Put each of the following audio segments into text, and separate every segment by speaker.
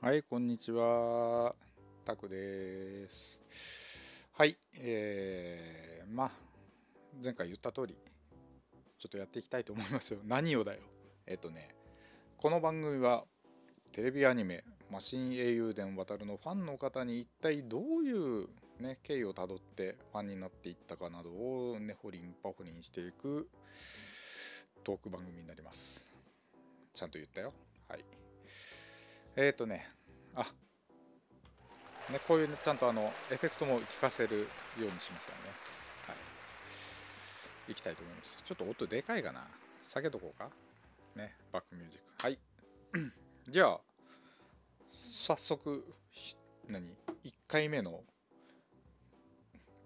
Speaker 1: はい、こんにちは。タクです。はい、えー、まあ、前回言った通り、ちょっとやっていきたいと思いますよ。 何をだよ。えっとね、この番組は、テレビアニメ、マシン英雄伝渡るのファンの方に一体どういう、ね、経緯をたどってファンになっていったかなどを、ね、ホリンパホリンしていくトーク番組になります。ちゃんと言ったよ。はい。えっ、ー、とね、あね、こういうね、ちゃんとあのエフェクトも効かせるようにしましたね。はい。いきたいと思います。ちょっと音でかいかな。下げとこうか。ね、バックミュージック。はい。 じゃあ、早速、ひ何 ?1 回目の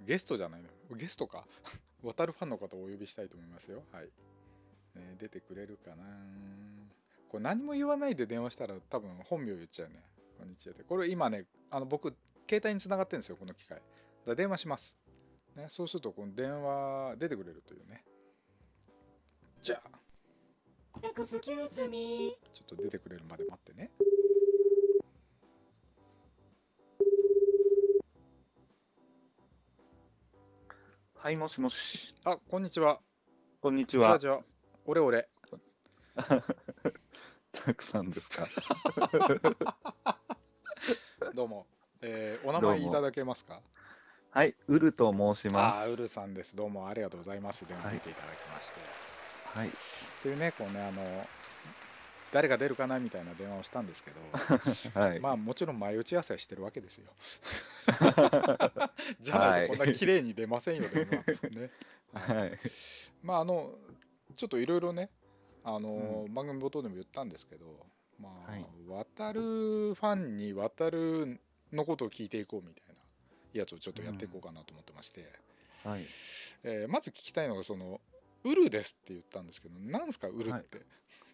Speaker 1: ゲストじゃないのゲストか 渡るファンの方をお呼びしたいと思いますよ。はい。ね、出てくれるかなこれ何も言わないで電話したら多分本名言っちゃうね。こんにちはって。これ今ね、あの僕、携帯に繋がってるんですよ、この機械。だから電話します。ね、そうすると、この電話出てくれるというね。じゃあ、
Speaker 2: Excuse me.
Speaker 1: ちょっと出てくれるまで待ってね。
Speaker 3: はい、もしもし。
Speaker 1: あ、こんにちは。
Speaker 3: こんに
Speaker 1: じ
Speaker 3: ち
Speaker 1: ゃあ
Speaker 3: は。
Speaker 1: じゃあ、俺俺。
Speaker 3: たくさんですか。
Speaker 1: どうも。えーお名
Speaker 3: どう
Speaker 1: 前
Speaker 3: も
Speaker 1: いただけますか
Speaker 3: はい、ウルと申しま
Speaker 1: あ
Speaker 3: す。
Speaker 1: ー、ウルさんです。どうもありがとうございます。電話出ていただきまして。
Speaker 3: はい。
Speaker 1: というね、こうね、あの、誰が出るかなみたいな電話をしたんですけど。
Speaker 3: はい。
Speaker 1: まあもちろん前打ち合わせはしてるわけ ですよ。じゃないとこんな綺麗に出ませんよ、でも ね。
Speaker 3: はい。
Speaker 1: まああのちょっといろいろね、あの番組冒頭でも言ったんですけど、まあ、
Speaker 3: はい
Speaker 1: 渡るファンに渡るのことを聞いていこうみたいなやつをちょっとやっていこうかなと思ってまして、
Speaker 3: はい。
Speaker 1: えーまず聞きたいのがその「ウルです」って言ったんですけどなんすかウルって、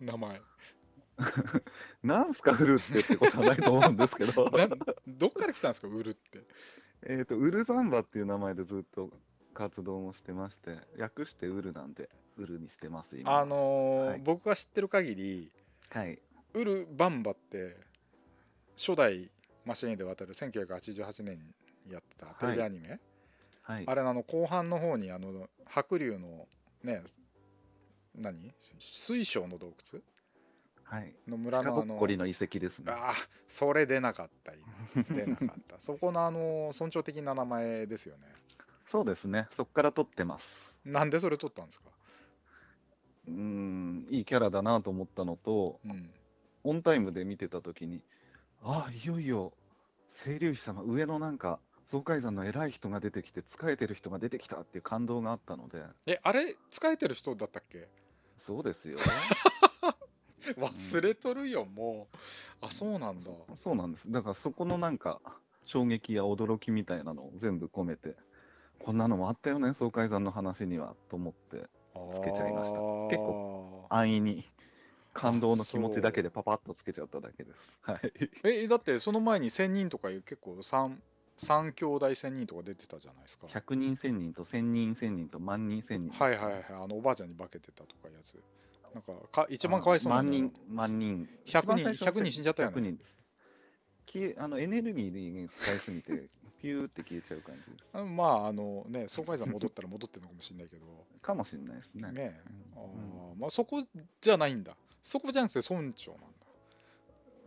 Speaker 1: 名前
Speaker 3: なんすか、ウルってってことはないと思うんですけ ど。
Speaker 1: などっから来たんですかウルって
Speaker 3: えっと、ウルバンバっていう名前でずっと活動もしてまして、略してウルなんで、ウルにしてます、 今。
Speaker 1: あのー
Speaker 3: はい
Speaker 1: 僕が知ってる限り
Speaker 3: はい。
Speaker 1: ウル・バンバって初代マシンで渡る1988年にやってたテレビアニメ、
Speaker 3: はい
Speaker 1: あ。れのあの後半の方にあの白龍のね何水晶の洞窟
Speaker 3: はい。
Speaker 1: の村
Speaker 3: シカ
Speaker 1: の
Speaker 3: ゴ
Speaker 1: あ
Speaker 3: ッ
Speaker 1: の
Speaker 3: コリの遺跡ですね。
Speaker 1: あーそれ出なかった今出なかった そこのあの尊重的な名前ですよね
Speaker 3: そうですね。そっから撮ってます。
Speaker 1: なんでそれ取ったんですか
Speaker 3: うーん、いいキャラだなと思ったのと、
Speaker 1: うん
Speaker 3: オンタイムで見てたときに、ああ、いよいよ、清流妃様、上のなんか、総海山の偉い人が出てきて、仕えてる人が出てきたっていう感動があったので、
Speaker 1: えあれ疲れてる人だったっけ
Speaker 3: そうですよ。
Speaker 1: 忘れとるよもうあ そうなんだ
Speaker 3: そうなんです。だからそこのなんか、衝撃や驚きみたいなのを全部込めて、こんなのもあったよね、総海山の話には、と思って、つけちゃいました
Speaker 1: あー
Speaker 3: 結安易に、感動の気持ちだけでパパッとつけちゃっただけです。はい。
Speaker 1: えだってその前に1000人とかいう結構 3, 三兄弟1000人とか出てたじゃないですか
Speaker 3: 100人、1000人と1000人、1000人と万人、1000人。
Speaker 1: はいはいはいあのおばあちゃんに化けてたとかいうやつなんかか一番かわいそうな
Speaker 3: 万
Speaker 1: の
Speaker 3: 人、万人。
Speaker 1: 100人
Speaker 3: 一番最初の
Speaker 1: 100人死んじゃったよね
Speaker 3: 100人消えあのエネルギーに使いすぎて、 ピューって消えちゃう感じです
Speaker 1: あまああのね総会山戻ったら戻ってるのかもしれないけど
Speaker 3: かもしれないですね。
Speaker 1: ねえあ
Speaker 3: う
Speaker 1: ー
Speaker 3: ん
Speaker 1: まあそこじゃないんだそこじゃなくて村長な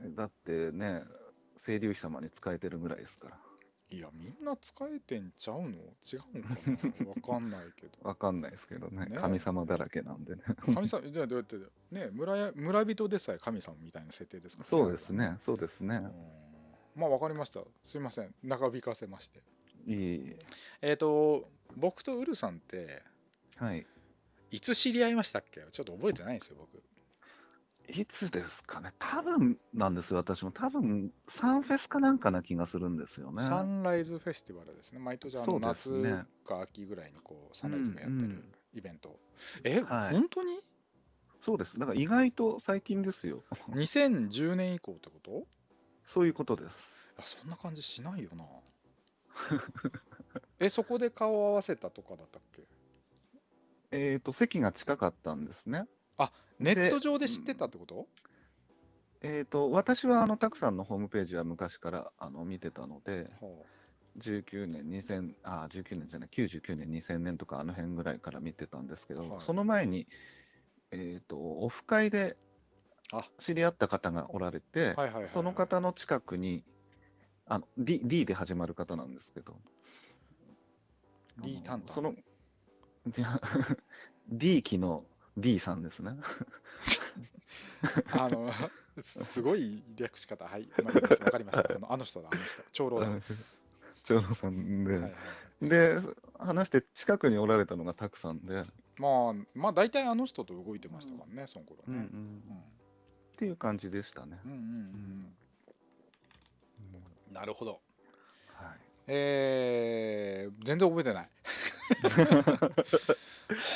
Speaker 1: んだ
Speaker 3: だってね、清流妃様に使えてるぐらいですから、
Speaker 1: いやみんな使えてんちゃうの違うのかなわかんないけど
Speaker 3: わかんないですけどね、
Speaker 1: ねえ
Speaker 3: 神様だらけなん でね。
Speaker 1: 神様じゃあどうやってだよね村や村人でさえ神様みたいな設定ですから
Speaker 3: そうですね、そうです
Speaker 1: う
Speaker 3: ね。
Speaker 1: んまあわかりましたすいません長引かせまして
Speaker 3: いい。
Speaker 1: えっ、と僕とウルさんって
Speaker 3: はい。
Speaker 1: いつ知り合いましたっけちょっと覚えてないんですよ僕
Speaker 3: いつですかね、多分なんですよ、私も。多分サンフェスかなんかな気がするんですよね。
Speaker 1: サンライズフェスティバルですね。毎年あ
Speaker 3: そ
Speaker 1: の
Speaker 3: うです
Speaker 1: 夏
Speaker 3: ね
Speaker 1: か秋ぐらいにこうサンライズがやって
Speaker 3: うんう
Speaker 1: る
Speaker 3: ん
Speaker 1: イベント。え、
Speaker 3: はい
Speaker 1: 本当に
Speaker 3: そうです。だから意外と最近ですよ。
Speaker 1: ?2010 年以降ってこと
Speaker 3: そういうことです。
Speaker 1: あそんな感じしない よな。え、そこで顔を合わせたとかだったっけ
Speaker 3: えっ、と、席が近かったんですね。
Speaker 1: ネット上で知ってたってこと
Speaker 3: えー、と私はあのたくさんのホームページは昔からあの見てたので、
Speaker 1: ほ
Speaker 3: 19年、2000あ19年じゃない、99年、2000年とか、あの辺ぐらいから見てたんですけど、
Speaker 1: はい
Speaker 3: その前に、えー、とオフ会で
Speaker 1: あ
Speaker 3: 知り合った方がおられて、
Speaker 1: うはいはいはい、
Speaker 3: その方の近くにあの D、D で始まる方なんですけど、
Speaker 1: リー・タンタン
Speaker 3: そのいや D 機の D さんですね。
Speaker 1: あのすすごい略し方はい、まあ、いいですわかりましたあのあの人だあの人長老だ、はい
Speaker 3: 長老さんで、
Speaker 1: はいはい、
Speaker 3: で、話して近くにおられたのがたくさんで、
Speaker 1: まあまあ大体あの人と動いてましたからね、その頃ね、
Speaker 3: っていう感じでしたね。
Speaker 1: うんうんうんうんなるほど
Speaker 3: はい
Speaker 1: えー、全然覚えて ない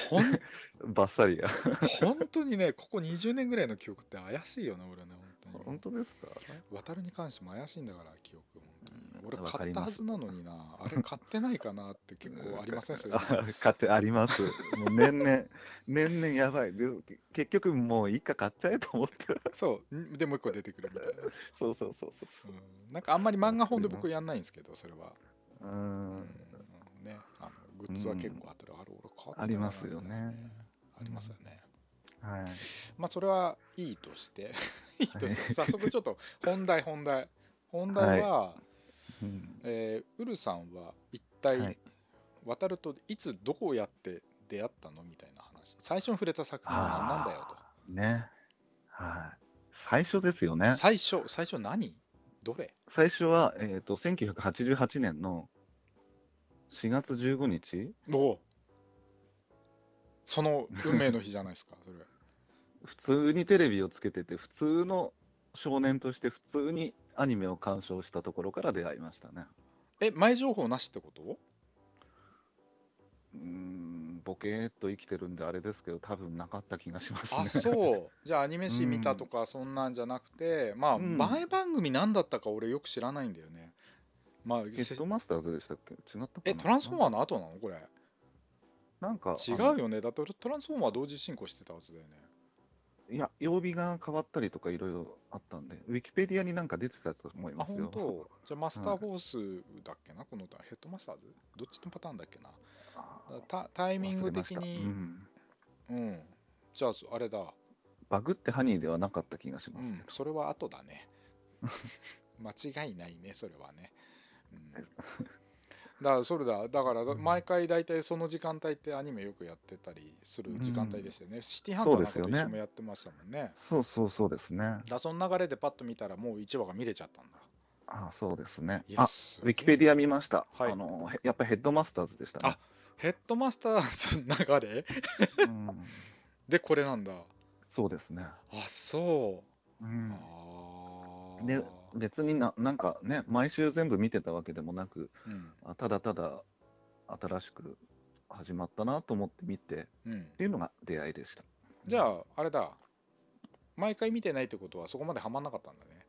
Speaker 1: ほん
Speaker 3: バッサリや。
Speaker 1: 本当にねここ20年ぐらいの記憶って怪しいよね俺ね本当に
Speaker 3: 本当ですか
Speaker 1: 渡るに関しても怪しいんだから記憶本当に
Speaker 3: うん
Speaker 1: 俺
Speaker 3: わか
Speaker 1: 買っ
Speaker 3: り
Speaker 1: た
Speaker 3: ます
Speaker 1: はずなのになあれ買ってないかなって結構ありませんそれ
Speaker 3: あ買ってあります。もう年々、 年々やばい。でけ結局もう一回買っちゃえと思って。
Speaker 1: そううんでもう一個出てくるみたいな、
Speaker 3: そうそうそうそうそう。
Speaker 1: うん、なんかあんまり漫画本で僕やんないんですけどそれは、
Speaker 3: う
Speaker 1: うん
Speaker 3: ん。
Speaker 1: ねあのグッズは結構あったら、あれ俺買ったな
Speaker 3: ありますよね
Speaker 1: ありますよね、
Speaker 3: はい。
Speaker 1: まあそれはいいとして いいと して早速ちょっと本題本題本題は、
Speaker 3: うん
Speaker 1: えーウルさんは一
Speaker 3: は
Speaker 1: 体
Speaker 3: い
Speaker 1: 渡るといつどこをやって出会ったのみたいな話最初に触れた作品は何なんだよ
Speaker 3: ね。はい。最初ですよね
Speaker 1: と。最初最初何どれ
Speaker 3: 最初は、えっ、と、1988年の4月15日
Speaker 1: おおその運命の日じゃないですかそれ
Speaker 3: 普通にテレビをつけてて、普通の少年として普通にアニメを鑑賞したところから出会いましたね。
Speaker 1: え前情報なしって こと
Speaker 3: うーん、ボケーっと生きてるんであれですけど、多分なかった気がしますね。
Speaker 1: あそうじゃあアニメ誌見たとかそんなんじゃなくてまあ
Speaker 3: うん
Speaker 1: 前番組何だったか俺よく知らないんだよねまあ
Speaker 3: ゲットマスターズでしたっけ違ったかな
Speaker 1: えトランスフォーマーの後なのこれ
Speaker 3: なんか、
Speaker 1: 違
Speaker 3: あ
Speaker 1: う
Speaker 3: の。
Speaker 1: よねだって俺トランスフォーマー同時進行してたはずだよね
Speaker 3: いや、曜日が変わったりとかいろいろあったんで、ウィキペディアになんか出てたと思い
Speaker 1: あ
Speaker 3: ます
Speaker 1: 本
Speaker 3: よ。
Speaker 1: 当じゃあマスターフォースだっけなこの歌ヘッドマスターズどっちのパターンだっけな
Speaker 3: あ
Speaker 1: だたタイミング的
Speaker 3: 忘れましたう
Speaker 1: に
Speaker 3: ん
Speaker 1: うん、じゃああれだ
Speaker 3: バグってハニーではなかった気がし
Speaker 1: う
Speaker 3: ますね、
Speaker 1: んそれは後だね 間違いないねそれはね、うん、だからそれだだからだ毎回大体その時間帯ってアニメよくやってたりする時間帯でしたよね、シティハンターなんか
Speaker 3: そう
Speaker 1: と
Speaker 3: です
Speaker 1: 一
Speaker 3: よ
Speaker 1: 緒
Speaker 3: ね
Speaker 1: もやってましたもんね
Speaker 3: そうそうそうですね。
Speaker 1: だからその流れでパッと見たらもう1話が見れちゃったんだ
Speaker 3: あそうですね
Speaker 1: い。や
Speaker 3: あ、
Speaker 1: す
Speaker 3: ウ
Speaker 1: げえ
Speaker 3: ィキペディア見ました。
Speaker 1: はい
Speaker 3: あのへやっぱヘッドマスターズでしたね。
Speaker 1: ヘッドマスターズの流れ
Speaker 3: うん
Speaker 1: でこれなんだ
Speaker 3: そうですね。
Speaker 1: あそうう、
Speaker 3: ん、
Speaker 1: ああ
Speaker 3: で別にななんかね毎週全部見てたわけでもなく
Speaker 1: うん
Speaker 3: あただただ新しく始まったなと思って見てっ
Speaker 1: うん
Speaker 3: ていうのが出会いでした。
Speaker 1: じゃああれだ毎回見てないってことはそこまでハマんなかったんだね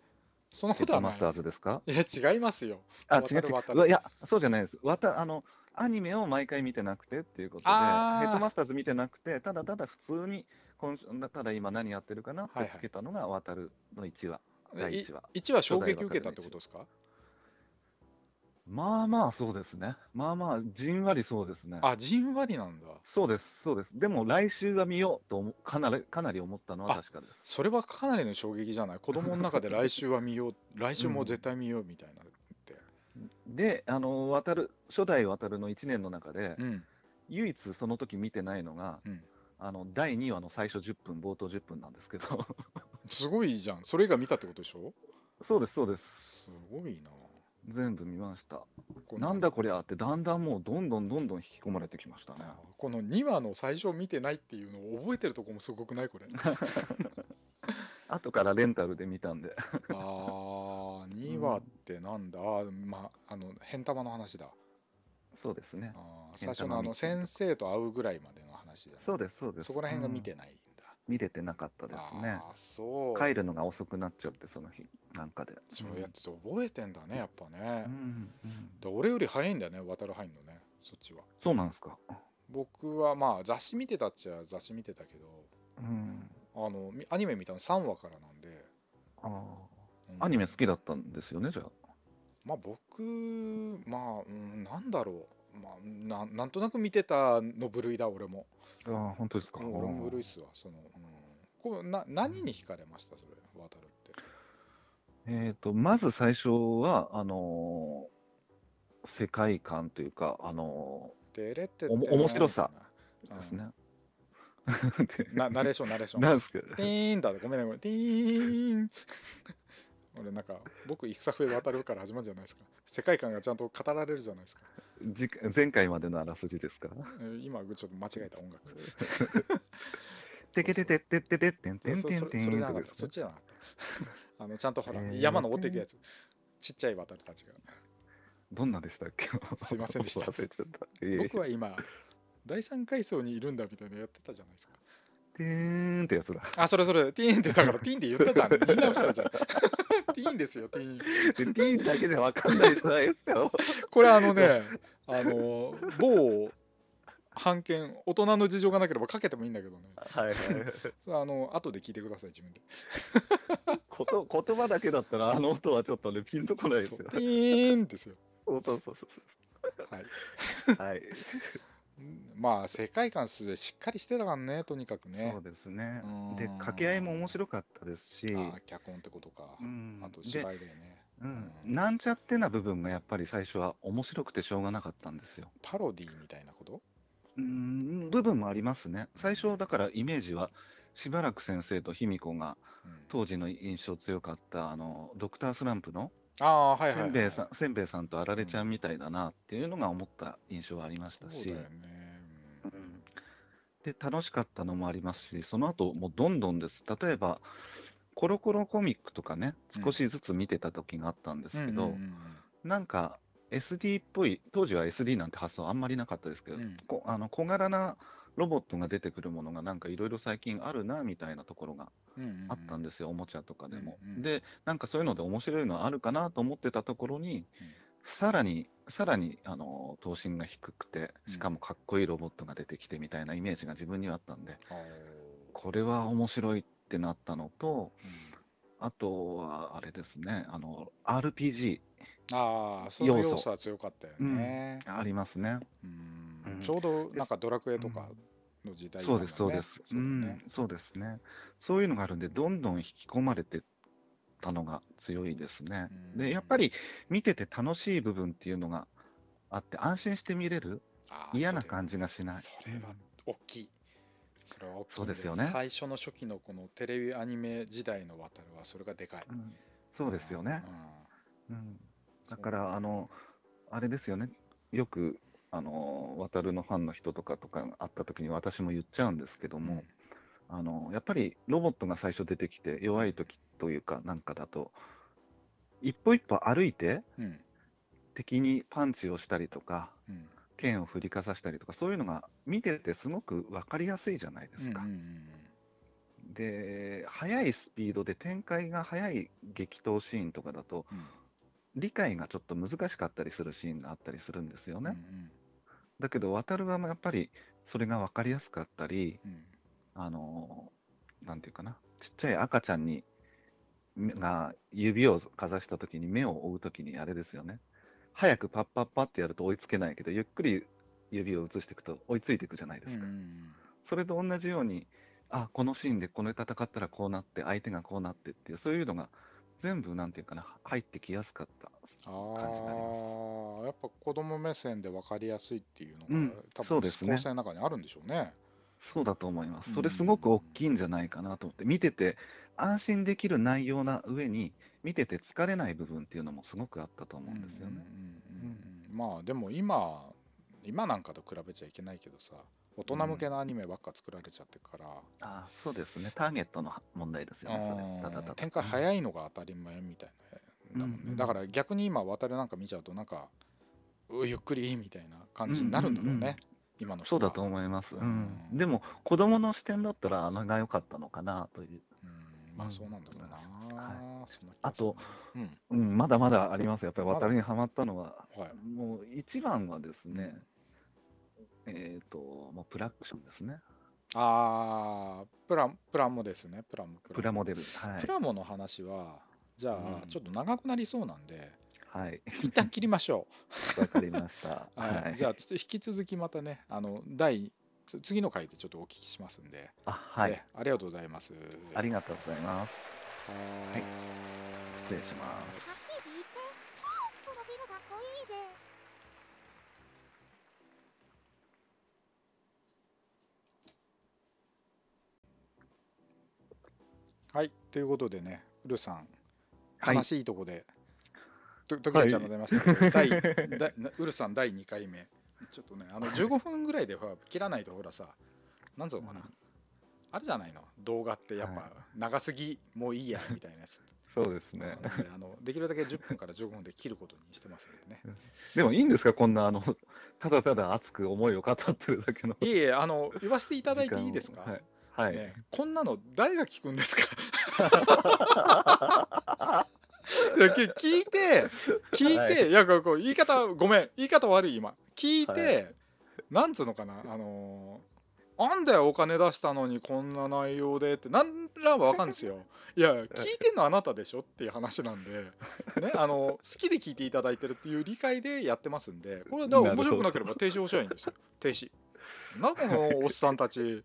Speaker 1: そんな
Speaker 3: ヘ
Speaker 1: こ
Speaker 3: ッ
Speaker 1: とは
Speaker 3: ド
Speaker 1: な
Speaker 3: マ
Speaker 1: い
Speaker 3: スターズですか
Speaker 1: いや違いますよ
Speaker 3: あ
Speaker 1: 渡
Speaker 3: 違う違
Speaker 1: る渡
Speaker 3: う
Speaker 1: る
Speaker 3: うわ。いやそうじゃないです。わたあのアニメを毎回見てなくてっていうことでヘ
Speaker 1: あー
Speaker 3: ッドマスターズ見てなくてただただ普通に今週ただ今何やってるかなっ
Speaker 1: はいは
Speaker 3: て
Speaker 1: い
Speaker 3: つけたのが渡るの1話。第
Speaker 1: い
Speaker 3: 一話
Speaker 1: 一話衝撃受けたってことですか
Speaker 3: まあまあそうですね。まあまあじんわりそうですね。
Speaker 1: あじんわりなんだ
Speaker 3: そうです、そうです。でも来週は見ようと思かなりかなり思ったのは
Speaker 1: あ
Speaker 3: 確かです。
Speaker 1: それはかなりの衝撃じゃない子供の中で来週は見よう 来週も絶対見ようみたいなって
Speaker 3: で、あの渡る初代渡るの1年の中で、
Speaker 1: うん
Speaker 3: 唯一その時見てないのが、
Speaker 1: うん
Speaker 3: あの第2話の最初10分、冒頭10分なんですけど、
Speaker 1: すごいじゃんそれ以外見たってことでしょ
Speaker 3: そうです、そうです。
Speaker 1: すごいな
Speaker 3: 全部見ました。
Speaker 1: この
Speaker 3: なんだこりゃって、だんだんもうどんどんどんどん引き込まれてきましたね。
Speaker 1: この2話の最初見てないっていうのを覚えてるとこもすごくないこれあ
Speaker 3: 後からレンタルで見たんで、
Speaker 1: あ2話ってなんだ、あーまああの変玉の話だ
Speaker 3: そうですね
Speaker 1: あ。ー最初のあの
Speaker 3: 変玉
Speaker 1: 先
Speaker 3: 見
Speaker 1: 生と会うぐらいまでの話だ、ね、
Speaker 3: そうです、そうです。
Speaker 1: そこら辺が見
Speaker 3: う
Speaker 1: て
Speaker 3: ん
Speaker 1: ないんだ、
Speaker 3: 見れてなかったですね
Speaker 1: あ。あそう
Speaker 3: 帰るのが遅くなっちゃって、その日なんかで。
Speaker 1: そうやって覚えてんだねやっぱね
Speaker 3: う、んうん
Speaker 1: で俺より早いんだよね渡る入んのねそっちは
Speaker 3: そうなんですか。
Speaker 1: 僕はまあ雑誌見てたっちゃ雑誌見てたけど
Speaker 3: うん。
Speaker 1: あのみアニメ見たの3話からなんで
Speaker 3: ああ
Speaker 1: うん
Speaker 3: ーアニメ好きだったんですよね、じゃあ。
Speaker 1: まあ僕まあ、うん、なんだろう、まあ、ななんとなく見てたの部類だ俺も
Speaker 3: あー本当ですか。
Speaker 1: 俺も部類っすわその、うん、こうな何に惹かれましたそれ渡るって
Speaker 3: えーと、まず最初は、あのー世界観というか、あの
Speaker 1: でれって
Speaker 3: おも面白さ
Speaker 1: みた
Speaker 3: ー
Speaker 1: いな
Speaker 3: です
Speaker 1: うん
Speaker 3: ね。
Speaker 1: なナレーションナレーション
Speaker 3: なんですけど、
Speaker 1: ティーンだごめんねごめんティーン 俺なんか僕戦笛渡るから始まるじゃないですか世界観がちゃんと語られるじゃないですか
Speaker 3: じ前回までのあらすじですから。
Speaker 1: えー今ちょっと間違えた音 楽
Speaker 3: てけててってってってってんてん
Speaker 1: そ
Speaker 3: て
Speaker 1: そ
Speaker 3: んて
Speaker 1: それ
Speaker 3: ん
Speaker 1: じ
Speaker 3: と
Speaker 1: ゃ
Speaker 3: か
Speaker 1: なかっ
Speaker 3: で
Speaker 1: た
Speaker 3: す
Speaker 1: そっ
Speaker 3: ね
Speaker 1: ちじゃなかった あのちゃんとほら、
Speaker 3: えー
Speaker 1: 山登っていくやつちっちゃい渡るたちが
Speaker 3: どんなでしたっけ
Speaker 1: すいませんでした
Speaker 3: 忘れちゃった。いえいえ
Speaker 1: 僕は今第三階層にいるんだみたいなのやってたじゃないですか
Speaker 3: てーんってやつだ。
Speaker 1: あそれそれティーンってだからティーンって言ったじゃん言い直したじゃんティーンですよティーン
Speaker 3: で、ティーンだけじゃわかんないじゃないですよ。
Speaker 1: これあのねあの某版権大人の事情がなければかけてもいいんだけどね
Speaker 3: はいはい。
Speaker 1: それあの後で聞いてください自分で
Speaker 3: こと言葉だけだったら、あの音はちょっとね、ピンとこないです
Speaker 1: そ
Speaker 3: よ
Speaker 1: う。ティーンですよ
Speaker 3: そうそうそうそ
Speaker 1: はい、
Speaker 3: う。はい。
Speaker 1: うんまあ世界観すしっかりしてたからねとにかくね
Speaker 3: そうですね
Speaker 1: う。ーん
Speaker 3: で、掛け合いも面白かったですし、
Speaker 1: ああ脚本ってことか、
Speaker 3: うん
Speaker 1: あと
Speaker 3: で
Speaker 1: 芝居だよね
Speaker 3: うん、なんちゃってな部分がやっぱり最初は面白くてしょうがなかったんですよ。
Speaker 1: パロディみたいなこと
Speaker 3: うん、部分もありますね。最初、だからイメージは、しばらく先生と卑弥呼が
Speaker 1: うん
Speaker 3: 当時の印象強かった、あの、ドクタースランプの
Speaker 1: ああはいはい、
Speaker 3: せ
Speaker 1: はい、
Speaker 3: んべいさん、せんべいさんとあられちゃんみたいだなっていうのが思った印象はありまし
Speaker 1: そう
Speaker 3: た
Speaker 1: だ
Speaker 3: し、
Speaker 1: よね、う
Speaker 3: うんんで、楽しかったのもありますし、その後もうどんどんです。例えば、コロコロコミックとかね、少しずつ見てた時があったんですけど、
Speaker 1: うんうん
Speaker 3: なんか SD っぽい、当時は SD なんて発想あんまりなかったですけど、
Speaker 1: うん
Speaker 3: こあの小柄なロボットが出てくるものがなんかいろいろ最近あるなみたいなところが
Speaker 1: うんうんうん、
Speaker 3: あったんですよ、おもちゃとかでも。
Speaker 1: うんうん
Speaker 3: で、なんかそういうので面白いのあるかなと思ってたところに
Speaker 1: うん、
Speaker 3: さらに、さらに、あの、頭身が低くて、
Speaker 1: うん
Speaker 3: しかもかっこいいロボットが出てきてみたいなイメージが自分にはあったんで、
Speaker 1: あー
Speaker 3: これは面白いってなったのと、
Speaker 1: うん
Speaker 3: あとは、あれですね、あの、RPG
Speaker 1: ああその
Speaker 3: 要素
Speaker 1: 要素は強かったよね、
Speaker 3: ありますね。
Speaker 1: うん
Speaker 3: うん
Speaker 1: ちょうどなんかドラクエとかの時代だ
Speaker 3: そ
Speaker 1: も
Speaker 3: うんで
Speaker 1: ね
Speaker 3: す、そうです。う
Speaker 1: だよ
Speaker 3: ん
Speaker 1: ね、
Speaker 3: そうですね。そういうのがあるんで、どんどん引き込まれてたのが強いですね。
Speaker 1: うん
Speaker 3: で、やっぱり見てて楽しい部分っていうのがあって、安心して見れる、
Speaker 1: あー
Speaker 3: 嫌な感じがしない。
Speaker 1: それはそれは大きいそれは大きいん
Speaker 3: そうですよね
Speaker 1: 最初の初期のこのテレビアニメ時代の渡るはそれがでかい
Speaker 3: うんうんそうですよね
Speaker 1: う。ん
Speaker 3: うん、だから、あの、あれですよね。よく、あの、渡るのファンの人とかとか会った時に私も言っちゃうんですけど
Speaker 1: うん
Speaker 3: も、あの、やっぱりロボットが最初出てきて弱い時というかなんかだと、一歩一歩歩いて
Speaker 1: うん
Speaker 3: 敵にパンチをしたりとか、
Speaker 1: うん
Speaker 3: 剣を振りかざしたりとか、そういうのが見ててすごく分かりやすいじゃないで
Speaker 1: うんう
Speaker 3: す
Speaker 1: ん
Speaker 3: か。
Speaker 1: うん
Speaker 3: で、速いスピードで展開が速い激闘シーンとかだと、
Speaker 1: うん
Speaker 3: 理解がちょっと難しかったりするシーンがあったりするんですよ
Speaker 1: うんう
Speaker 3: ね。
Speaker 1: ん
Speaker 3: だけど、渡るはやっぱりそれが分かりやすかったり、
Speaker 1: うん
Speaker 3: あのーなんていうかな、ちっちゃい赤ちゃんに、みが指をかざしたときに、目を追うときに、あれですよね。早くパッパッパってやると追いつけないけど、ゆっくり指を移していくと追いついていくじゃないで
Speaker 1: うんう
Speaker 3: すか。
Speaker 1: ん
Speaker 3: それと同じように、あ、このシーンでこの戦ったらこうなって、相手がこうなってっていう、そういうのが全部、なんていうかな、入ってきやすかった。
Speaker 1: あ
Speaker 3: 感じになります
Speaker 1: ーやっぱ子供目線で分かりやすいっていうのが、
Speaker 3: うん
Speaker 1: 多
Speaker 3: そう
Speaker 1: 分
Speaker 3: です
Speaker 1: 構
Speaker 3: ね
Speaker 1: 成の中にあるんでしょうね。
Speaker 3: そうだと思いま
Speaker 1: う
Speaker 3: す。
Speaker 1: ん
Speaker 3: それすごく大きいんじゃないかなと思って、見てて安心できる内容な上に、見てて疲れない部分っていうのもすごくあったと思うんですよ
Speaker 1: うんう
Speaker 3: ね。
Speaker 1: んうんうんまあでも今今なんかと比べちゃいけないけどさ大人向けのアニメばっか作られちゃってるから、
Speaker 3: ああ、そうですね。ターゲットの問題ですよね、それ。ただた
Speaker 1: う
Speaker 3: だ
Speaker 1: ん展開
Speaker 3: い。
Speaker 1: 早いのが当たり前みたいなだもんね、
Speaker 3: うんうん
Speaker 1: だから逆に今渡るなんか見ちゃうとなんかうゆっくりみたいな感じになるんだろうね、
Speaker 3: うんうんうん
Speaker 1: 今の人
Speaker 3: そう
Speaker 1: は
Speaker 3: だと思います。うん
Speaker 1: うん
Speaker 3: でも、子供の視点だったら、あのが良かったのかなという。
Speaker 1: うんまあそうなんだろうな、
Speaker 3: は
Speaker 1: そんな気
Speaker 3: あ
Speaker 1: がする
Speaker 3: と、
Speaker 1: な
Speaker 3: うん、まだまだありますよ。やっぱり
Speaker 1: まだ
Speaker 3: 渡りにはまったのは、
Speaker 1: うんはい
Speaker 3: もう一番はですね、えっ、と、もうプラクションですね。
Speaker 1: あーププラプラモですねプラモ
Speaker 3: プラモデル。は
Speaker 1: プラモの話はじゃあ、
Speaker 3: うん
Speaker 1: ちょっと長くなりそうなんで
Speaker 3: い。はい。
Speaker 1: 一旦切りましょ
Speaker 3: わかりました。
Speaker 1: う、 はいじゃあちょっと引き続きまたねあの第つ次の回でちょっとお聞きしますんで、
Speaker 3: あ、はい。
Speaker 1: えありがとうございます
Speaker 3: ありがとうございます。
Speaker 1: はーい
Speaker 3: 失礼します。
Speaker 2: このジムかっこいいぜ。
Speaker 1: はいということでねウルさん
Speaker 3: はい
Speaker 1: 悲しいとこで、と時々ちゃんも出ましたけど、 第第なウルさん第2回目ちょっとねあの
Speaker 3: はい
Speaker 1: 15分ぐらいでほら切らないとほらさなんぞかな、あるじゃないの動画ってやっ
Speaker 3: は
Speaker 1: ぱ長すぎもういいやみたいなやつ、
Speaker 3: そうですね。
Speaker 1: なんであのできるだけ10分から15分で切ることにしてますん でね
Speaker 3: でもいいんですかこんなあの、 ただただ熱く思いを語ってるだけの。
Speaker 1: い
Speaker 3: い
Speaker 1: えいえあの言わせていただいていいですか、
Speaker 3: はい。はい
Speaker 1: ね、こんなの誰が聞くん ですかいやけ聞いて聞いて、、
Speaker 3: はいい
Speaker 1: やこうこう言い方ごめん言い方悪い今聞いて、
Speaker 3: は
Speaker 1: なんつうのかなあのーなんだよお金出したのにこんな内容でってなんらはわかるんですよいや聞いてんのあなたでしょっていう話なんで、ね、あの好きで聞いていただいてるっていう理解でやってますんでこれだから面白くなければ停止をしゃいいんですよ停止なんかこのおっさんたち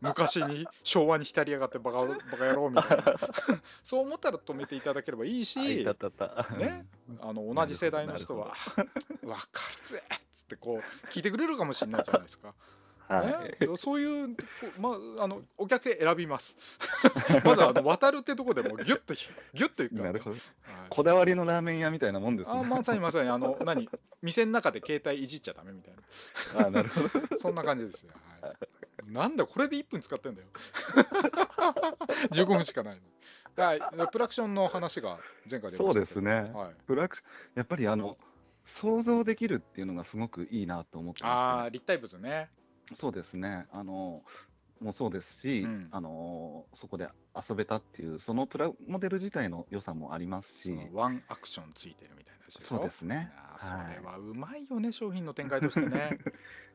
Speaker 1: 昔に昭和に浸りやがってバカバカ野郎みたいな そう思ったら止めていただければいいし、
Speaker 3: あいたたた。
Speaker 1: ねあの同じ世代の人は「分かるぜ!」っつってこう聞いてくれるかもしれないじゃないですか、
Speaker 3: はい。
Speaker 1: ね、そういうこうまあのお客選びます まずはあの渡るってとこでもうギュッとギュッといくから、
Speaker 3: な
Speaker 1: ね
Speaker 3: るほど。
Speaker 1: はい
Speaker 3: こだわりのラーメン屋みたいなもんです
Speaker 1: あ
Speaker 3: ね。
Speaker 1: まさにまさにあの何店の中で携帯いじっちゃダメみたいな
Speaker 3: あなるほど。
Speaker 1: そんな感じですよ、はい、なんだこれで1分使ってん だよ15分しかないのはいプラクションの話が前回出
Speaker 3: そ
Speaker 1: ま
Speaker 3: う
Speaker 1: した
Speaker 3: で
Speaker 1: けど
Speaker 3: すね。
Speaker 1: はい、
Speaker 3: ブラックやっぱりあの、想像できるっていうのがすごくいいなと思って
Speaker 1: あ
Speaker 3: ま
Speaker 1: あ立体物ね
Speaker 3: す、ね。そうですね。あの、もうそうですし、
Speaker 1: うん
Speaker 3: あの、そこで遊べたっていう、そのプラモデル自体の良さもあります
Speaker 1: そ
Speaker 3: し
Speaker 1: の、ワンアクションついてるみたいなやつ
Speaker 3: そうですね。
Speaker 1: あーそれはうまいよね、商品の展開としてね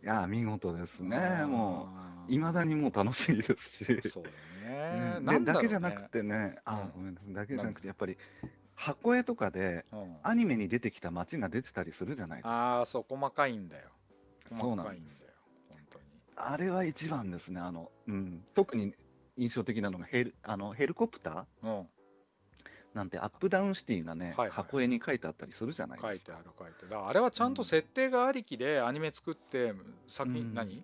Speaker 3: いやー、見事ですね。もう、いまだ
Speaker 1: に
Speaker 3: にもう楽しいですし。
Speaker 1: そうだよね、
Speaker 3: うん
Speaker 1: な
Speaker 3: で
Speaker 1: んだろ
Speaker 3: だ
Speaker 1: う、ね、
Speaker 3: けじゃなく、てね、あー、
Speaker 1: う
Speaker 3: ごめんなさい、だけじゃなくて、やっぱり、箱絵とかで、
Speaker 1: うん、
Speaker 3: アニメに出てきた街が出てたりするじゃないですか。
Speaker 1: ああそう細かいんだよ
Speaker 3: そ
Speaker 1: 細
Speaker 3: うなん
Speaker 1: か
Speaker 3: です
Speaker 1: いんだよ本当に
Speaker 3: あれは一番ですね、あの、うん、特に印象的なのがヘル、あの、ヘリコプター
Speaker 1: うん
Speaker 3: なんて、アップダウンシティがね、
Speaker 1: はいはい
Speaker 3: 箱絵に書いてあったりするじゃない
Speaker 1: 書
Speaker 3: で
Speaker 1: い
Speaker 3: す
Speaker 1: て
Speaker 3: か。
Speaker 1: ある書いてあるだからあれはちゃんと設定がありきでアニメ作って作品、
Speaker 3: うん
Speaker 1: 何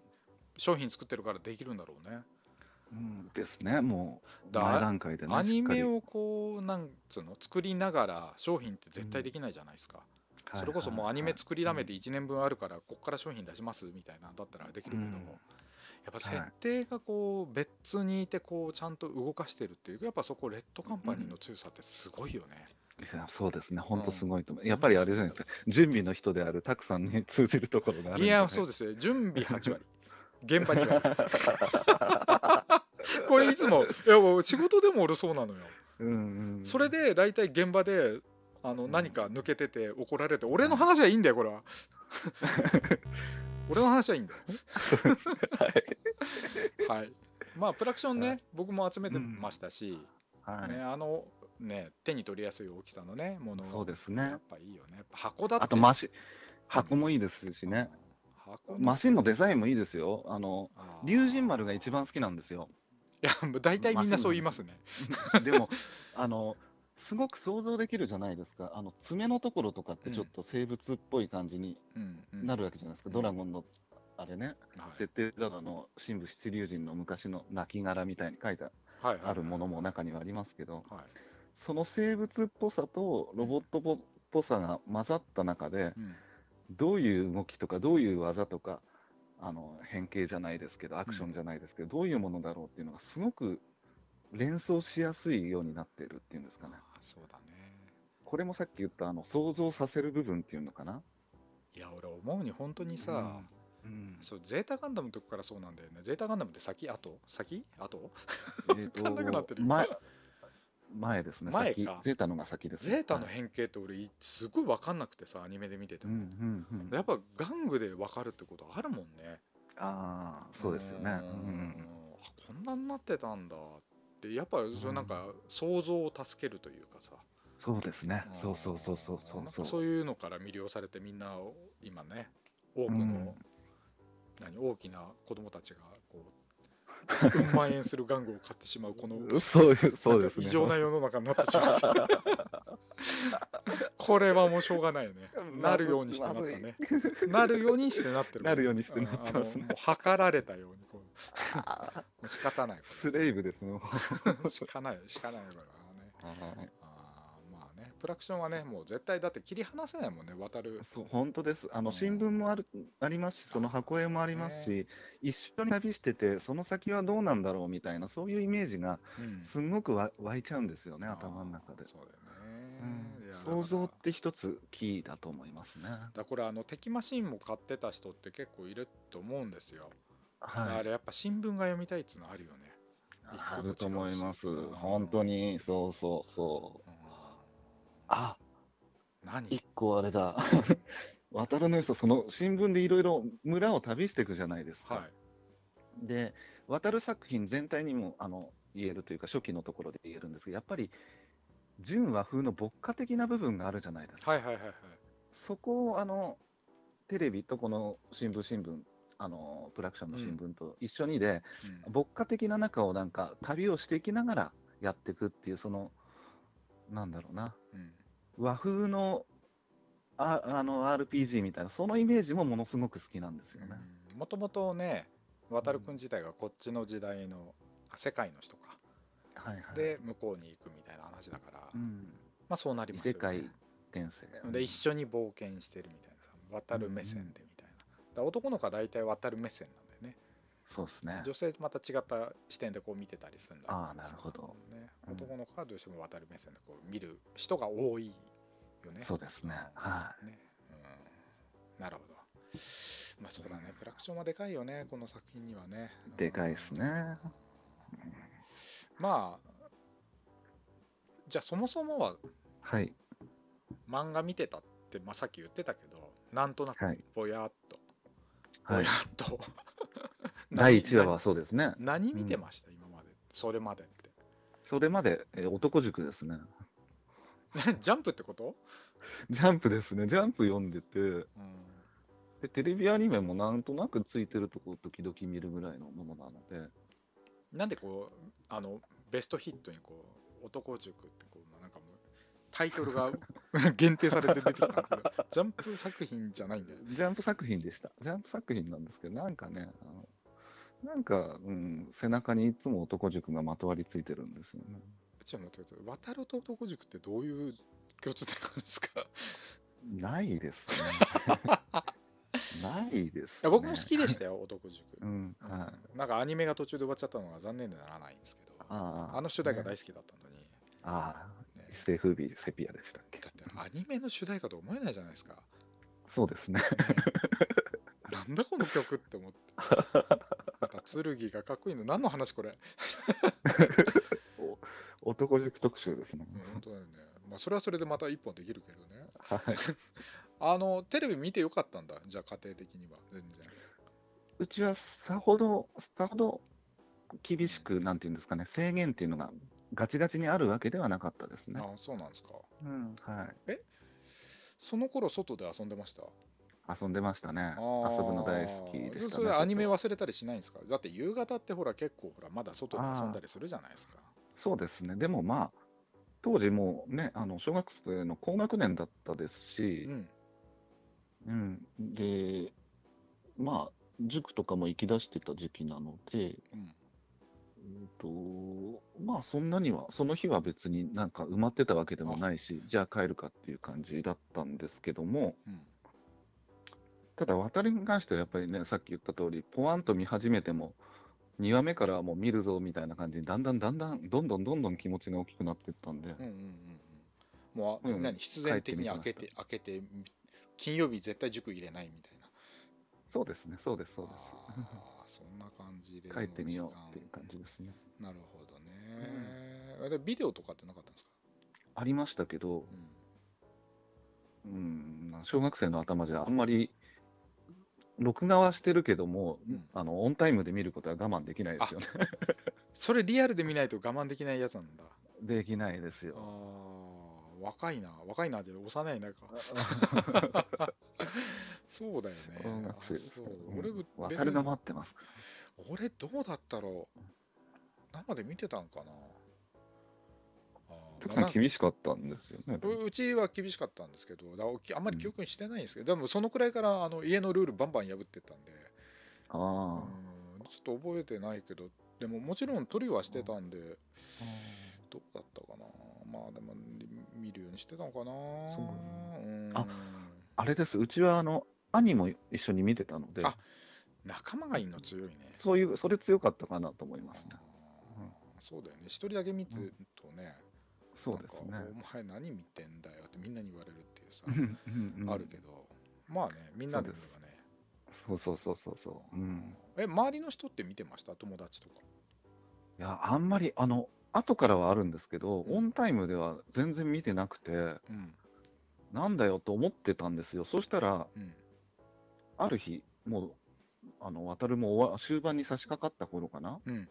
Speaker 1: 商品作ってるからできるんだろうね
Speaker 3: うん、ですね、もう、
Speaker 1: だ
Speaker 3: 前段階でね、
Speaker 1: アニ
Speaker 3: しっかり
Speaker 1: メ、をこうなんつうの作りながら商品って絶対できないじゃないですか、
Speaker 3: はい
Speaker 1: それこそもうアニメ作りだめ
Speaker 3: はい
Speaker 1: て1年分あるからこっから商品出しますみたいなのだったらできるけど、
Speaker 3: うん
Speaker 1: やっぱ設定がこう別にいてこうちゃんと動かしてるっていうやっぱそこレッドカンパニーの強さってすごいよね、
Speaker 3: いやそうですね、本当すごいと思う。やっぱりあれじゃないですか、準備の人であるタクさんに通じるところがあるん
Speaker 1: い
Speaker 3: じゃな
Speaker 1: や
Speaker 3: い
Speaker 1: そうですよ準備8割現場2割 これいつもいやもう仕事でも俺そうなのよ、
Speaker 3: うんうん、
Speaker 1: それで大体現場であの
Speaker 3: うん
Speaker 1: 何か抜けてて怒られて俺の話はいいんだよこれ は俺の話はいいんだよ
Speaker 3: はい、
Speaker 1: はいまあプラクション
Speaker 3: は
Speaker 1: ね
Speaker 3: い
Speaker 1: 僕も集めてましたし、
Speaker 3: はい
Speaker 1: ね、あのね手に取りやすい大きさのねもの
Speaker 3: そうです
Speaker 1: や
Speaker 3: ね
Speaker 1: っ。ぱいいよねやっぱ箱だって
Speaker 3: あと、マシ、箱もいいですしね。
Speaker 1: 箱
Speaker 3: マシンのデ
Speaker 1: イン
Speaker 3: ザインもいいですよ。あの、龍神丸が一番好きなん ですよ。
Speaker 1: いやもう大体みんなそう言いますね
Speaker 3: でも、あの、すごく想像できるじゃないですか。あの、爪のところとかってちょっと生物っぽい感じに
Speaker 1: うんうん
Speaker 3: なるわけじゃないですか。
Speaker 1: うん
Speaker 3: ドラゴンの、あれね、
Speaker 1: はい
Speaker 3: 設定だとあの、神武七龍神の昔の亡骸みたいに書いて
Speaker 1: はいはい
Speaker 3: あるものも中にはありますけど、
Speaker 1: はい
Speaker 3: その生物っぽさとロボットっぽさが混ざった中で、
Speaker 1: うん
Speaker 3: どういう動きとか、どういう技とか、あの変形じゃないですけど、アクションじゃないですけど、どういうものだろうっていうのが、すごく連想しやすいようになってるっていうんですかね。
Speaker 1: あそうだね
Speaker 3: これもさっき言った、あの想像させる部分っていうのかな。
Speaker 1: いや俺思うに本当にさ、
Speaker 3: うん、
Speaker 1: そうゼータガンダムのとこからそうなんだよねゼータガンダムって先後先後
Speaker 3: えっ
Speaker 1: わかんなくなってる
Speaker 3: と、前、前ですね、
Speaker 1: 前か
Speaker 3: 先、ゼータのが先です、
Speaker 1: ゼータの
Speaker 3: はい
Speaker 1: 変形って俺いすごい分かんなくてさアニメで見てて
Speaker 3: う
Speaker 1: も、
Speaker 3: んうんうん、
Speaker 1: やっぱ玩具で分かるってことあるもんね
Speaker 3: ああ、そうですよね。うんうんうん、
Speaker 1: こんなになってたんだってやっぱそれなんか想像を助けるというかさ、
Speaker 3: そうですね
Speaker 1: あー
Speaker 3: そうそうそうそうそ
Speaker 1: なん
Speaker 3: う
Speaker 1: か
Speaker 3: そ
Speaker 1: そうういうのから魅了されてみんな今ね多くの、
Speaker 3: うん
Speaker 1: 何大きな子供たちがこう4万円する玩具を買ってしまう この
Speaker 3: そういうそうです
Speaker 1: なんか
Speaker 3: ね
Speaker 1: 異常な世の中になってしまった これはもうしょうがないよねなるようにしてなったねなるようにしてなってる
Speaker 3: なるようにしてなってますね
Speaker 1: うんあのもう測られたようにこう
Speaker 3: あー
Speaker 1: もう仕方ないこれ
Speaker 3: スレイブですねも う
Speaker 1: しかないしかないからね
Speaker 3: はい
Speaker 1: あーまあねプラクションはねもう絶対だって切り離せないもんね渡る
Speaker 3: そう本当ですあ
Speaker 1: う
Speaker 3: の
Speaker 1: ん
Speaker 3: 新聞もあるありますしその箱絵もあります
Speaker 1: そう
Speaker 3: し一緒に旅しててその先はどうなんだろうみたいなそういうイメージが
Speaker 1: うん
Speaker 3: すんごくわ湧いちゃうんですよね頭の中
Speaker 1: あ
Speaker 3: で
Speaker 1: ー。そうだ
Speaker 3: う
Speaker 1: よね、いや
Speaker 3: ん
Speaker 1: だから
Speaker 3: 想像って一つキーだと思いますね。
Speaker 1: だからこれあの敵マシンも買ってた人って結構いると思うんですよ、あ
Speaker 3: はい。
Speaker 1: れやっぱ新聞が読みたいっつうのあるよね一個
Speaker 3: あると思います
Speaker 1: 違うし。
Speaker 3: 本当に、そうそうそう。
Speaker 1: うん
Speaker 3: あ、
Speaker 1: 何
Speaker 3: 一個あれだ。 渡るのよさ、その新聞でいろいろ村を旅していくじゃないですか。
Speaker 1: はい
Speaker 3: で、渡る作品全体にもあの言えるというか、初期のところで言えるんですけど、やっぱり純和風の牧歌的な部分があるじゃないですか。
Speaker 1: はいはいはいはい
Speaker 3: そこをあのテレビとこの新聞、新聞、あのプラクションの新聞と一緒にで、
Speaker 1: うん
Speaker 3: 牧歌的な中をなんか旅をしていきながらやっていくっていうそのなんだろうな
Speaker 1: うん
Speaker 3: 和風のああの RPG みたいなそのイメージもものすごく好きなんですよね。
Speaker 1: もともとね渡るくん自体がこっちの時代のあ世界の人か
Speaker 3: はいはい、
Speaker 1: で向こうに行くみたいな話だから、
Speaker 3: う
Speaker 1: ま
Speaker 3: ん、
Speaker 1: あそうなり
Speaker 3: 異
Speaker 1: ますよ
Speaker 3: 世
Speaker 1: ね
Speaker 3: 界転生。
Speaker 1: で一緒に冒険してるみたいなさ渡る目線でみたいな、だから男の子は大体渡る目線なんだよね
Speaker 3: そうですね。
Speaker 1: 女性また違った視点でこう見てたりするんだろう
Speaker 3: あーなるほど、
Speaker 1: ね、
Speaker 3: うん
Speaker 1: 男の子はどうしても渡る目線でこう見る人が多いよね
Speaker 3: そうですね。は
Speaker 1: ね、うん、なるほどまあそうだねプラクションはでかいよねこの作品にはね
Speaker 3: い。でかいですね。
Speaker 1: まあじゃあそもそもは
Speaker 3: はい。
Speaker 1: 漫画見てたって、まあ、さっき言ってたけどなんとなく
Speaker 3: はい
Speaker 1: ぼやっと、
Speaker 3: は
Speaker 1: ぼ
Speaker 3: い
Speaker 1: やっと
Speaker 3: 第一話はそうですね。
Speaker 1: 何何見てました、今までそれまでって
Speaker 3: それまで、えー男塾ですね。
Speaker 1: ジャンプってこと、
Speaker 3: ジャンプですね。ジャンプ読んでて、
Speaker 1: うん
Speaker 3: で、テレビアニメもなんとなくついてるとこ時々見るぐらいのものなので、
Speaker 1: なんでこうあのベストヒットにこう男塾ってこうなんかもうタイトルが 限定されて出てきたのこれジャンプ作品じゃないんだよね。
Speaker 3: ジャンプ作品でした。ジャンプ作品なんですけど、なんかね、あのなんか、うん、背中にいつも男塾がまとわりついてるんですよね。
Speaker 1: ちょっと待ってください。渡ると男塾ってどういう共通点があるんですかい
Speaker 3: ないです ね。ないです、ね。
Speaker 1: や僕も好。きでしたよ、男塾。
Speaker 3: うん、
Speaker 1: うん
Speaker 3: はい。
Speaker 1: なんかアニメが途中で終わっちゃったのが残念でならないんですけど、
Speaker 3: あー
Speaker 1: あの主題歌大好きだったのに、
Speaker 3: ああ、
Speaker 1: ね
Speaker 3: 一世風靡セピアでしたっけ
Speaker 1: だ。ってアニメの主題歌と思えないじゃないですか。
Speaker 3: そうですね。
Speaker 1: なんだこの曲って思って。また剣がかっこいいの、何の話これ。
Speaker 3: 男塾特集ですね。
Speaker 1: うん本当だよね。まあそれはそれでまた一本できるけどね。
Speaker 3: はい。
Speaker 1: あのテレビ見てよかったんだ。じゃあ家庭的には全然。
Speaker 3: うちはさほど、さほど厳しく、なんていうんですかね、制限っていうのがガチガチにあるわけではなかったですね。
Speaker 1: あそうなんですか。
Speaker 3: うん、はい。
Speaker 1: その頃外で遊んでました。
Speaker 3: 遊んでましたね。
Speaker 1: あ
Speaker 3: 遊
Speaker 1: ー
Speaker 3: ぶの大好きでした、ね。
Speaker 1: それアニメ忘れたりしないんですか。だって夕方ってほら結構ほらまだ外で遊んだりするじゃないですか。
Speaker 3: そうですね。でもまあ、当時もうね、あの小学生の高学年だったです
Speaker 1: う
Speaker 3: し、
Speaker 1: ん。
Speaker 3: うん、で、まあ、塾とかも行き出してた時期なので、
Speaker 1: うん。
Speaker 3: うんと、まあそんなには、その日は別になんか埋まってたわけでもないし、じゃあ帰るかっていう感じだったんですけども、
Speaker 1: うん。
Speaker 3: ただ渡りに関してはやっぱりね、さっき言った通り、ポワンと見始めても、2話目からはもう見るぞみたいな感じに、だんだんだんだん、どんどんどんどん気持ちが大きくなっていったんで、
Speaker 1: うんうんうんうん。もう、
Speaker 3: うん
Speaker 1: 何必然的に開け
Speaker 3: 帰って
Speaker 1: 開けて金曜日絶対塾入れないみたいな。
Speaker 3: そうですね、そうです、そうで
Speaker 1: あーそんな感じで。
Speaker 3: す。帰ってみよ
Speaker 1: も
Speaker 3: うっ
Speaker 1: 時
Speaker 3: て
Speaker 1: 間
Speaker 3: いう感じですね。
Speaker 1: なるほどね、あでビデオとかってなかったんですか、
Speaker 3: ありましたけど、
Speaker 1: うん
Speaker 3: うん、小学生の頭じゃあんまり、録画はしてるけども、
Speaker 1: うん
Speaker 3: あのオンタイムで見ることは我慢できないですよね。
Speaker 1: それリアルで見ないと我慢できないやつなんだ
Speaker 3: できないです
Speaker 1: あ
Speaker 3: よ。
Speaker 1: ー若いな若いなじゃない幼いなか そうだよね
Speaker 3: 小
Speaker 1: あ
Speaker 3: 学生です
Speaker 1: そう
Speaker 3: から
Speaker 1: 俺
Speaker 3: うん
Speaker 1: 別
Speaker 3: 渡るが待ってます。
Speaker 1: 俺どうだったろう生で見てたんかなあー
Speaker 3: 徳
Speaker 1: ま
Speaker 3: さ
Speaker 1: あ
Speaker 3: ん厳しかったんですよね。
Speaker 1: ううちは厳しかったんですけどだあんまり記憶にしてないんですけど、でもそのくらいからあの家のルールバンバン破ってったんで、う
Speaker 3: あ
Speaker 1: んちょっと覚えてないけどでももちろん取りはしてたんで、どうだったかなまあでも見見るようにしてたのかな
Speaker 3: そう
Speaker 1: うん
Speaker 3: ああ。あれです。うちはあの兄も一緒に見てたので、
Speaker 1: あ仲間がいいの強いね
Speaker 3: そういうそれ強かったかなと思いますね。
Speaker 1: あーそうだよね一人だけ見てるとね、
Speaker 3: そうですね
Speaker 1: なん。かお前何見てんだよってみんなに言われるっていうさ
Speaker 3: うんうんうん
Speaker 1: あるけどまあねみんなで見ればね
Speaker 3: そうそうそうそうそう。うん。
Speaker 1: え周りの人って見てました友達とか
Speaker 3: いやあんまりあの後からはあるんですけど、
Speaker 1: うん
Speaker 3: オンタイムでは全然見てなくて、
Speaker 1: うん
Speaker 3: なんだよと思ってたんですよ。そしたら
Speaker 1: うん
Speaker 3: ある日もう。あの渡るも終わ終盤に差し掛かった頃かな、
Speaker 1: うん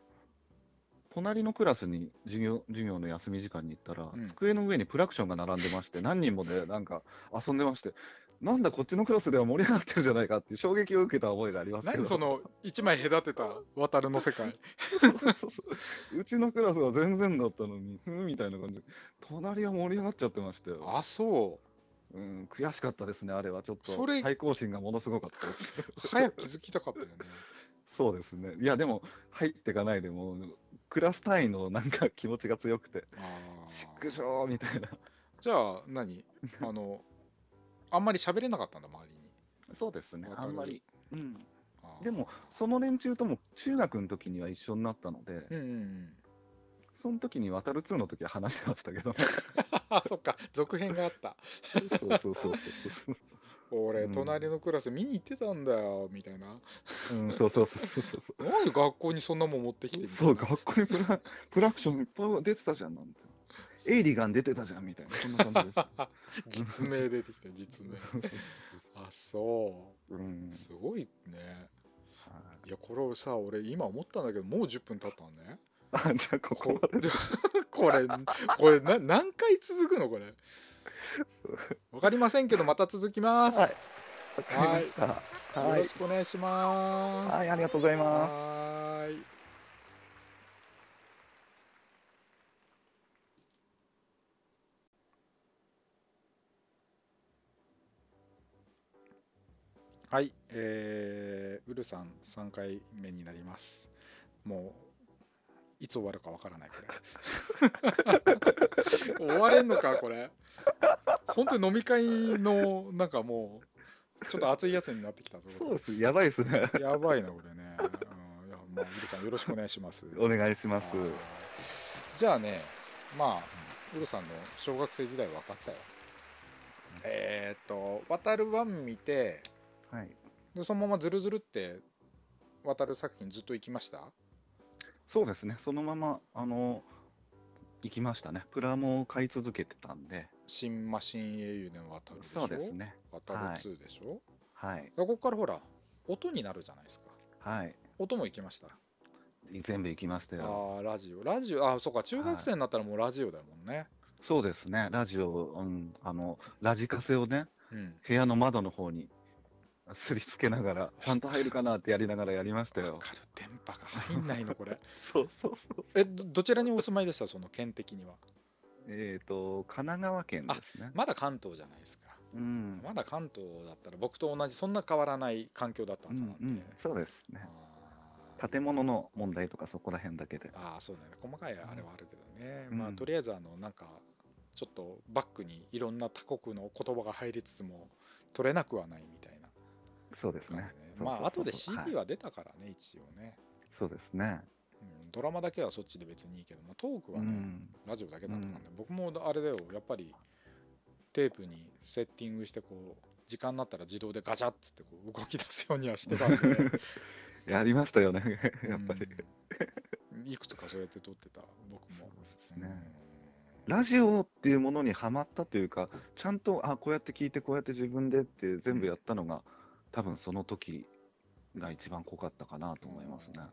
Speaker 3: 隣のクラスに授業授業の休み時間に行ったら、
Speaker 1: うん
Speaker 3: 机の上にプラクションが並んでまして、何人 もでなんか遊んでまして、なんだ、こっちのクラスでは盛り上がってるじゃないかっていう衝撃を受けた覚えがありますけど、
Speaker 1: 何その一枚隔てた渡るの世界
Speaker 3: そうそうそううちのクラスは全然だったのに、ふんみたいな感じで、隣は盛り上がっちゃってましたよ、
Speaker 1: あそう
Speaker 3: うん、悔しかったですね、あれはちょっと、
Speaker 1: それ
Speaker 3: 対抗心がものすごかったです。
Speaker 1: 早く気づきたか ったよね
Speaker 3: そうですね、いや、でも、入っていかないでもう、クラス単位のなんか気持ちが強くて、
Speaker 1: あ
Speaker 3: ちっ
Speaker 1: ー
Speaker 3: くしょーみたいな。
Speaker 1: じゃあ何あのあんまり喋れなかったんだ周りに
Speaker 3: そうですね、
Speaker 1: 渡
Speaker 3: あ
Speaker 1: る
Speaker 3: んまり。うん、
Speaker 1: あー
Speaker 3: でも、その連中とも中学の時には一緒になったので、
Speaker 1: うんうんうん
Speaker 3: その時に渡る2の時は話してましたけ どね、
Speaker 1: あそっか続編があった
Speaker 3: そうそうそうそう
Speaker 1: 俺
Speaker 3: うん
Speaker 1: 隣のクラス見に行ってたんだよみたいな、
Speaker 3: そう、うん、そうそうそうそうそうそう
Speaker 1: なんで学校にそんなもん持ってきてみたい
Speaker 3: そ
Speaker 1: な
Speaker 3: う、学校にプラプラクションいっぱい出てたじゃん、なんて。エイリガン出てたじゃんみたいな、そんな感じで
Speaker 1: 実名出てきた実 名あそ
Speaker 3: す。うん
Speaker 1: う、すごいね
Speaker 3: はい
Speaker 1: いやこれをさ俺今思ったんだけどもう10分経ったのね
Speaker 3: あじゃあ、ここまで。
Speaker 1: これこれな何回続くのこ れわかりませんけどまた続きます、
Speaker 3: はいわかりました。
Speaker 1: よ
Speaker 3: は
Speaker 1: ろ
Speaker 3: い
Speaker 1: し、くお願いします
Speaker 3: はい、ありがとうございます。
Speaker 1: はーいはい、えー、ウルさん3回目になります。もういつ終わるかわからないこれ。終われんのかこれ。本当に飲み会のなんかもうちょっと熱いやつになってきたぞ。これ
Speaker 3: そうです、やばいですね。
Speaker 1: やばいな、これね。うん、いや、まあ、ウルさん、よろしくお願いします。
Speaker 3: お願いします。
Speaker 1: はいじゃあね、まあ、ウルさんの小学生時代分かったよ。えーっと、渡るワン見て、
Speaker 3: はい。
Speaker 1: でそのままズルズルって。渡る作品ずっと行きました。
Speaker 3: そうですね、そのまま、あの、行きましたね。プラモを買い続けてたんで、
Speaker 1: 新マシン英雄伝渡るでしょ。
Speaker 3: そうですね。
Speaker 1: 渡る2でしょ。
Speaker 3: はい。
Speaker 1: ここからほら、音になるじゃないですか。
Speaker 3: はい。
Speaker 1: 音も行きました。
Speaker 3: 全部行きました
Speaker 1: あ
Speaker 3: よ。
Speaker 1: ーラジオ、ラジオ、あ、そうか、中学生になったらもうラジオだもんね。
Speaker 3: そうですね、ラジオ、うん、あの、ラジカセをね、
Speaker 1: うん。
Speaker 3: 部屋の窓の方にすりつけながら、ちゃんと入るかなってやりながらやりました
Speaker 1: わ
Speaker 3: よ。
Speaker 1: かる電波が入んないのこれ
Speaker 3: そうそうそう。
Speaker 1: えどどちらにお住まいでしたその県的には
Speaker 3: えっ、と、神奈川県で すね。
Speaker 1: まだ関東じゃないですか
Speaker 3: うん。
Speaker 1: まだ関東だったら僕と同じそんな変わらない環境だった
Speaker 3: うん
Speaker 1: ですなん
Speaker 3: ん
Speaker 1: て、
Speaker 3: うん、そうですね。
Speaker 1: あー
Speaker 3: 建物の問題とかそこら辺だけで。
Speaker 1: あーそうだよね細かいあれはあるけどね、
Speaker 3: うん
Speaker 1: まあとりあえずあのなんかちょっとバックにいろんな他国の言葉が入りつつも取れなくはないみたいな
Speaker 3: そうです
Speaker 1: 感じ
Speaker 3: ね
Speaker 1: でね。
Speaker 3: そうそうそう
Speaker 1: まあ後で
Speaker 3: は
Speaker 1: CD
Speaker 3: い
Speaker 1: は出たからね、一応ね、
Speaker 3: そうですね。
Speaker 1: うん、ドラマだけはそっちで別にいいけどもトークは
Speaker 3: う
Speaker 1: ね、
Speaker 3: ん。
Speaker 1: ラジオだけだったからね、
Speaker 3: う
Speaker 1: 僕もあれだよやっぱりテープにセッティングしてこう時間になったら自動でガチャッつってこう動き出すようにはしてたんで
Speaker 3: やりましたよね、 やっぱり。
Speaker 1: うんいくつかそうやって撮ってた僕
Speaker 3: そう
Speaker 1: も、
Speaker 3: です
Speaker 1: うん
Speaker 3: ね。ラジオっていうものにはまったというか、ちゃんと、あ、こうやって聞いて、こうやって自分でって全部やったのが、多分その時が一番濃かったかなと思いますね
Speaker 1: うん。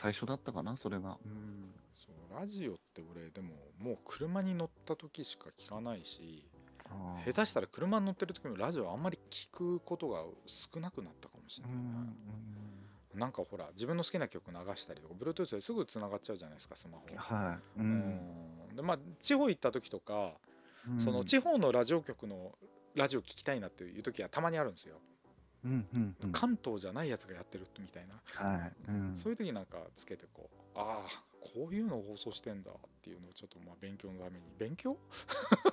Speaker 3: 最初だったかな、それが。うん。
Speaker 1: そうラジオって俺でももう車に乗った時しか聞かないし
Speaker 3: あー
Speaker 1: 下手したら車に乗ってる時もラジオあんまり聞くことが少なくなったかもしれ
Speaker 3: う
Speaker 1: ないな、
Speaker 3: ん
Speaker 1: なんかほら自分の好きな曲流したりとか Bluetooth ですぐつながっちゃうじゃないですかスマホ
Speaker 3: うん。はい。う。
Speaker 1: うんんでまあ地方行った時とか、その地方のラジオ局のラジオ聞きたいなっていう時はたまにあるんですよ、
Speaker 3: うんうんうん。
Speaker 1: 関東じゃないやつがやってるみたいな、
Speaker 3: はい。うん。
Speaker 1: そういう時なんかつけてこうああこういうのを放送してんだっていうのをちょっとまあ勉強のために勉 強、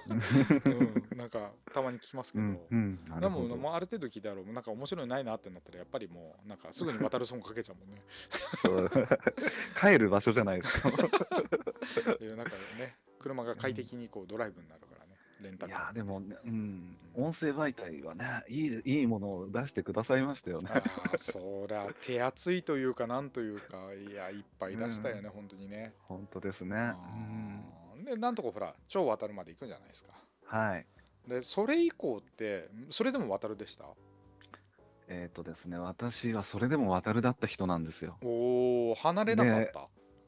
Speaker 1: うん、なんかたまに聞きますけ
Speaker 3: う
Speaker 1: ど、
Speaker 3: んうん。な
Speaker 1: で
Speaker 3: るほ
Speaker 1: も
Speaker 3: ど
Speaker 1: もうある程度聞いたらもうなんか面白いのないなってなったらやっぱりもうなんかすぐにバタルソングかけちゃうもん ね
Speaker 3: そう帰る場所じゃないですか。
Speaker 1: いやなんかね車が快適にこうドライブになるからねレンタ
Speaker 3: い
Speaker 1: ル
Speaker 3: やーでもね、うん、
Speaker 1: うん
Speaker 3: 音声媒体はね、いい、いいものを出してくださいましたよね
Speaker 1: あ。 ーそりゃ手厚いというかなんというかいやいっぱい出したよね、本当にね、
Speaker 3: 本当ですね。う
Speaker 1: あ
Speaker 3: ん、
Speaker 1: ーでなんとかほら超渡るまで行くんじゃないですか
Speaker 3: はい。
Speaker 1: でそれ以降ってそれでも渡るでした
Speaker 3: えっ、とですね、私はそれでも渡るだった人なんですよ。
Speaker 1: おお離れなかった、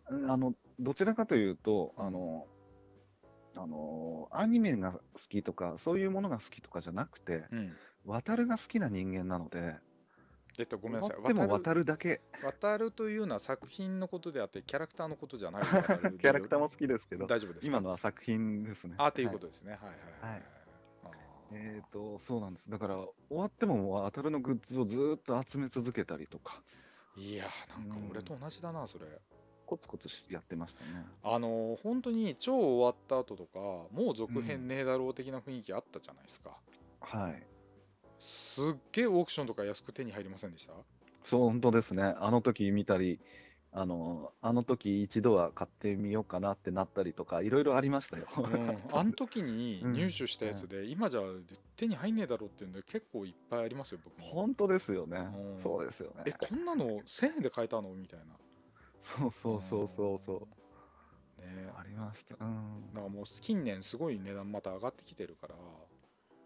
Speaker 3: うんあの、どちらかというと、
Speaker 1: うん
Speaker 3: あの、あの、アニメが好きとか、そういうものが好きとかじゃなくて、
Speaker 1: うん
Speaker 3: 渡るが好きな人間なので、
Speaker 1: えっとごめんなさい
Speaker 3: でも
Speaker 1: 渡
Speaker 3: 渡
Speaker 1: る
Speaker 3: るだけ、
Speaker 1: 渡るというのは作品のことであってキャラクターのことじゃない渡る
Speaker 3: キャラクターも好きですけど、
Speaker 1: 大丈夫ですか
Speaker 3: 今のは作品ですね。
Speaker 1: あというこ
Speaker 3: は
Speaker 1: とですねはいはいはいあー
Speaker 3: えーと、そうなんです。だから、終わってももう当たるのグッズをずーっと集め続けたりとか、
Speaker 1: いやーなんか俺と同じだなそれ、
Speaker 3: コツコツしやってましたね。
Speaker 1: あのー本当に超終わった後とかもう続編ねえだろう的な雰囲気あったじゃないですか、
Speaker 3: はい。
Speaker 1: すっげえオークションとか安く手に入りませんでした
Speaker 3: そう、本当ですね。あの時見たり、あの、あの時一度は買ってみようかなってなったりとか、いろいろありましたよ。
Speaker 1: うん、あの時に入手したやつで、今じゃ手に入んねえだろうっていうんで結構いっぱいありますよ僕も
Speaker 3: 本当ですよね
Speaker 1: う。ん
Speaker 3: そうですよ
Speaker 1: え
Speaker 3: ね。
Speaker 1: こんなの1000円で買えたのみたいな
Speaker 3: そうそうそうそうそう。
Speaker 1: うんねえ
Speaker 3: ありました。うん
Speaker 1: だ。からもう近年すごい値段また上がってきてるから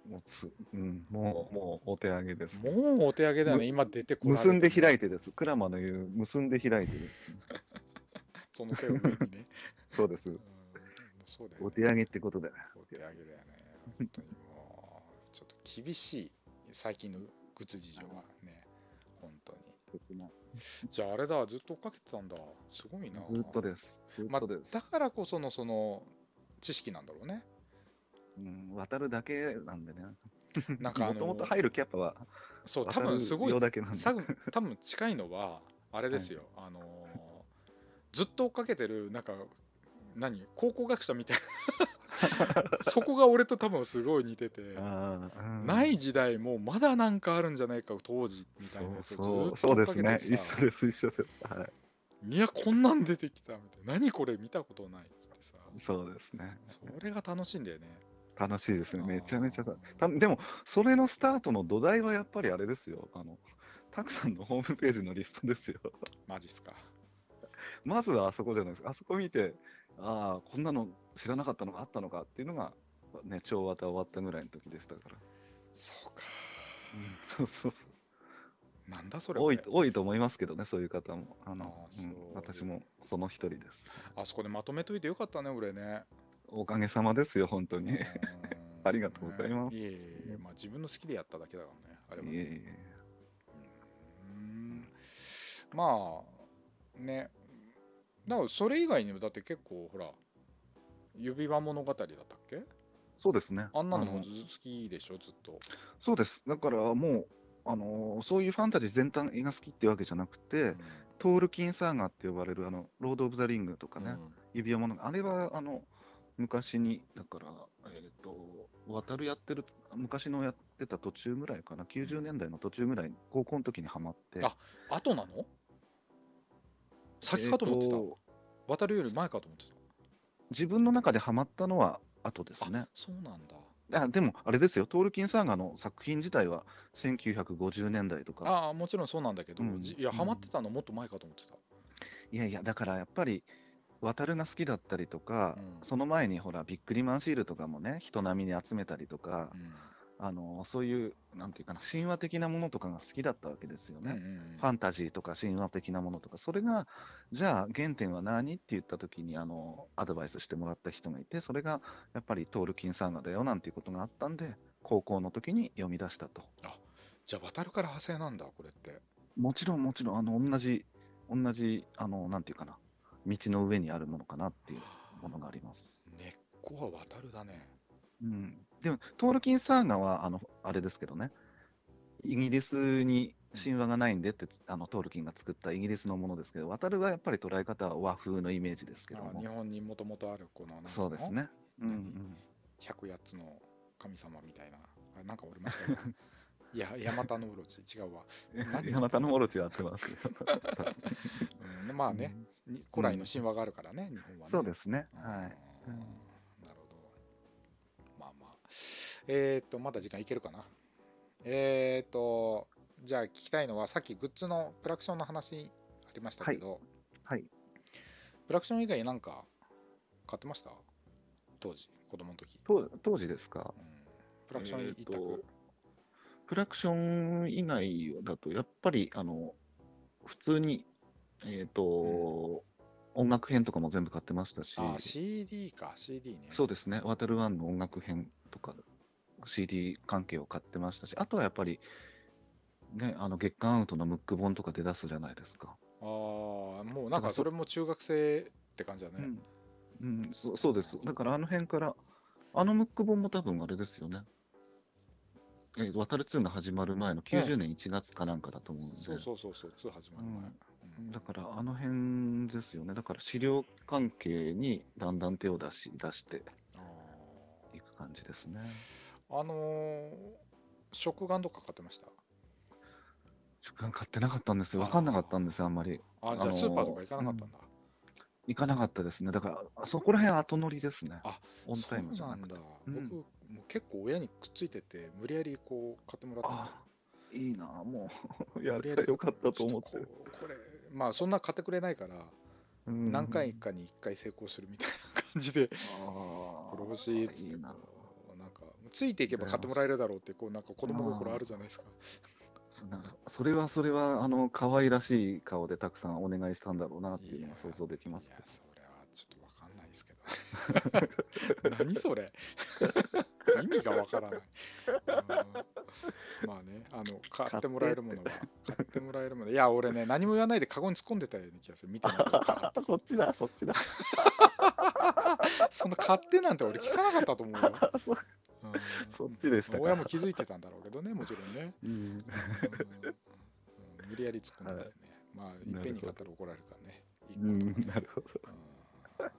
Speaker 3: もうつ、うん、もう、もうお手上げです。
Speaker 1: もうお手上げだよね
Speaker 3: む
Speaker 1: 今出てこられて
Speaker 3: 結んで開
Speaker 1: い
Speaker 3: いてです。クラマの言う、結んで開いてです。
Speaker 1: その手を上にね、
Speaker 3: そうです
Speaker 1: うん。、そうだよね
Speaker 3: お手上げってことで。
Speaker 1: お手上げだよね。本当にもう、ちょっと厳しい、最近のグッズ事情はね、本当に。
Speaker 3: 切ない
Speaker 1: じゃああれだ、ずっと追っかけてたんだ。すごいな。
Speaker 3: ずっとです。ずっ
Speaker 1: ま
Speaker 3: とです。
Speaker 1: だからこその、その、知識なんだろう ね。
Speaker 3: うん、渡るだけなんでね。
Speaker 1: なんかあ
Speaker 3: も
Speaker 1: の
Speaker 3: ともと入るキャパは
Speaker 1: そう、多
Speaker 3: 渡
Speaker 1: 分
Speaker 3: る
Speaker 1: すご
Speaker 3: 量
Speaker 1: い、
Speaker 3: だけなんで。
Speaker 1: さ多分近いのは、あれですよ、あのー、ずっと追っかけてる、なんか、何考古学者みたい なそこが俺と多分すごい似てて
Speaker 3: あーうん
Speaker 1: ない時代もまだなんかあるんじゃないか当時みたいなやつ
Speaker 3: そ
Speaker 1: をずっ
Speaker 3: う
Speaker 1: と
Speaker 3: そ
Speaker 1: 追
Speaker 3: う
Speaker 1: っ
Speaker 3: で
Speaker 1: か
Speaker 3: す
Speaker 1: け
Speaker 3: ね。
Speaker 1: て
Speaker 3: 一
Speaker 1: てさ
Speaker 3: 緒です、一緒です。はい
Speaker 1: やこんなん出てきたみたいな何これ見たことないっつってさ
Speaker 3: い、そうですね。
Speaker 1: それが楽しいんだよね
Speaker 3: 楽しいですね。めちゃめちゃ
Speaker 1: あー
Speaker 3: たたでも、それのスタートの土台はやっぱりあれですよ。あの、たくさんのホームページのリストですよ。
Speaker 1: マジっすか
Speaker 3: まずはあそこじゃないですか。あそこ見て、ああ、こんなの知らなかったのがあったのかっていうのが、ね、超渡終わったぐらいの時でしたから。
Speaker 1: そうか
Speaker 3: そうそうそう。
Speaker 1: なんだそれ
Speaker 3: 多い
Speaker 1: 俺
Speaker 3: 多いと思いますけどね、そういう方も。あ
Speaker 1: あ
Speaker 3: の
Speaker 1: ー
Speaker 3: うん
Speaker 1: そう
Speaker 3: 私もその一人です。
Speaker 1: あそこでまとめといてよかったね俺 ね
Speaker 3: おかげさまですよ、本当に。いえ
Speaker 1: うん
Speaker 3: ありがとうございます
Speaker 1: いえいえいえまあ自分の好きでやっただけだからねあれはね
Speaker 3: いえ。
Speaker 1: うーんまあねだからそれ以外にもだって結構ほら指輪物語だったっけ
Speaker 3: そうですね。
Speaker 1: あんなのも
Speaker 3: の
Speaker 1: ず好きでしょずっと
Speaker 3: そうです。だからもう、あのーそういうファンタジー全体が好きってわけじゃなくて、
Speaker 1: うん
Speaker 3: トールキンサーガーって呼ばれる、あの、ロード・オブ・ザ・リングとかね、
Speaker 1: うん
Speaker 3: 指輪物語、あれは、あの、昔に、だから、えっ、と、渡るやってる、昔のやってた途中ぐらいかな、90年代の途中ぐらい、高校の時にハマって。
Speaker 1: あ後なの先かと思ってた、
Speaker 3: えーと
Speaker 1: 渡るより前かと思って
Speaker 3: 自分の中でハマったのは後で
Speaker 1: た
Speaker 3: すね。
Speaker 1: そうなんだ
Speaker 3: あでも、あれですよ、トールキンサーガーの作品自体は1950年代とか、
Speaker 1: ああもちろんそうなんだけど、
Speaker 3: うん
Speaker 1: じいや
Speaker 3: うん
Speaker 1: ハマってたのもっと前かと思ってた、
Speaker 3: いやいや、だからやっぱり、渡るが好きだったりとか、
Speaker 1: うん
Speaker 3: その前にほら、ビックリマンシールとかもね、人並みに集めたりとか
Speaker 1: う、ん
Speaker 3: あのそういう、なんていうかな、神話的なものとかが好きだったわけですよ
Speaker 1: うんう
Speaker 3: ね。
Speaker 1: ん
Speaker 3: ファンタジーとか神話的なものとか、それが、じゃあ原点は何って言った時にあのアドバイスしてもらった人がいて、それがやっぱりトールキンサンガだよなんていうことがあったんで、高校の時に読み出したと。
Speaker 1: じゃあ、バタルから派生なんだ、これって。
Speaker 3: もちろん、もちろん、あの同じ、同じ、あのなんていうかな、道の上にあるものかなっていうものがあります。
Speaker 1: 根っこは渡るだね。
Speaker 3: うん、でも、トールキンサーガはあのあれですけどね、イギリスに神話がないんでって、あのトールキンが作ったイギリスのものですけど、渡るはやっぱり捉え方は和風のイメージですけど
Speaker 1: あ
Speaker 3: も
Speaker 1: 日、本にもともとあるこの、なんつ
Speaker 3: そうですね。う
Speaker 1: 何
Speaker 3: んうん、
Speaker 1: 108つの神様みたいな。あなんか俺間違えた。 いや、ヤマタノオロチ、違うわ。何
Speaker 3: 山田のオロチは合ってますよ
Speaker 1: うん、まあね、に古来の神話があるからね、日本はね。
Speaker 3: そうですね。
Speaker 1: うん
Speaker 3: はい。うん
Speaker 1: なるほど。まあまあ。えっ、と、まだ時間いけるかな。えっ、と、じゃあ聞きたいのは、さっきグッズのプラクションの話ありましたけど、
Speaker 3: はい。
Speaker 1: プラクション以外なんか買ってました当時、子供の時。
Speaker 3: 当当時ですか
Speaker 1: うん、プラクション一択。
Speaker 3: えーとプラクション以外だと、やっぱり、あの、普通に、えっ、と、音楽編とかも全部買ってましたし、
Speaker 1: あー、CD か、CD ね。
Speaker 3: そうですね、ワタルワンの音楽編とか、CD 関係を買ってましたし、あとはやっぱり、ね、あの月刊アウトのムック本とか出だすじゃないですか。
Speaker 1: ああ、もうなんかそれも中学生って感じだね。
Speaker 3: うん、うん、そそうです。だからあの辺から、あのムック本も多分あれですよね。えー、渡る2が始まる前の90年1月かなんかだと思うんで、
Speaker 1: そうそうそうそう、2始まる前。うん
Speaker 3: だからあの辺ですよね。だから資料関係にだんだん手を出し出して
Speaker 1: あー
Speaker 3: いく感じですね。
Speaker 1: あのー、食玩とか買ってました
Speaker 3: 食感買ってなかったんですよ。わかんなかったんですよ、あんまり。
Speaker 1: あじゃあ
Speaker 3: あのー
Speaker 1: スーパーとか行かなかったんだ、
Speaker 3: 行かなかったですね。だから、あそこら辺後乗りですね。
Speaker 1: あ
Speaker 3: オン
Speaker 1: そ
Speaker 3: タ
Speaker 1: う
Speaker 3: イムじゃ
Speaker 1: な
Speaker 3: なんくて。
Speaker 1: だ、
Speaker 3: うん
Speaker 1: 僕もう結構親にくっついてて無理やりこう買ってもらって
Speaker 3: あいいなぁ、も う。や
Speaker 1: 無
Speaker 3: っ
Speaker 1: 理や
Speaker 3: た
Speaker 1: り
Speaker 3: よかったと思っ
Speaker 1: ちょ
Speaker 3: て
Speaker 1: と。こうこれまあそんな買ってくれないから
Speaker 3: うん
Speaker 1: 何回かに1回成功するみたいな感じで
Speaker 3: あ
Speaker 1: これ欲しいっつって
Speaker 3: い
Speaker 1: こ
Speaker 3: なぁ
Speaker 1: うなんかついていけば買ってもらえるだろうってこうなんか子供心あるじゃないですか
Speaker 3: なんかそれはそれは、あの、可愛らしい顔でたくさんお願いしたんだろうなっていうのが想像できます
Speaker 1: いや。それはちょっとわかんないですけど 何それ意味がわからない、うんまあねあの買ってもらえるものは買ってもらえるものいや俺ね何も言わないでカゴに突っ込んでたような気がする見てないからカーッ
Speaker 3: あそっちだ、そっちだ。
Speaker 1: そんな買ってなんて俺聞かなかったと思うよ、
Speaker 3: そ
Speaker 1: うん
Speaker 3: そっちでしたか
Speaker 1: 親も気づいてたんだろうけどねもちろんね、
Speaker 3: うん
Speaker 1: うんうん無理やり突っ込んでたよね、まあいっぺんに買ったら怒られるからね一個と
Speaker 3: うん
Speaker 1: かね
Speaker 3: なるほど。
Speaker 1: うん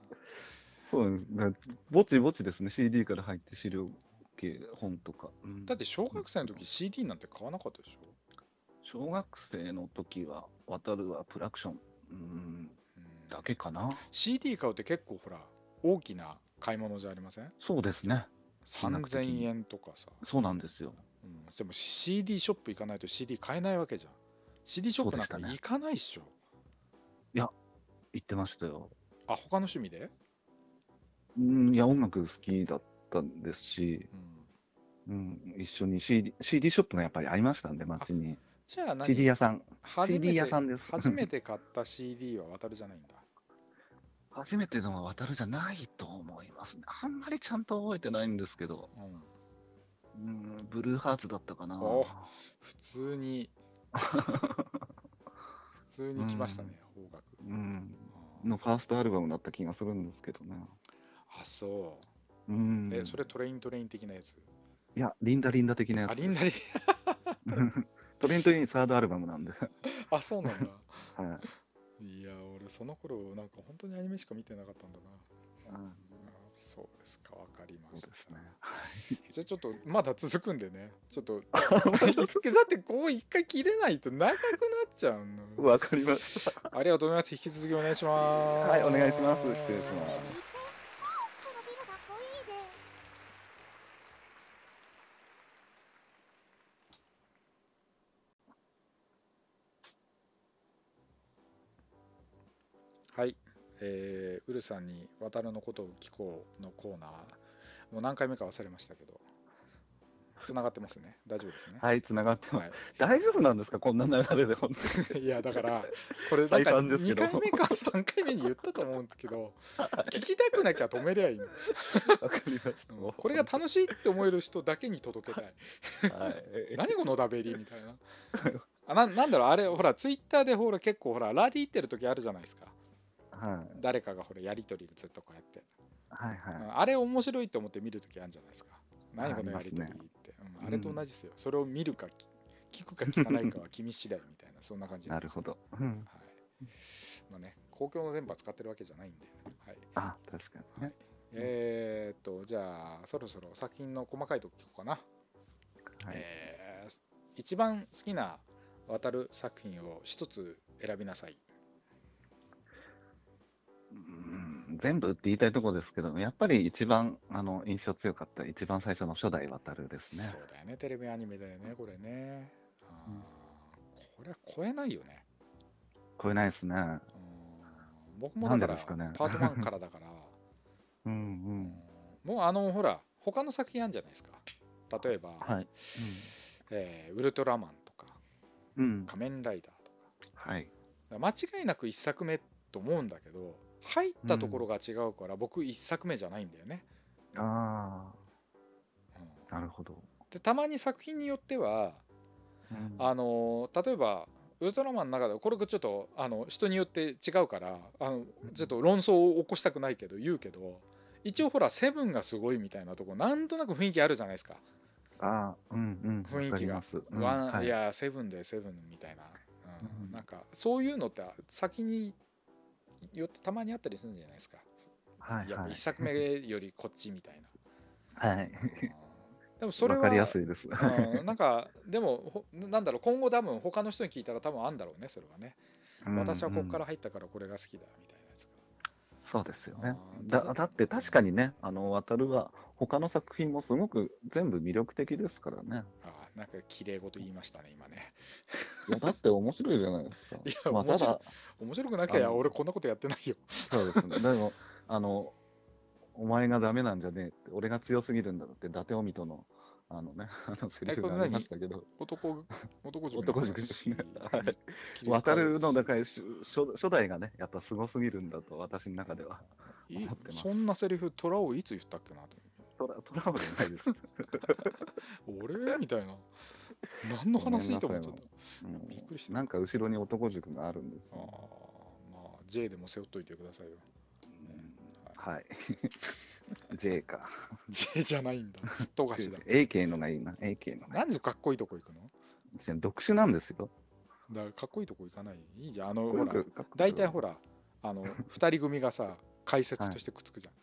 Speaker 3: そうですね。ぼちぼちですね。CD から入って資料系、本とか。うん
Speaker 1: だって小学生の時 CD なんて買わなかったでしょ、
Speaker 3: 小学生の時は、渡るはプラクション、うん、
Speaker 1: うん
Speaker 3: だけかな。
Speaker 1: CD 買うって結構ほら大きな買い物じゃありません
Speaker 3: そうですね。金額的に
Speaker 1: 3000円とかさ、
Speaker 3: そうなんですよ。
Speaker 1: うん、でも CD ショップ行かないと CD 買えないわけじゃん CD ショップなんか
Speaker 3: そうで
Speaker 1: 行
Speaker 3: し
Speaker 1: かないっしょ、
Speaker 3: 言ってましたよ。
Speaker 1: あ他の趣味で、
Speaker 3: うん、いや、音楽好きだったんですし、
Speaker 1: うん、
Speaker 3: うん、一緒に CD, CD ショップがやっぱりありましたんで、街に。
Speaker 1: じゃあ何
Speaker 3: CD 屋さん。
Speaker 1: 初め
Speaker 3: CD
Speaker 1: て
Speaker 3: 屋さんです
Speaker 1: 初めて買った CD は渡るじゃないんだ
Speaker 3: 初めてのは渡るじゃないと思いますね。あんまりちゃんと覚えてないんですけど、
Speaker 1: うん、
Speaker 3: うん、ブルーハーツだったかな。
Speaker 1: お普通 に普通に来ましたね、方角
Speaker 3: うん、
Speaker 1: あー
Speaker 3: のファーストアルバムだった気がするんですけどね。
Speaker 1: あそう
Speaker 3: うん、
Speaker 1: え、それトレイントレイン的なやつ。
Speaker 3: いや、リンダリンダ的なや
Speaker 1: あ、
Speaker 3: つ。
Speaker 1: リンダリ。
Speaker 3: トレントインサードアルバムなんで。はい、
Speaker 1: あ、そうなんだ。 いや、俺その頃、なんか本当にアニメしか見てなかったんだな。
Speaker 3: うん
Speaker 1: あそうですか、わかりま
Speaker 3: そう
Speaker 1: した
Speaker 3: で。すね。
Speaker 1: じゃあちょっと、まだ続くんでね。ちょっ と、だ
Speaker 3: わ
Speaker 1: ってこう一回切れないと長くなっちゃうの。
Speaker 3: かりました。
Speaker 1: ありがとうございます。引き続きお願いします。
Speaker 3: はいお願いします失礼します
Speaker 2: 楽しいのかっこいいぜ
Speaker 1: はい、えー、ウルさんに「渡るのことを聞こう」のコーナーもう何回目か忘れましたけど、繋がってますね。大丈夫ですね。
Speaker 3: はい、繋がってま
Speaker 1: は
Speaker 3: す。
Speaker 1: い
Speaker 3: 大丈夫なんですかこんな流れで、本当 に。
Speaker 1: いやだからこれなん
Speaker 3: 再
Speaker 1: か
Speaker 3: 三ですけ
Speaker 1: 2
Speaker 3: ど
Speaker 1: 回目か3回目に言ったと思うんですけど聞きたくなきゃ止めりゃいいの
Speaker 3: わかりました。 もう
Speaker 1: これが楽しいって思える人だけに届 けたい
Speaker 3: はい。
Speaker 1: 何このダベリみたい なあななんだろうあれほらツイッターでほら結構ほらラリーってる時あるじゃないですか
Speaker 3: はい。
Speaker 1: 誰かがほらやり取りずっとこうやって、
Speaker 3: はいは
Speaker 1: う
Speaker 3: い。
Speaker 1: んあれ面白いと思って見る時あるじゃないですか何このやり取り
Speaker 3: あ
Speaker 1: っ
Speaker 3: りま
Speaker 1: てうんあれと同じですよそれを見るかき聞くか聞かないかは君次第みたいなそんな感じ
Speaker 3: なんる
Speaker 1: です
Speaker 3: ほ
Speaker 1: よ
Speaker 3: ど。うん。
Speaker 1: はい。まあね、公共の電波使ってるわけじゃないんで。はい。
Speaker 3: あ、確かに
Speaker 1: はい
Speaker 3: ね。
Speaker 1: えーっと、じゃあ、そろそろ作品の細かいとこ聞こうかな。
Speaker 3: はい。
Speaker 1: えー一番好きな渡る作品を一つ選びなさい。
Speaker 3: うん全部って言いたいところですけども、やっぱり一番あの印象強かった、一番最初の初代渡るです
Speaker 1: そう
Speaker 3: ね。
Speaker 1: だよね、テレビアニメだよね、これね。あーこれは超えないよね。
Speaker 3: 超えないですね。
Speaker 1: うん僕もだから、
Speaker 3: なんでですかね
Speaker 1: パート1からだから、
Speaker 3: うん
Speaker 1: う
Speaker 3: うん
Speaker 1: ん。もうあの、ほら、他の作品あるんじゃないですか。例えば、
Speaker 3: はい。
Speaker 1: えーウルトラマンとか、
Speaker 3: うん。うん
Speaker 1: 仮面ライダーとか。
Speaker 3: はい。
Speaker 1: だから間違いなく1作目と思うんだけど入ったところが違うから僕1作目じゃないんだよね。
Speaker 3: あ
Speaker 1: うん
Speaker 3: あ、なるほど。
Speaker 1: でたまに作品によっては
Speaker 3: うん
Speaker 1: あのー例えばウルトラマンの中でこれちょっとあの人によって違うからあのちょっと論争を起こしたくないけど言うけど一応ほら「セブンがすごいみたいなとこなんとなく雰囲気あるじゃないですか。
Speaker 3: ああ、うんうん。
Speaker 1: 雰囲気が
Speaker 3: わかりますうん
Speaker 1: ワン、
Speaker 3: はいい。
Speaker 1: やセブンでセブンみたいな、うん
Speaker 3: うん
Speaker 1: なんかそういうのって先によってたまにあったりするんじゃないですか。
Speaker 3: はい
Speaker 1: やっぱ
Speaker 3: はい
Speaker 1: 1作目よりこっちみたい な。
Speaker 3: はい。
Speaker 1: でもそれ
Speaker 3: わ
Speaker 1: は
Speaker 3: かりやすいです。。
Speaker 1: うんなんかでもほなんだろう今後多分他の人に聞いたら多分あんだろうねそれはね、私はここからら入ったからこれが好きだみたいなやつが
Speaker 3: そうですよね
Speaker 1: あ。ー
Speaker 3: だ
Speaker 1: だ
Speaker 3: だって確かにね、あの、渡るは他の作品もすごく全部魅力的ですから ね。
Speaker 1: あーなんか綺麗事言いましたね今ね
Speaker 3: いやだって面白いじゃないですか。
Speaker 1: いや
Speaker 3: まあ、
Speaker 1: 面
Speaker 3: た
Speaker 1: 白い
Speaker 3: だ、
Speaker 1: 面白くなきゃいや
Speaker 3: あの
Speaker 1: 俺こんなことやってないよ
Speaker 3: そうですね。でも、あの、お前がダメなんじゃねえって、俺が強すぎるんだって、伊達臣との、あのね、 あのセリフ
Speaker 1: これ
Speaker 3: がありましたけど、
Speaker 1: 男男塾
Speaker 3: 男塾ですねはい渡るの、だからし初、初代がね、やっぱすごすぎるんだと、私の中では。
Speaker 1: い
Speaker 3: 思ってます
Speaker 1: そんなセリフ虎をいつ言ったっけなと
Speaker 3: トラトラブルない です。
Speaker 1: 俺みたいな何の話と思っちゃった
Speaker 3: うん
Speaker 1: びっくりした
Speaker 3: なんか後ろに男塾があるんです
Speaker 1: あ
Speaker 3: よ、
Speaker 1: ーまあ J でも背負っといてくださいよ
Speaker 3: はい。J か。
Speaker 1: J じゃないんだ。富樫だ。
Speaker 3: AK のがいいな。AK のがい
Speaker 1: なんでかっこいいとこ行くの
Speaker 3: い。じゃあ独身なんですよ。
Speaker 1: だからかっこいいとこ行かない。いいじゃん。あの、ほら、大
Speaker 3: 大
Speaker 1: 体
Speaker 3: 体
Speaker 1: ほ
Speaker 3: ほら、
Speaker 1: ら、あの、二人組がさ、解説としてくっつくじゃん。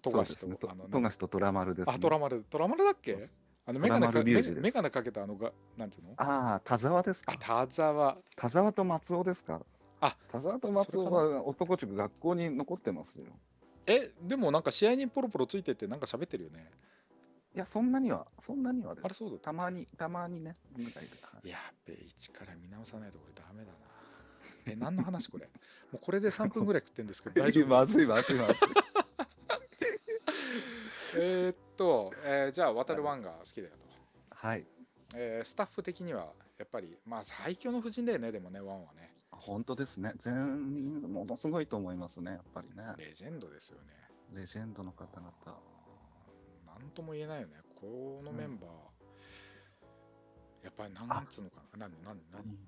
Speaker 1: 富樫と、
Speaker 3: そうですね
Speaker 1: あの、
Speaker 3: 富樫と虎丸です、ね。
Speaker 1: あ、虎丸、虎丸だっけあの、メガネ
Speaker 3: 虎
Speaker 1: か
Speaker 3: 丸龍
Speaker 1: メ
Speaker 3: 二です
Speaker 1: メガネかけたあのが、なんていうの
Speaker 3: ああ、田沢ですか
Speaker 1: あ、。田沢。
Speaker 3: 田沢と松尾ですか。
Speaker 1: あ、
Speaker 3: 田沢と松尾
Speaker 1: それ
Speaker 3: は男塾学校に残ってますよ。
Speaker 1: え、でもなんか試合にポロポロついててなんか喋ってるよね。
Speaker 3: いや、そんなには、そんなにはで
Speaker 1: あれ
Speaker 3: す。
Speaker 1: そうだった
Speaker 3: たまに、たまにね、なんかいるはい
Speaker 1: やっべ、一から見直さないとこれダメだな。え、何の話これ もうこれで3分ぐらい食ってんです けど、大丈夫
Speaker 3: まずい、まずい、まずい。
Speaker 1: えーっと、えーじゃあ、渡るワンが好きだよと。
Speaker 3: はい。
Speaker 1: えースタッフ的には、やっぱり、まあ、最強の布陣だよね、でもね、ワンはね。
Speaker 3: 本当ですね。全員、ものすごいと思いますね、やっぱりね。
Speaker 1: レジェンドですよね。
Speaker 3: レジェンドの方々。
Speaker 1: なんとも言えないよね、このメンバー。やっぱり、なんつうのかな、何、何、何、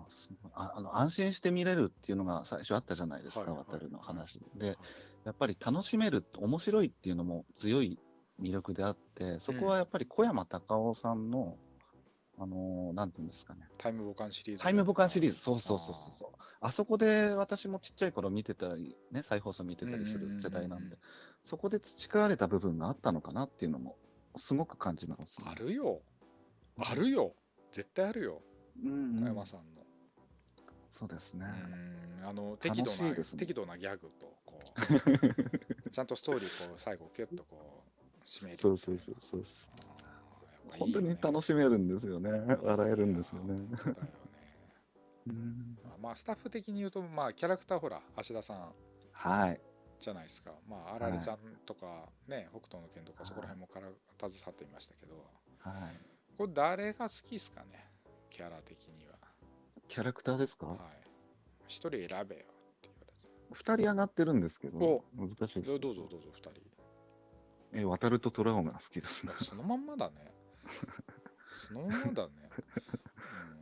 Speaker 3: ああの安心して見れるっていうのが最初あったじゃないですか、
Speaker 1: はいはい
Speaker 3: 渡るの話で。
Speaker 1: はい
Speaker 3: で、やっぱり楽しめる、面白いっていうのも強い魅力であって、そこはやっぱり小山隆夫さんの、あのーなんていうんですかね、
Speaker 1: タイムボカンシリーズ。
Speaker 3: タイムボカンシリーズ、そうそうそうそうそう、あそこで私もちっちゃい頃見てたり、ね、再放送見てたりす
Speaker 1: うんうんうんうん
Speaker 3: る世代なんで、そこで培われた部分があったのかなっていうのも、すごく感じます、
Speaker 1: あるよ。あるよ。絶対あるよ、
Speaker 3: うんうん
Speaker 1: 小山さんの。
Speaker 3: そうですね。
Speaker 1: うんあの
Speaker 3: 楽
Speaker 1: 適度
Speaker 3: し
Speaker 1: ない
Speaker 3: ですね
Speaker 1: 適度なギャグとこ うちゃんとストーリーこう最後キュッとこう締める
Speaker 3: そうそうそうそう。本当に楽
Speaker 1: し
Speaker 3: しめるんですよね。笑えるんですよ
Speaker 1: い
Speaker 3: ね。
Speaker 1: やー本当だよね
Speaker 3: うん
Speaker 1: ま あスタッフ的に言うとまあキャラクターほら芦田さん
Speaker 3: はい。
Speaker 1: じゃないですかまああられちゃんとかね、北斗の拳とかそこら辺もから携わっていましたけど、
Speaker 3: はい。
Speaker 1: これ誰が好きですかねキャラ的には。
Speaker 3: キャラクターですか、
Speaker 1: はい。一人選べよって言われて。
Speaker 3: 二人上がってるんですけど
Speaker 1: お、
Speaker 3: 難しいです
Speaker 1: どどうぞどうぞ、二人。
Speaker 3: え、渡ると虎王が好 きですね。
Speaker 1: そのまんまだね。そのまんまだね。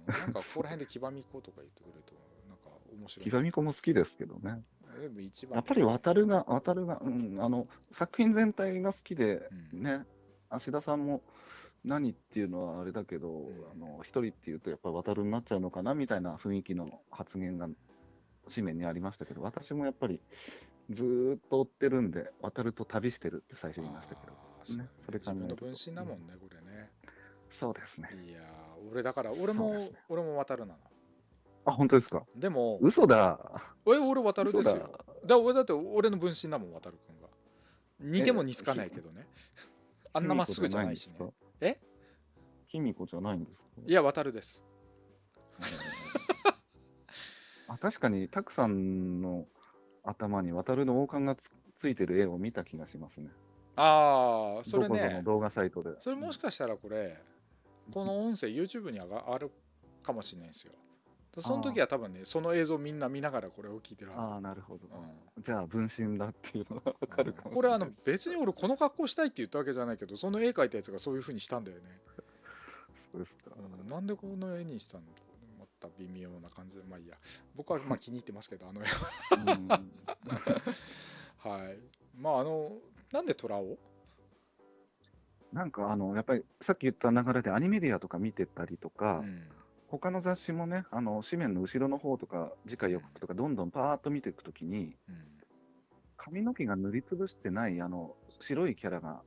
Speaker 1: うん、なんかここら辺で黄ばみっことか言ってくれると、なんか面白い。
Speaker 3: ひばみこも好きですけどね。
Speaker 1: でも一番
Speaker 3: やっぱり渡るが、渡るが、うん、あの、作品全体が好きで、
Speaker 1: うん
Speaker 3: ね、芦田さんも何っていうのはあれだけど、あの、一人っていうとやっぱり渡るになっちゃうのかなみたいな雰囲気の発言が紙面にありましたけど、私もやっぱりずーっと追ってるんで、渡ると旅してるって最初言いましたけど、
Speaker 1: あーそうだね
Speaker 3: ねそれ考
Speaker 1: 自
Speaker 3: えると
Speaker 1: 分の分身だもんね、これね。
Speaker 3: そうですね。
Speaker 1: いやー、俺だから、俺
Speaker 3: そう
Speaker 1: も、
Speaker 3: ですね
Speaker 1: 俺も渡るなの。
Speaker 3: あ、本当ですか
Speaker 1: でも、
Speaker 3: 嘘だ。
Speaker 1: え俺渡るです
Speaker 3: 嘘
Speaker 1: よ。
Speaker 3: だ
Speaker 1: だ俺だって俺の分身だもん、渡るくんが。似ても似つかないけどね。あんなまっすぐじゃないしね。え
Speaker 3: 卑弥呼じゃないんですか
Speaker 1: いや、渡るです。
Speaker 3: あ確かに、たくさんの頭に渡るの王冠がつついてる絵を見た気がしますね。
Speaker 1: ああ、それ
Speaker 3: どこぞの
Speaker 1: ね。
Speaker 3: 動画サイトで。
Speaker 1: それもしかしたらこれ、この音声 YouTube に上があるかもしれないんですよ。その時は多分ね、その映像みんな見ながらこれを聞いてる
Speaker 3: ああ、
Speaker 1: は
Speaker 3: なるほど
Speaker 1: ず。。うん
Speaker 3: じゃあ、分身だっていうのが わかるかもし
Speaker 1: こ
Speaker 3: れ
Speaker 1: れ
Speaker 3: な
Speaker 1: あ
Speaker 3: いで
Speaker 1: の
Speaker 3: す。
Speaker 1: 別に俺この格好したいって言ったわけじゃないけどその絵描いたやつがそういう風にしたんだよね、
Speaker 3: そうですか。
Speaker 1: うん、なんでこの絵にしたんだろうねまた微妙な感じでまあいいや僕はまあ気に入ってますけどあの絵は
Speaker 3: うん
Speaker 1: はい まああのなんで虎を
Speaker 3: なんか、あの、やっぱり、さっき言った流れでアニメディアとか見てたりと
Speaker 1: う
Speaker 3: か、
Speaker 1: ん
Speaker 3: 他の雑誌もね、あの、紙面の後ろの方とか、次回予告とか、どんどんパーッと見ていくときに、
Speaker 1: うん
Speaker 3: 髪の毛が塗りつぶしてない、あの、白いキャラが、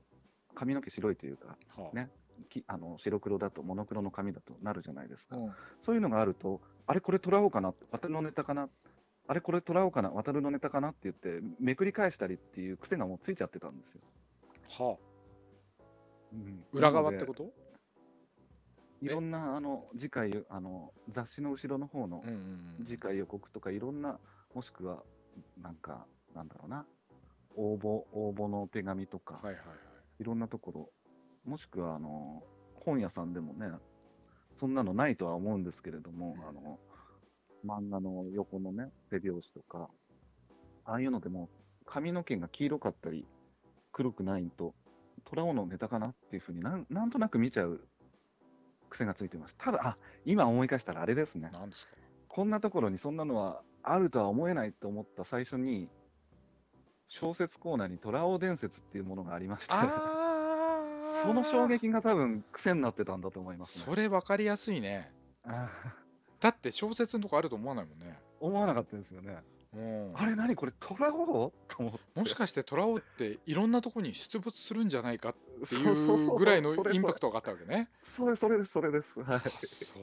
Speaker 3: 髪の毛白いというか、
Speaker 1: はあ
Speaker 3: ねきあの白黒だと、モノクロの紙だとなるじゃないです
Speaker 1: う
Speaker 3: か。
Speaker 1: ん、
Speaker 3: そういうのがあると、あれ、これ、捉おうかな、渡るのネタかな、あれ、これ、捉おうかな、渡るのネタかなって言って、めくり返したりっていう癖がもうついちゃってたんですよ。
Speaker 1: はあ
Speaker 3: うん
Speaker 1: 裏側ってことと
Speaker 3: いろんなあの次回あの、雑誌の後ろの方の
Speaker 1: うんうん
Speaker 3: 次回予告とか、いろんな、もしくは、なんか、なんだろうな、応募、応募の手紙とか
Speaker 1: うん、はいはいはい
Speaker 3: いろんなところ、もしくはあの本屋さんでもね、そんなのないとは思うんですけれども、
Speaker 1: うん
Speaker 3: あの漫画の横のね、背表紙とか、ああいうのでも、髪の毛が黄色かったり、黒くないと、虎王のネタかなっていうふうになん、なんとなく見ちゃう癖がついてます。ただ、あ今思い返したらあれですね、
Speaker 1: 何ですか
Speaker 3: こんなところにそんなのはあるとは思えないと思った最初に、小説コーナーに虎王伝説っていうものがありまして。
Speaker 1: ああ
Speaker 3: その衝撃が多分癖になってたんだと思います、ね。
Speaker 1: それ分かりやすいね
Speaker 3: あ
Speaker 1: だって小説のとこあると思わないもんね
Speaker 3: ー 思わなかったですよね。
Speaker 1: うん
Speaker 3: あれ何これ虎王と思って。
Speaker 1: もしかしてトラオっていろんなとこに出没するんじゃないかってい
Speaker 3: そうそうそうう
Speaker 1: ぐらいのインパク
Speaker 3: ト。
Speaker 1: トがあったわけね。
Speaker 3: それそれですそれです。はい。
Speaker 1: あそ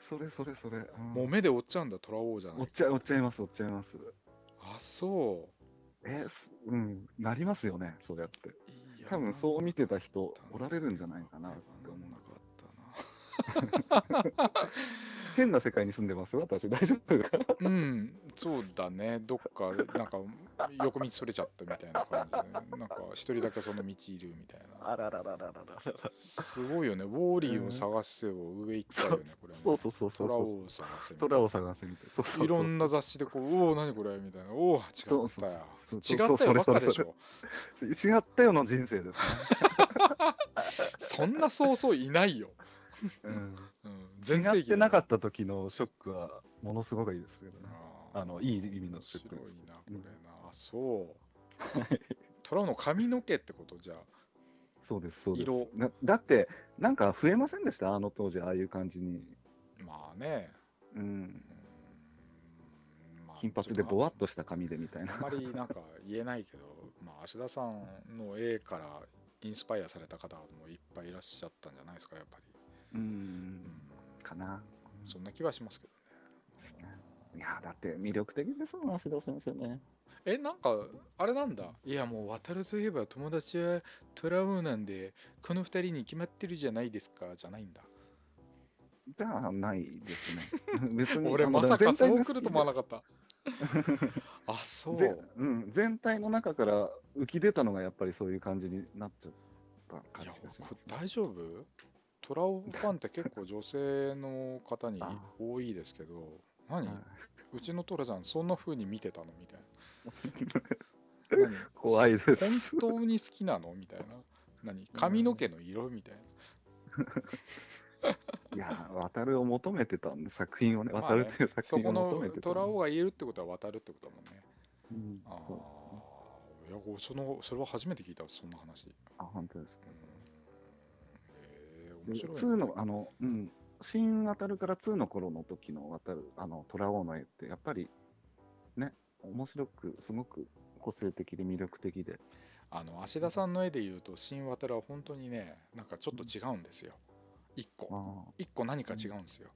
Speaker 3: それそれそれ。う
Speaker 1: う。
Speaker 3: ん
Speaker 1: もう目で追っちゃうんだトラオじゃな
Speaker 3: 追っ
Speaker 1: い。
Speaker 3: ちゃ追っちゃいます追っちゃいます。
Speaker 1: あそ
Speaker 3: えすうんなりますよねそうやって。
Speaker 1: う。いや
Speaker 3: 多分そう見てた人
Speaker 1: な
Speaker 3: おられるんじゃないかな
Speaker 1: こ。れはなんもなかっ
Speaker 3: 変な世界に住んでます私大丈夫か。
Speaker 1: たな。うん そうだねどっかなんか横道それちゃったみたいな感じでなんか一人だけその道いるみたいな。
Speaker 3: らららららら
Speaker 1: すごいよねウォーリーを探せを上行ったよねこれね。
Speaker 3: そうそうそう
Speaker 1: ト
Speaker 3: そう
Speaker 1: ラ
Speaker 3: そう。
Speaker 1: オを探せみたいな。
Speaker 3: 虎を探せみたいな。そうそうそう
Speaker 1: いろんな雑誌でこう、おお、何これみたいな、おお、違っ
Speaker 3: そうそ
Speaker 1: た
Speaker 3: う
Speaker 1: よ。違
Speaker 3: そう
Speaker 1: っ
Speaker 3: そ
Speaker 1: た
Speaker 3: うそ
Speaker 1: よ、
Speaker 3: れ
Speaker 1: ばっ
Speaker 3: それ
Speaker 1: かでしょ。
Speaker 3: 違ったよの人生ですね。
Speaker 1: そんなそうそういないよ。
Speaker 3: うん
Speaker 1: うん、全
Speaker 3: 違
Speaker 1: 盛
Speaker 3: っ
Speaker 1: 期だ
Speaker 3: て
Speaker 1: よ
Speaker 3: なかった時のショックはものすごくいいですけどね。
Speaker 1: あ
Speaker 3: あのいい意味のショッ
Speaker 1: 白
Speaker 3: ク
Speaker 1: い
Speaker 3: です。
Speaker 1: な、これな。あ、そう。トラの髪の毛ってことじゃあ。
Speaker 3: そうです、そうです。
Speaker 1: 色
Speaker 3: なだって、なんか増えませんでしたあの当時、ああいう感じに。
Speaker 1: まあね。
Speaker 3: うん。
Speaker 1: うんまあ
Speaker 3: 金髪でぼわっ
Speaker 1: ちょ
Speaker 3: とした髪でみたい
Speaker 1: っ
Speaker 3: な。
Speaker 1: とあんまりなんか言えないけど、まあ、芦田さんの絵からインスパイアされた方もいっぱいいらっしゃったんじゃないですか、やっぱり。
Speaker 3: うん
Speaker 1: う。
Speaker 3: かな。
Speaker 1: んそんな気はしますけど
Speaker 3: です
Speaker 1: ね
Speaker 3: ね。いや、だって魅力的ですもん、芦田先生ね。
Speaker 1: えなんかあれなんだいやもう渡るといえば友達はトラウなんでこの二人に決まってるじゃないですかじゃないんだ
Speaker 3: じゃあ、ないですね。 別に。
Speaker 1: 俺
Speaker 3: あの
Speaker 1: まさか
Speaker 3: 全体
Speaker 1: そ
Speaker 3: が
Speaker 1: う
Speaker 3: 好き
Speaker 1: 来ると
Speaker 3: で
Speaker 1: 思わなかった あそう
Speaker 3: ぜうん、全体の中から浮き出たのがやっぱりそういう感じになっちゃった
Speaker 1: い
Speaker 3: 感
Speaker 1: や
Speaker 3: じがしま
Speaker 1: こ
Speaker 3: す
Speaker 1: れ大丈夫トラオファンって結構女性の方に
Speaker 3: あ
Speaker 1: 多いですけど何、
Speaker 3: はいう
Speaker 1: ちのトラさんそんな風に見てたのみたい な何
Speaker 3: 怖いです。
Speaker 1: 本当に好きなのみたいな何髪の毛の色みたい
Speaker 3: いや、渡るを求めてたんで、作品をね、
Speaker 1: まあ
Speaker 3: 渡
Speaker 1: ね
Speaker 3: るっていう
Speaker 1: な
Speaker 3: 作
Speaker 1: そ
Speaker 3: 品
Speaker 1: こ
Speaker 3: を求め
Speaker 1: の
Speaker 3: てた。
Speaker 1: トラオがいるってことは渡るってことだもんね
Speaker 3: うん
Speaker 1: ああ
Speaker 3: そうですね。
Speaker 1: いやこうそのそれは初めて聞いたそんな話うん
Speaker 3: あ、本当です。
Speaker 1: へえ面
Speaker 3: で
Speaker 1: 白いね
Speaker 3: 2の、あの、うん、新渡るから2の頃の時の渡る、あの、トラオの絵って、やっぱり、ね、面白く、すごく個性的で魅力的で、
Speaker 1: あの芦田さんの絵で言うと新渡るは本当にねなんかちょっと違うんですよ一個
Speaker 3: ああ、
Speaker 1: 一個何か違うんですよ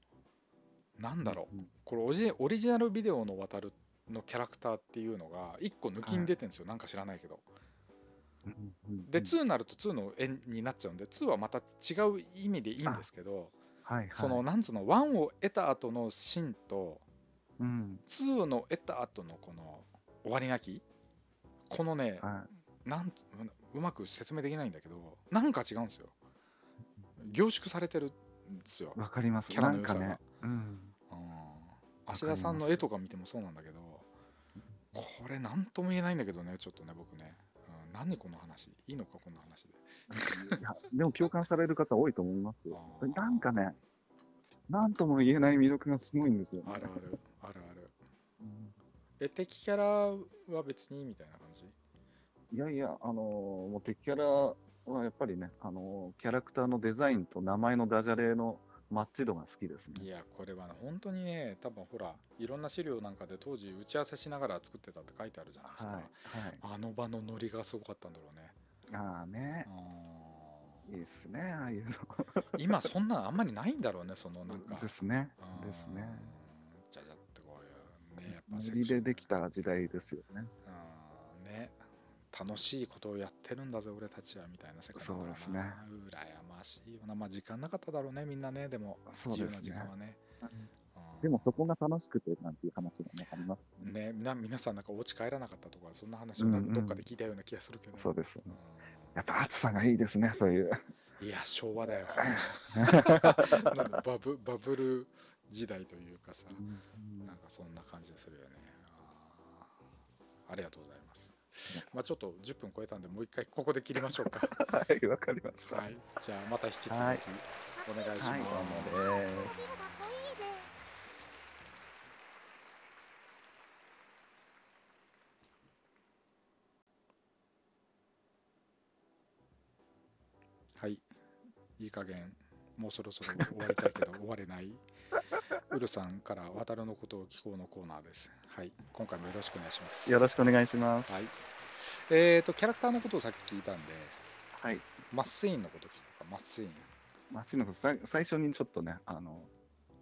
Speaker 1: なんだろう
Speaker 3: うん
Speaker 1: これオリジオリジナルビデオの渡るのキャラクターっていうのが一個抜きに出てるんですよなんか知らないけど
Speaker 3: うんうん
Speaker 1: で
Speaker 3: うん
Speaker 1: 2になると2の絵になっちゃうんで2はまた違う意味でいいんですけど
Speaker 3: はいはい、
Speaker 1: その、なんつうの1を得た後のシーンと
Speaker 3: うん、
Speaker 1: 2の得た後のこの終わりなきこのね
Speaker 3: は
Speaker 1: なんつうまく説明できないんだけどなんか違うんですよ凝縮されてるんですよ
Speaker 3: い、わかります。
Speaker 1: キャラ
Speaker 3: な
Speaker 1: の
Speaker 3: ん
Speaker 1: 良
Speaker 3: か
Speaker 1: さが、
Speaker 3: ね、うん、
Speaker 1: うん芦田さんの絵とか見てもそうなんだけどこれ何とも言えないんだけどねちょっとね僕ね、うん、何この話いいのかこんな話で
Speaker 3: いやでも共感される方多いと思いますよ。
Speaker 1: あー
Speaker 3: なんかね、なんとも言えない魅力がすごいんですよ、ね。
Speaker 1: あるあるあるある
Speaker 3: うん
Speaker 1: 絵的キャラは別にみたいな感じ
Speaker 3: いやいや、あのーもう敵キャラはやっぱりね、あのーキャラクターのデザインと名前のダジャレのマッチ度が好きです
Speaker 1: い
Speaker 3: ね。
Speaker 1: やこれはね本当にね多分ほらいろんな資料なんかで当時打ち合わせしながら作ってたって書いてあるじゃないですか、
Speaker 3: はい。はい、
Speaker 1: あの場のノリがすごかったんだろうね
Speaker 3: ああね、
Speaker 1: あ
Speaker 3: いいですね、ああいう
Speaker 1: ー今そんなんあんまりないんだろうねそのなんか
Speaker 3: の。ですね
Speaker 1: あ。ー
Speaker 3: ですね。
Speaker 1: じゃじゃってこういうねやっぱ
Speaker 3: ノ
Speaker 1: セク
Speaker 3: リ
Speaker 1: ショ
Speaker 3: で
Speaker 1: ン
Speaker 3: できた時代ですよね。
Speaker 1: うんね楽しいことをやってるんだぜ俺たちはみたいな世界だからな
Speaker 3: そうですね
Speaker 1: 羨ましいよなまあ時間なかっただろうねみんなねでも
Speaker 3: そう
Speaker 1: 自由
Speaker 3: で
Speaker 1: な
Speaker 3: す
Speaker 1: 時
Speaker 3: ね
Speaker 1: 間。はねうん
Speaker 3: でもそこが楽しくてなんていう話がねありますね。
Speaker 1: ね、みな皆さんなんかお家帰らなかったとかそんな話を
Speaker 3: うん
Speaker 1: な
Speaker 3: うん
Speaker 1: んかどっかで聞いたような気がするけど、
Speaker 3: そうです。
Speaker 1: う
Speaker 3: やっぱ暑さがいいですね、そういう。
Speaker 1: んいや昭和だ よ なんかバブバブル時代というかさなんかそんな感じがするよねあーありがとうございますまあちょっと10分超えたんでもう一回ここで切りましょうか
Speaker 3: はい、わかりました。
Speaker 1: はいじゃあまた引き続き
Speaker 3: はい
Speaker 1: お願いします、
Speaker 3: はいどうもです
Speaker 2: シールかっこいいぜ
Speaker 1: はい、いい加減もうそろそろ終わりたいけど終われない。ウルさんから渡るのことを聞こうのコーナーです。はい、今回もよろしくお願いします。
Speaker 3: よろしくお願いします。
Speaker 1: はい。えっ、とキャラクターのことをさっき聞いたんで、
Speaker 3: はい。
Speaker 1: マッスインのこと聞こうか。マッスイン。
Speaker 3: まあ、しのこさん最初にちょっとね、あの、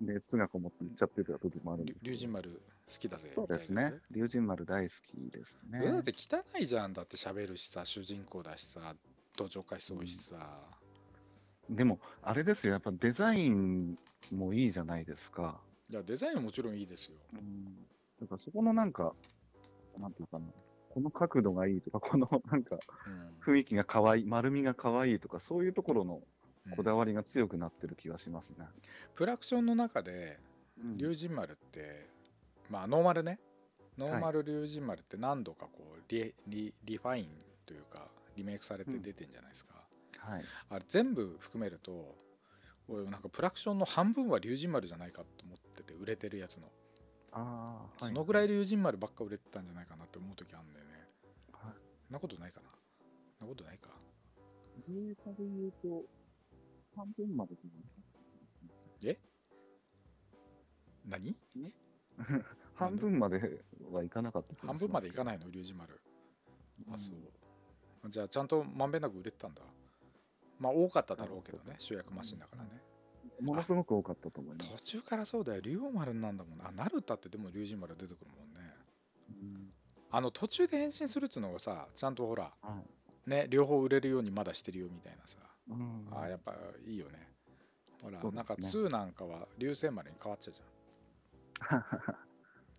Speaker 3: 熱がこもって言っちゃってた時もあるん
Speaker 1: り
Speaker 3: で
Speaker 1: ゅ
Speaker 3: すけ
Speaker 1: 龍神
Speaker 3: ど
Speaker 1: 丸好きだぜ。
Speaker 3: そうですね。龍神丸大好きです
Speaker 1: みた
Speaker 3: ね
Speaker 1: いです。えだって汚いじゃんだって喋るしさ、主人公だしさ、同情会そうしさ。
Speaker 3: でも、あれですよ、やっぱデザインもいいじゃないですか。
Speaker 1: いやデザインももちろんいいですよ。
Speaker 3: うん。だからそこのなんか、なんていうかな、この角度がいいとか、このなんか
Speaker 1: うん
Speaker 3: 雰囲気が可愛い、丸みが可愛いとか、そういうところの
Speaker 1: うん
Speaker 3: こだわりが強くなってる気がしますね。
Speaker 1: プラクションの中で
Speaker 3: うん
Speaker 1: 龍神丸って、まあノーマルねノーマル龍神丸って何度かこうリリリファインというかリメイクされて出てんじゃないですか、
Speaker 3: はい。
Speaker 1: あれ全部含めると俺なんかプラクションの半分は龍神丸じゃないかと思ってて売れてるやつの、
Speaker 3: ああ、
Speaker 1: そのぐらい龍神丸ばっか売れてたんじゃないかなって思う時あるんだよね
Speaker 3: はい
Speaker 1: そんなことないかなそんなことないか
Speaker 3: データで言うと、半分までじ
Speaker 1: 何
Speaker 3: ゃない半分まではいかなかった気がしす。
Speaker 1: 半分までいか
Speaker 3: ない。
Speaker 1: ないの龍神丸あそう、じゃあちゃんとまんべんなく売れてたんだまあ多かっただろうけどね主役マシンだからね、
Speaker 3: ものすごく多かったと思います。
Speaker 1: 途中からそうだよ竜王丸なんだもんなあナルタってでも竜神丸出てくるもんね
Speaker 3: うん
Speaker 1: あの途中で変身するっつうのがさちゃんとほら
Speaker 3: はい
Speaker 1: ね両方売れるようにまだしてるよみたいなさ、
Speaker 3: うん
Speaker 1: あーやっぱいいよねほら、
Speaker 3: そうですね
Speaker 1: なんか2なんかは流星丸に変わっちゃうじゃん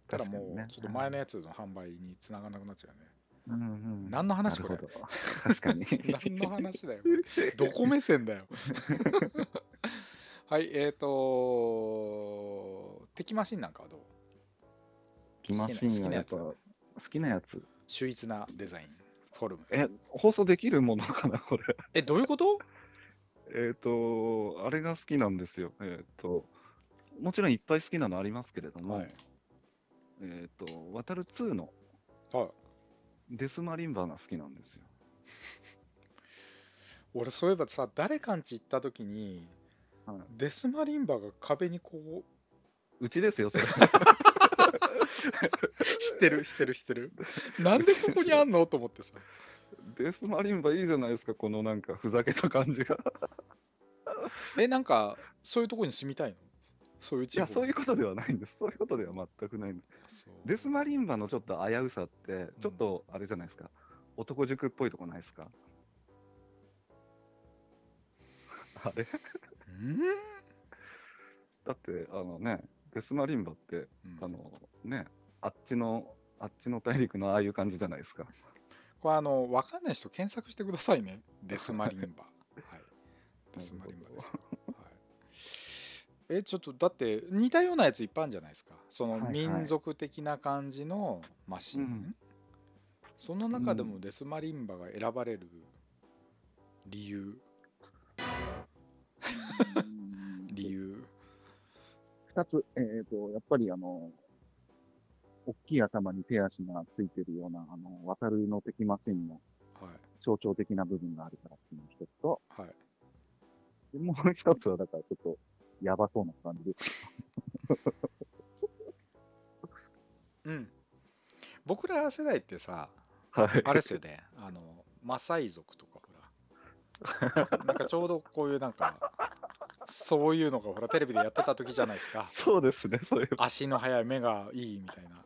Speaker 1: たらもうちょっと前のやつの販売につながらなくなっちゃうよね
Speaker 3: うんうん
Speaker 1: 何の話
Speaker 3: な
Speaker 1: こ
Speaker 3: る
Speaker 1: れ
Speaker 3: ほど確かに。
Speaker 1: 何の話だよこれどこ目線だよはい、えっ、ー、と、敵マシンなんかはどう
Speaker 3: キマシンがやっぱ
Speaker 1: 好
Speaker 3: 好きなやつ。
Speaker 1: 秀逸なデザイン、フォルム。
Speaker 3: え、放送できるものかな、これ。
Speaker 1: え、どういうこと
Speaker 3: えっ、と、あれが好きなんですよ。えっ、と、もちろんいっぱい好きなのありますけれども、
Speaker 1: はい。
Speaker 3: えっ、と、渡る2の
Speaker 1: はい、
Speaker 3: デスマリンバーが好きなんですよ。
Speaker 1: 俺、そういえばさ、誰かんち行った時に、
Speaker 3: はい
Speaker 1: デスマリンバが壁にこう、
Speaker 3: うちです よ、それ。
Speaker 1: 知ってる、知ってる、知ってる。 なんでここにあんのと思ってさ。
Speaker 3: デスマリンバいいじゃないですか、このなんかふざけた感じが。
Speaker 1: え、なんか、そういうとこに住みたいのそういう
Speaker 3: い
Speaker 1: 地
Speaker 3: や、
Speaker 1: 方
Speaker 3: そういうことではないんです。そういうことでは全くないんです。
Speaker 1: そう
Speaker 3: デスマリンバのちょっと危うさって、ちょっとあれじゃないですか、男塾っぽいとこないですか。あれ
Speaker 1: うん
Speaker 3: だって、あのね、デスマリンバって、あのね、あっちの、あっちの大陸のああいう感じじゃないですか。
Speaker 1: これあの分かんない人検索してくださいねデスマリンバ はいデスマリンバですよ、はい、えちょっとだって似たようなやついっぱいあるんじゃないですかそ
Speaker 3: はい
Speaker 1: の
Speaker 3: はい
Speaker 1: 民族的な感じのマシン、
Speaker 3: うん
Speaker 1: その中でもデスマリンバが選ばれる理由 理由
Speaker 3: 二つ、えっ、と、やっぱりあの、大きい頭に手足がついてるような、あの、渡るの敵マシンの
Speaker 1: は
Speaker 3: 象徴的な部分があるからっていうのが一つと、
Speaker 1: いはい
Speaker 3: でもう一つは、だからちょっと、やばそうな感じです。
Speaker 1: うん僕ら世代ってさ
Speaker 3: はい
Speaker 1: あれですよ ね、あの、マサイ族とか、ほら。なんかちょうどこういうなんか、そういうのがほら、テレビでやってた時じゃないですか。
Speaker 3: そうですね、そういう。
Speaker 1: 足の速い、目がいいみたいな。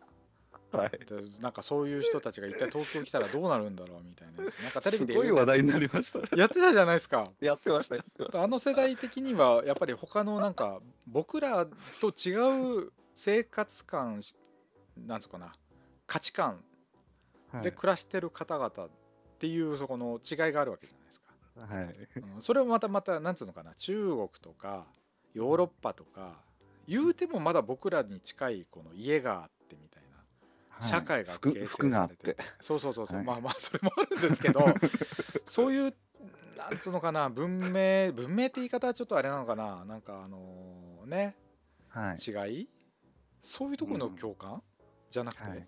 Speaker 3: はい。
Speaker 1: でなんかそういう人たちが一体東京来たらどうなるんだろうみたいなやつ。なんかテレ
Speaker 3: す
Speaker 1: ビで
Speaker 3: ごい話題になりましたね。
Speaker 1: やってたじゃないですか。
Speaker 3: やってました、やってました。
Speaker 1: あの世代的にはやっぱり他のなんか僕らと違う生活感なんつうかな価値観で暮らしてる方々っていうそこの違いがあるわけじゃない ですか。
Speaker 3: はい。
Speaker 1: うんそれもまたまたなんつうのかな中国とかヨーロッパとか言うてもまだ僕らに近いこの家があってみたいな社会が
Speaker 3: 服
Speaker 1: 形成
Speaker 3: 服が
Speaker 1: さ
Speaker 3: あっ
Speaker 1: れて
Speaker 3: て
Speaker 1: て。そうそうそうそう
Speaker 3: はい
Speaker 1: まあまあそれもあるんです けどそういうなんつうのかな文明文明って言い方はちょっとあれなのかななんかあのね
Speaker 3: はい。
Speaker 1: 違いそういうところの共感じゃなく
Speaker 3: は
Speaker 1: て
Speaker 3: い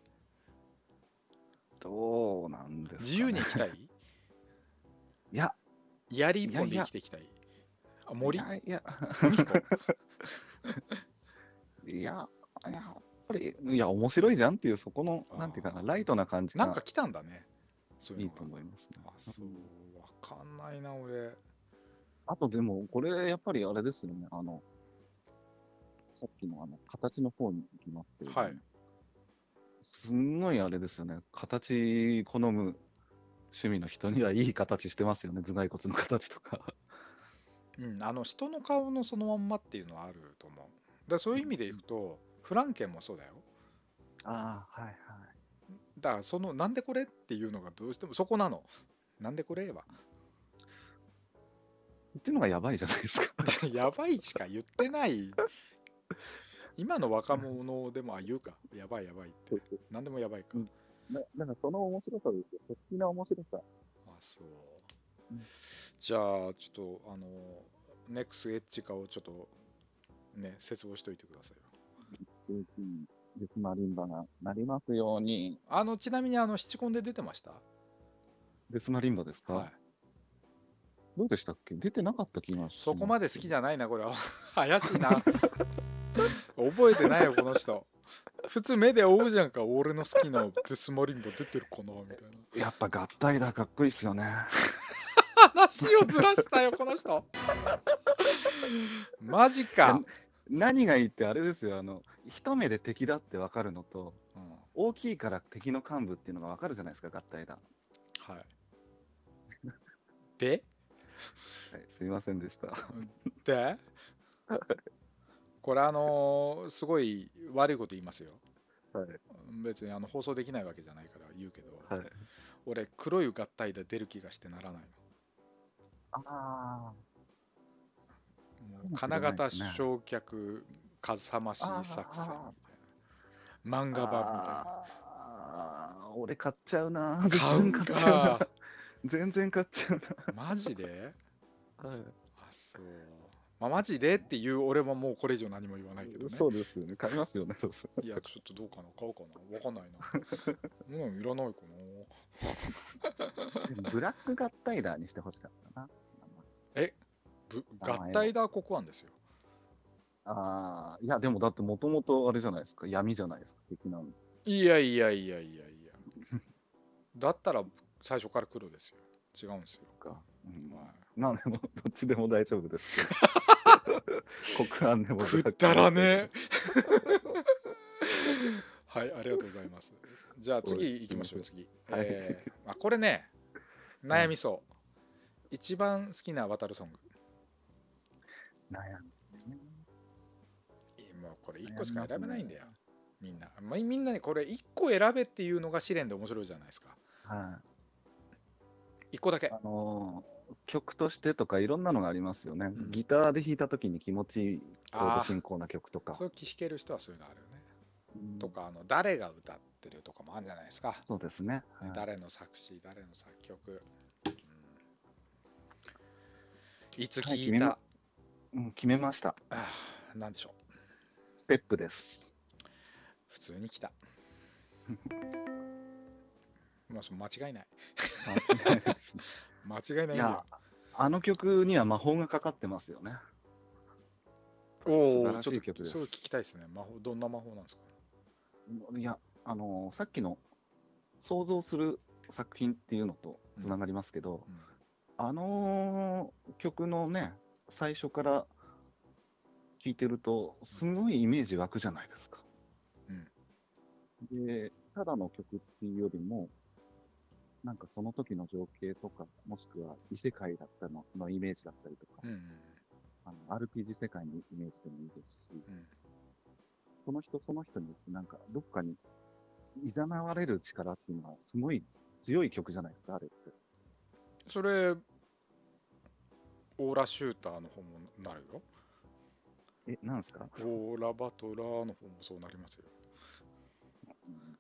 Speaker 3: どうなんですか、ね、
Speaker 1: 自由に生きた い
Speaker 3: いや、
Speaker 1: 槍一本で生きていきたいあ森
Speaker 3: いや、いや、
Speaker 1: 海彦
Speaker 3: いや、やっぱり、いや、面白いじゃんっていう、そこの、なんていうかな、
Speaker 1: あー
Speaker 3: ライトな感じ
Speaker 1: なんか
Speaker 3: が
Speaker 1: 来たんだねそうい
Speaker 3: いうい
Speaker 1: の
Speaker 3: と
Speaker 1: が。
Speaker 3: 思います、ね。
Speaker 1: あそうわかんないな俺
Speaker 3: あと、でも、これ、やっぱりあれですよね、あの、さっきのあの、形の方に行きますけれども
Speaker 1: はい。
Speaker 3: すんごいあれですよね、形好む趣味の人にはいい形してますよね、頭蓋骨の形とか。
Speaker 1: うんあの人の顔のそのまんまっていうのはあると思うだそういう意味でいくとフランケンもそうだよ
Speaker 3: ああ、はいはい。
Speaker 1: だからそのなんでこれっていうのがどうしてもそこなのなんでこれは
Speaker 3: っていうのがやばいじゃないですか。
Speaker 1: やばいしか言ってない今の若者でもあ言うかやばいやばいって何でもやばいか、
Speaker 3: うんななんかその面白さですよ。突飛な面白さ。
Speaker 1: あそう
Speaker 3: うん
Speaker 1: じゃあちょっとあのネックスエッジ化をちょっとね切望しといてくださいよ
Speaker 3: うんうんデスマリンバがなりますように。
Speaker 1: あのちなみにあの七コンで出てました
Speaker 3: デスマリンバですか、
Speaker 1: はい
Speaker 3: どうでしたっけ出てなかった気がし
Speaker 1: そこまで好き
Speaker 3: じ
Speaker 1: じゃないな、これ は。怪しいな。覚えてないよ、この人。普通目で追うじゃんか、俺の好きなデスマリンバ出てるかな、みたいな。
Speaker 3: ゃ。やっぱ合体だ、かっこいいっすよね。
Speaker 1: 話をずらしたよ、この人。マジか。
Speaker 3: 何がいいってあれですよ。あの、一目で敵だってわかるのと、
Speaker 1: うん
Speaker 3: 大きいから敵の幹部っていうのがわかるじゃないですか、合体だ。
Speaker 1: はい。で
Speaker 3: はい、すいませんでした。
Speaker 1: でこれあのーすごい悪いこと言いますよ。
Speaker 3: はい。
Speaker 1: 別にあの放送できないわけじゃないから言うけど、
Speaker 3: はい、
Speaker 1: 俺黒い合体で出る気がしてならないの。
Speaker 3: ああ。
Speaker 1: もう金型
Speaker 4: しょ
Speaker 1: 焼却かさまし作戦みたい
Speaker 4: あ
Speaker 1: な漫
Speaker 4: う
Speaker 1: 画版
Speaker 4: 俺買っちゃうな
Speaker 1: みたいな買うん
Speaker 4: 全然買っちゃうな
Speaker 1: か
Speaker 4: 全然買っちゃう
Speaker 1: マジで
Speaker 4: な、
Speaker 1: あそうまあマジでっていう俺ももうこれ以上何も言わないけどね
Speaker 4: そうですよね買いますよねそうそう
Speaker 1: いやちょっとどうかな買おうかなわかんない なもういらないかな
Speaker 4: ブラック合体だにしてほしかったな
Speaker 1: ぶ
Speaker 4: 名前を
Speaker 1: 合体だここ案ですよ
Speaker 4: ああいやでもだってもともとあれじゃないですか闇じゃないですか的ない
Speaker 1: やいやいやいやいや だったら最初から黒ですよ違うんですよ、
Speaker 4: か、うん
Speaker 1: まあ
Speaker 4: まあでもどっちでも大丈夫です けど国安でもブラ
Speaker 1: く
Speaker 4: ック
Speaker 1: だらねえ はいありがとうございますじゃあ
Speaker 4: そうです
Speaker 1: 次行きましょう次、
Speaker 4: はい
Speaker 1: えーあこれね悩みそう、一番好きな渡るソング
Speaker 4: 悩む
Speaker 1: いもうこれ1個しか選べないんだよ、みんなまみんなねこれ1個選べっていうのが試練で面白いじゃないですか
Speaker 4: は
Speaker 1: 1個だ
Speaker 4: い
Speaker 1: け
Speaker 4: あのー曲としてとかいろんなのがありますよね、
Speaker 1: ん
Speaker 4: ギターで弾いた時に気持ちいいコー
Speaker 1: あ
Speaker 4: ド
Speaker 1: あ
Speaker 4: 進行な曲とか
Speaker 1: そういう弾ける人はそういうのあるよね
Speaker 4: うん
Speaker 1: とかあの誰が歌ってるとかもあるんじゃないですか、
Speaker 4: そうですね、はい
Speaker 1: 誰の作詞誰の作曲、うんいつ
Speaker 4: はい
Speaker 1: 聞
Speaker 4: 決め
Speaker 1: いた、
Speaker 4: まうん、決めました
Speaker 1: あーなんでしょう
Speaker 4: ステッ プです
Speaker 1: 普通に来た まあその間違いない間違いないんだよ
Speaker 4: いや あの曲には魔法がかかってますよね
Speaker 1: お
Speaker 4: 素晴
Speaker 1: お
Speaker 4: ら
Speaker 1: ち
Speaker 4: し
Speaker 1: ょ
Speaker 4: い
Speaker 1: っ
Speaker 4: 曲
Speaker 1: と
Speaker 4: です
Speaker 1: それ聞きたいですね魔法どんな魔法なんですか
Speaker 4: いやあのーさっきの想像する作品っていうのとつながりますけど、
Speaker 1: うん
Speaker 4: あの曲のね、最初から聴いてると、すごいイメージ湧くじゃないですか。で、ただの曲っていうよりも、なんかその時の情景とか、もしくは異世界だったののイメージだったりとか
Speaker 1: う、ん
Speaker 4: あの RPG 世界のイメージでもいいですし、
Speaker 1: うんうん
Speaker 4: その人その人によって、なんかどっかに誘われる力っていうのは、すごい強い曲じゃないですか、あれって。
Speaker 1: それオーラシューターの方もなるよ
Speaker 4: え、なんですか
Speaker 1: オーラバトラーの方もそうなりますよ
Speaker 4: うん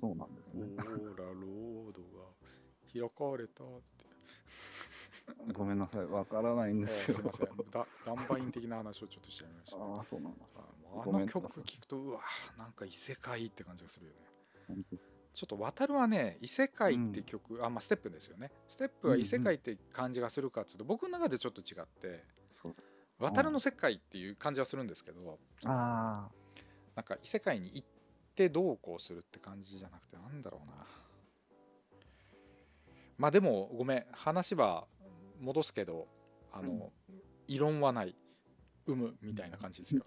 Speaker 4: そうなんです
Speaker 1: オ
Speaker 4: ね
Speaker 1: ー。ラロードが開かれたって。
Speaker 4: ごめんなさい、わからないん
Speaker 1: あー
Speaker 4: です
Speaker 1: すい
Speaker 4: よ。
Speaker 1: ません。だダンバイン的な話をちょっとしちゃいました。
Speaker 4: ああ、そうなんだ。
Speaker 1: あーもう
Speaker 4: ご
Speaker 1: あ
Speaker 4: め
Speaker 1: の
Speaker 4: ん
Speaker 1: 曲聞くと、うわー、なんか異世界って感じがするよね。
Speaker 4: 本当です
Speaker 1: ちょっと渡るはね、異世界って曲、あ、まあステップですよね。ステップは異世界って感じがするかっていうと、僕の中でちょっと違って、
Speaker 4: そうです。
Speaker 1: 渡るの世界っていう感じはするんですけど、
Speaker 4: ああ、
Speaker 1: なんか異世界に行ってどうこうするって感じじゃなくてなんだろうなまあでもごめん話は戻すけどあの、異論はない有無みたいな感じ ですよ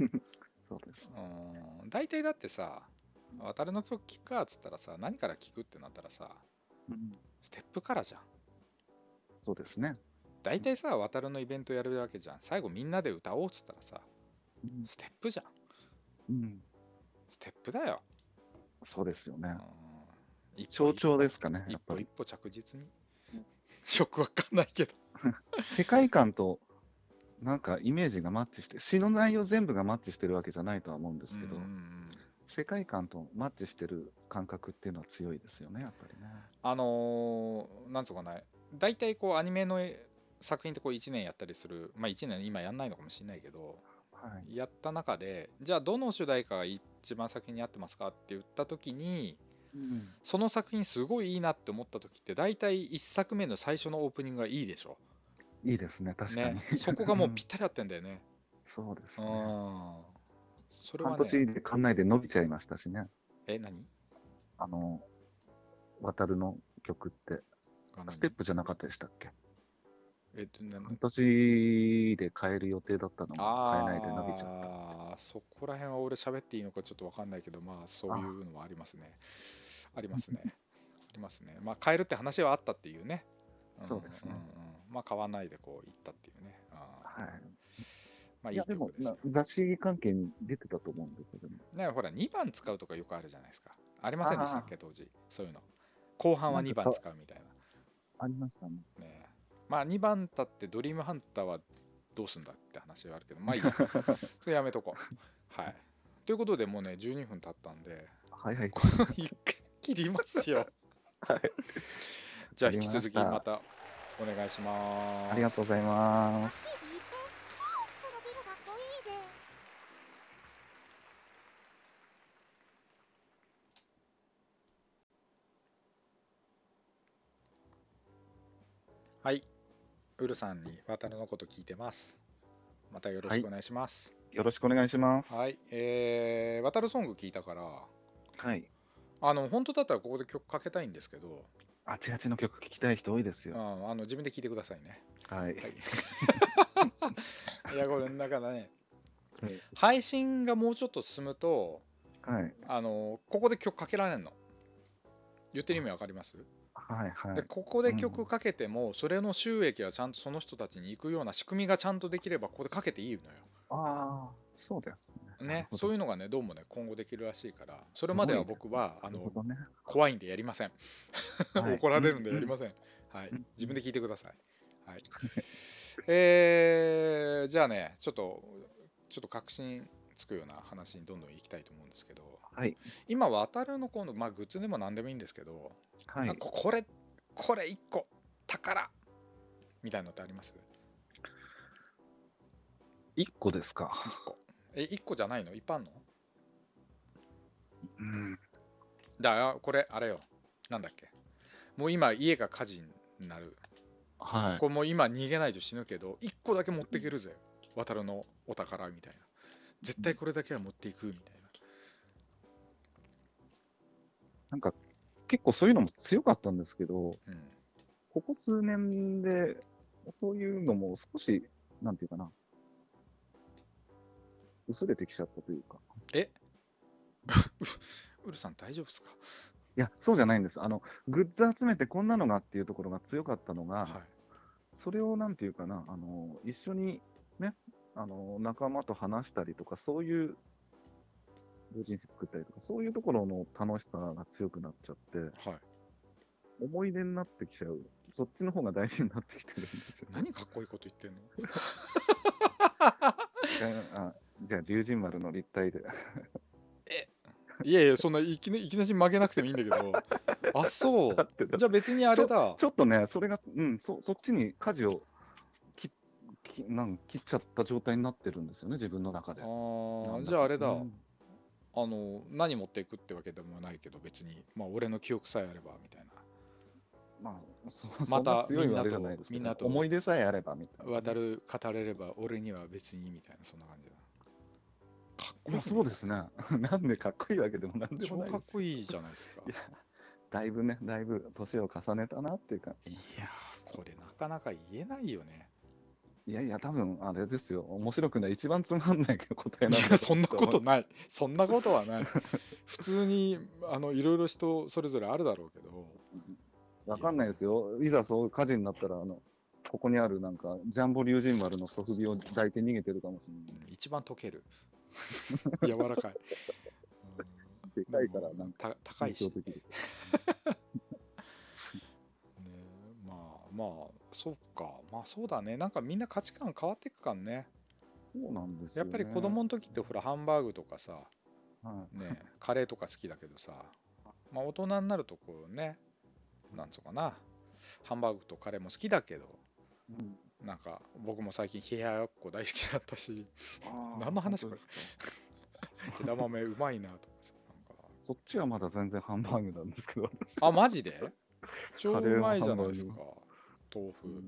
Speaker 4: そうです。
Speaker 1: うん大体だってさ渡るの曲聴くかっつったらさ何から聴くってなったらさ
Speaker 4: うん、
Speaker 1: ステップからじゃん
Speaker 4: そうですね。
Speaker 1: 大体さ渡るのイベントやるわけじゃん最後みんなで歌おうっつったらさ
Speaker 4: うん
Speaker 1: ステップじゃん
Speaker 4: うん、
Speaker 1: ステップだよ、
Speaker 4: そうですよね
Speaker 1: うん。一歩
Speaker 4: 象
Speaker 1: 一歩
Speaker 4: 徴ですかね、
Speaker 1: 一
Speaker 4: やっぱ
Speaker 1: 歩
Speaker 4: り
Speaker 1: 一。歩着実に。 よくわかんないけど。
Speaker 4: 世界観と、なんかイメージがマッチして、詩の内容全部がマッチしてるわけじゃないとは思うんですけど、世界観とマッチしてる感覚っていうのは強いですよね、やっぱりね。
Speaker 1: あのーなんつうかな、大体こうアニメの作品ってこう1年やったりする、まあ1年今やんないのかもしれないけど、
Speaker 4: はい。
Speaker 1: やった中で、じゃあどの主題歌が一番作品に合ってますかって言った時に、
Speaker 4: うん、
Speaker 1: その作品すごいいいなって思った時って、大体1作目の最初のオープニングがいいでしょ。
Speaker 4: いいですね、確かに。
Speaker 1: ね、そこが もうぴったり合ってんだよね。
Speaker 4: そうです
Speaker 1: う
Speaker 4: ね。
Speaker 1: ん。それは
Speaker 4: 半
Speaker 1: ね、
Speaker 4: 年で館内で伸びちゃいましたしね、
Speaker 1: え、何
Speaker 4: あの、渡るの曲って。
Speaker 1: が何
Speaker 4: ステップじゃなかったでしたっけ
Speaker 1: えっと、な
Speaker 4: 半年で買える予定だったの
Speaker 1: あ
Speaker 4: が買えないで伸びちゃった。
Speaker 1: あーそこら辺は俺喋っていいのかちょっと分かんないけどまあそういうのはありますねあり ますねありますねまあ変えるって話はあったっていうね、ん
Speaker 4: そうですね
Speaker 1: んうんまあ買わないでこう行ったっていうねあー
Speaker 4: は
Speaker 1: まあい
Speaker 4: い、い
Speaker 1: い
Speaker 4: やでも
Speaker 1: 曲ですよ
Speaker 4: な雑誌関係に出てたと思うんですけど、
Speaker 1: ねほら2番使うとかよくあるじゃないですかありませんでしたっけ当時そういうの後半は2番使うみたい
Speaker 4: ありましたね。
Speaker 1: なねまあ2番だってドリームハンターはどうすんだって話はあるけどまあ いいやそれやめとこうはいということでもうね12分経ったんで
Speaker 4: はいはい。
Speaker 1: この 一回切りますよ
Speaker 4: はい
Speaker 1: じゃあ引き
Speaker 4: わかりま
Speaker 1: 続
Speaker 4: し
Speaker 1: き
Speaker 4: た
Speaker 1: またお願いします
Speaker 4: ありがとうございます。
Speaker 2: いいってこのシールかっこいいぜ
Speaker 1: はいウルさんに渡るのこと聞いてますまたよろしくお願いします
Speaker 4: よろしくお願いします。
Speaker 1: はい、えー、渡るソング聞いたから
Speaker 4: はい。
Speaker 1: あの本当だったらここで曲かけたいんですけど、
Speaker 4: あちあちの曲聴きたい人多いです
Speaker 1: うん、
Speaker 4: よ。
Speaker 1: あの自分で聞いてくださいね。
Speaker 4: はい。
Speaker 1: はい、いやこれだからね
Speaker 4: はい
Speaker 1: 配信がもうちょっと進むと
Speaker 4: はい。
Speaker 1: あのここで曲かけられんの言ってる意味わかります、
Speaker 4: はい。は
Speaker 1: で
Speaker 4: い。
Speaker 1: ここで曲かけても、それの収益はちゃんとその人たちに行くような仕組みがちゃんとできればここでかけていいのよ。
Speaker 4: ああ、そうだよなる
Speaker 1: ね
Speaker 4: ほど
Speaker 1: そういうのがねどうもね今後できるらしいからそれまでは僕はあ
Speaker 4: なる
Speaker 1: の
Speaker 4: ほ どね。
Speaker 1: 怖いんでやりません。
Speaker 4: はい
Speaker 1: 怒られるんでやりません。はい
Speaker 4: うん、
Speaker 1: 自分で聞いてください。 はい。えーじゃあね、ちょっと、ちょっと確信つくような話にどんどん行きたいと思うんですけど、
Speaker 4: はい。
Speaker 1: 今、渡るの今度、まあ、グッズでも何でもいいんですけど、
Speaker 4: は
Speaker 1: なん
Speaker 4: い
Speaker 1: か。これ、これ一個、宝みたいなのってあります
Speaker 4: 一個ですか。
Speaker 1: 一個。え、一個じゃないの一般の
Speaker 4: うん。
Speaker 1: だから、これ、あれよ。なんだっけ。もう今、家が火事になる。
Speaker 4: はい。
Speaker 1: これもう今逃げないと死ぬけど1個だけ持っていけるぜ渡るのお宝みたいな絶対これだけは持っていくみたいな
Speaker 4: なんか、結構そういうのも強かったんですけど、
Speaker 1: うん
Speaker 4: ここ数年で、そういうのも少し、なんていうかな、薄れてきちゃったというか。
Speaker 1: え ウルさん大丈夫ですか
Speaker 4: いや、そうじゃないんです。あの、グッズ集めてこんなのがっていうところが強かったのが、
Speaker 1: はい
Speaker 4: それをなんていうかな、あの一緒にね、あの仲間と話したりとか、そういう、人生作ったりとか、そういうところの楽しさが強くなっちゃって、
Speaker 1: はい
Speaker 4: 思い出になってきちゃう、そっちの方が大事になってきてるんですよ、
Speaker 1: 何かっこいいこと言ってんの
Speaker 4: あじゃあ、龍神丸の立体で。
Speaker 1: いやいやそんないきないきなり曲げなくてもいいんだけどあそう
Speaker 4: だってだ
Speaker 1: じゃあ別にあれだ
Speaker 4: ちょっとね、それが、うん、そそっちに舵を切切なん切っちゃった状態になってるんですよね、自分の中で。
Speaker 1: あ
Speaker 4: なん
Speaker 1: ー
Speaker 4: だ
Speaker 1: じゃああれだ、
Speaker 4: うん
Speaker 1: あの何持っていくってわけでもないけど別にまあ俺の記憶さえあればみたいな
Speaker 4: まあ、そそん
Speaker 1: ま
Speaker 4: な
Speaker 1: た
Speaker 4: 強いわけじゃないですけど
Speaker 1: みんなと
Speaker 4: 思い出さえあればみたいなね、
Speaker 1: 渡る語れれば俺には別にみたいなそんな感じだかっこいい、
Speaker 4: まあ、そうですね。 なんでかっこいいわけでもなんで
Speaker 1: 超
Speaker 4: もない
Speaker 1: か
Speaker 4: で
Speaker 1: っ
Speaker 4: す。
Speaker 1: こいいじゃないですか
Speaker 4: いやだいぶね、だいぶ年を重ねたなっていう感
Speaker 1: い
Speaker 4: じ。
Speaker 1: やーこれなかなか言えないよね
Speaker 4: いやいや、多分あれですよ。面白くない。一番つまんない答えなんだ
Speaker 1: いやそんなこと
Speaker 4: 思
Speaker 1: ないそんなことはない普通にあのいろいろ人それぞれあるだろうけど
Speaker 4: うわかんないですよ。いざそう火事になったら、あの、ここにあるなんか、ジャンボ竜神丸のソフビを抱いて逃げてるかもしれ
Speaker 1: う
Speaker 4: な
Speaker 1: ん
Speaker 4: い。
Speaker 1: 一番溶ける 柔らかい、うん
Speaker 4: でかいから、なんか、
Speaker 1: た高いし
Speaker 4: 印象
Speaker 1: ね
Speaker 4: 的です
Speaker 1: まあまあそうかまあそうだねなんかみんな価値観変わっていくかんね
Speaker 4: そうなんです
Speaker 1: や
Speaker 4: よ、
Speaker 1: っ
Speaker 4: ね。
Speaker 1: ぱり子供の時ってほらハンバーグとかさ
Speaker 4: は
Speaker 1: ねカレーとか好きだけどさ、まあ、大人になるとこうねなんつうかなハンバーグとカレーも好きだけど
Speaker 4: い。うん
Speaker 1: なんか僕も最近冷ややっこ大好きだった し
Speaker 4: あー
Speaker 1: 何の話これ
Speaker 4: 本当ですか
Speaker 1: 枝豆うまいなとかさなん
Speaker 4: そっちはまだ全然ハンバーグなんですけ ど。
Speaker 1: かあマジで超
Speaker 4: カレー
Speaker 1: う
Speaker 4: の
Speaker 1: ま
Speaker 4: ハ
Speaker 1: い
Speaker 4: ンバーグ
Speaker 1: じゃないですか豆腐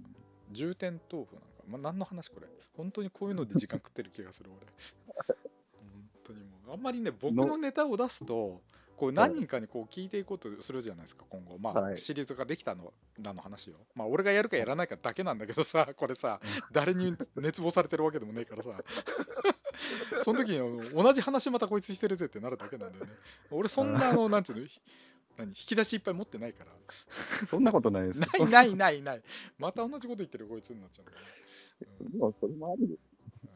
Speaker 1: 重点豆腐なんか、まあ、何の話これ本当にこういうので時間食ってる気がする俺本当にもうあんまりね僕のネタを出すとこう何人かにこう聞いていこうとするじゃないですか今後まあ
Speaker 4: はい
Speaker 1: シリーズができたのらの話よまあ俺がやるかやらないかだけなんだけどさ これさ誰に熱望されてるわけでもねえからさ その時にあの同じ話またこいつしてるぜってなるだけなんだよね俺そんなあのなんていうのひ何引き出しいっぱい持ってない から
Speaker 4: そんなことないですよ。
Speaker 1: ないないないないまた同じこと言ってるこいつになっちゃうんだよね
Speaker 4: まあそれもあるで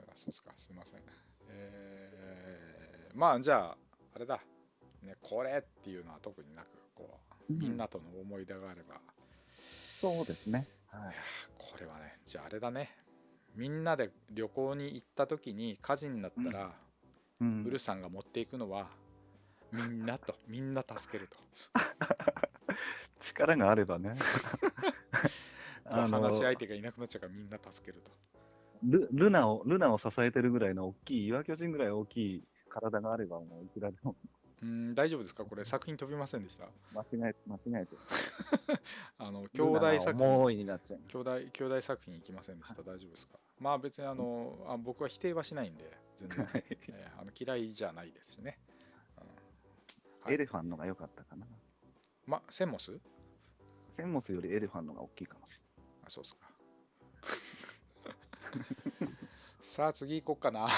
Speaker 1: あそうですか、すいません。えーまあじゃあ、あれだ、ね、これっていうのは特になく、こう、
Speaker 4: うん
Speaker 1: みんなとの思い出があれば、い
Speaker 4: そうですね。は
Speaker 1: やーこれはね、じゃああれだね、みんなで旅行に行った時に火事になったら、
Speaker 4: うん
Speaker 1: ウルさんが持っていくのはみんなとみんな助けると
Speaker 4: 力があれ ばね
Speaker 1: こう話し相手がいなくなっちゃうからみんな助けると
Speaker 4: ルルナをルナを支えてるぐらいの大きい岩巨人ぐらい大きい体があればもういくらでも
Speaker 1: うん大丈夫ですかこれ作品飛びませんでした
Speaker 4: 間違え間違えて
Speaker 1: あの兄弟作
Speaker 4: ルナは
Speaker 1: 品
Speaker 4: 重いになっちゃう
Speaker 1: 兄弟兄弟作品行きませんでした大丈夫ですかまあ別にあのあ僕は否定はしないんで全然、えーあの嫌いじゃないですしね、うんはい
Speaker 4: エレファンのが良かったかな
Speaker 1: まあセモス
Speaker 4: センモスよりエレファンのが大きいかもし
Speaker 1: あそうっ すかさあ次行こっかな、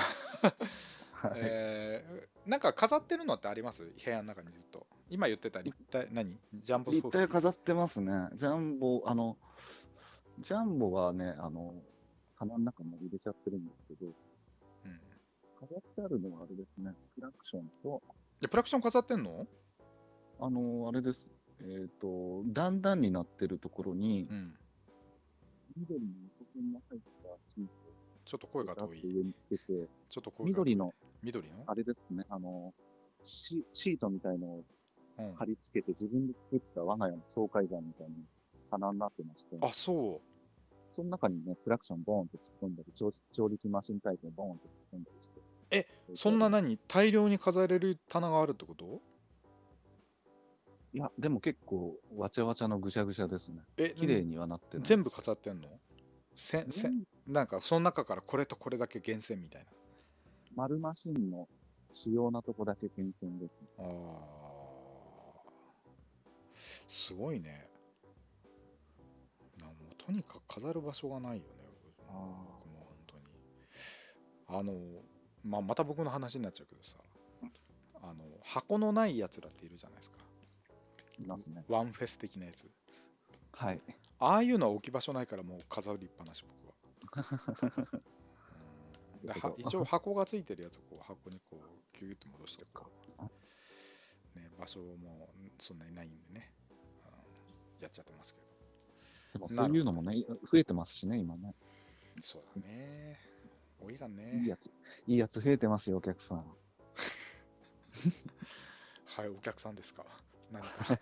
Speaker 4: れない、
Speaker 1: えーなんか飾ってるのってあります部屋の中にずっと今言ってた立体何ジャンボ
Speaker 4: 立体
Speaker 1: 飾
Speaker 4: 飾ってますねジャンボあのジャンボはねあの鼻の中も入れちゃってるんですけど
Speaker 1: うんい
Speaker 4: 飾ってあるのはあれですねクラクションと
Speaker 1: やプラクション飾ってんの
Speaker 4: あのあれですえっ、とだんだんになってるところに
Speaker 1: うん
Speaker 4: 緑の横線が入ったシート
Speaker 1: ちょっと声が
Speaker 4: をガッ
Speaker 1: 遠
Speaker 4: と
Speaker 1: い
Speaker 4: 上につけて
Speaker 1: ちょっと声が
Speaker 4: 緑の
Speaker 1: 緑の
Speaker 4: あれですねあのシシートみたいのを
Speaker 1: うん
Speaker 4: 貼り付けて自分で作った我が家の爽快感みたいに花になってまして
Speaker 1: あそう
Speaker 4: その中にね、クラクションボーンと突っ込んだり、調調理器マシンタイプをボーンと突っ込んだりして。
Speaker 1: え、そんな
Speaker 4: の
Speaker 1: 何大量に飾れる棚があるってこと
Speaker 4: いや、でも結構、わちゃわちゃのぐしゃぐしゃですね。
Speaker 1: え
Speaker 4: 綺麗にはなってない。
Speaker 1: 全部飾ってんのせんせん
Speaker 4: 全
Speaker 1: なんかその中からこれとこれだけ厳選みたいな
Speaker 4: 丸マシンの主要なとこだけ厳選です、ね。
Speaker 1: あーすごいねなんもうとにかく飾る場所がないよね僕
Speaker 4: あー
Speaker 1: 僕も本当にあの、まあ、また僕の話になっちゃうけどさあの箱のないやつらっているじゃないですか
Speaker 4: いますね。
Speaker 1: ワンフェス的なやつ
Speaker 4: はい。
Speaker 1: ああいうのは置き場所ないからもう飾りっぱなし僕は うんでは一応箱がついてるやつをこう箱にこうギューッと戻してこう、ね、場所もそんなにないんでね、うんやっちゃってますけど
Speaker 4: でも
Speaker 1: なるほ
Speaker 4: そ
Speaker 1: ど
Speaker 4: ういうのもね、増えてますしね、今ね。
Speaker 1: そうだね多いが
Speaker 4: いい
Speaker 1: ね
Speaker 4: やつ、いいやつ増えてますよ、お客さん。
Speaker 1: はいお客さんですか何か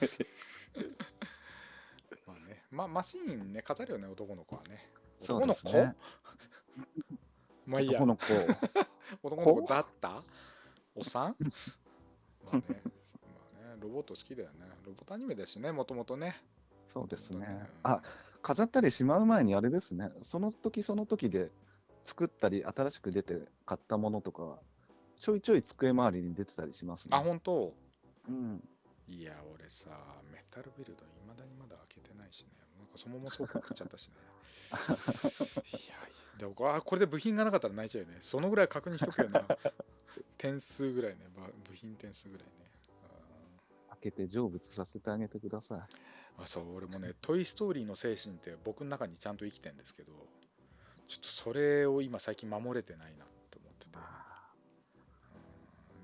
Speaker 1: まあねまあマシーンね飾るよね男の子はね男の子、
Speaker 4: そうですね
Speaker 1: まあいいや
Speaker 4: 男 の子。
Speaker 1: 男の子だったおさんまあね,、 まあ、ねロボット好きだよねロボットアニメだしねもともとね
Speaker 4: そうですね
Speaker 1: うん。
Speaker 4: あ、飾ったりしまう前にあれですね、その時その時で作ったり、新しく出て買ったものとか、ちょいちょい机周りに出てたりしますね。
Speaker 1: あ本当
Speaker 4: うん。
Speaker 1: いや俺さメタルビルドいまだにまだ開けてないしねなんかそのまま倉庫食っちゃったしねいや いやでもあこれで部品がなかったら泣いちゃうよねそのぐらい確認しとくよ な点数ぐらいねば部品点数ぐらいね
Speaker 4: 開けて成仏させてあげてください。
Speaker 1: あそう俺も ね「トイ・ストーリー」の精神って僕の中にちゃんと生きてんですけどちょっとそれを今最近守れてないなと思ってて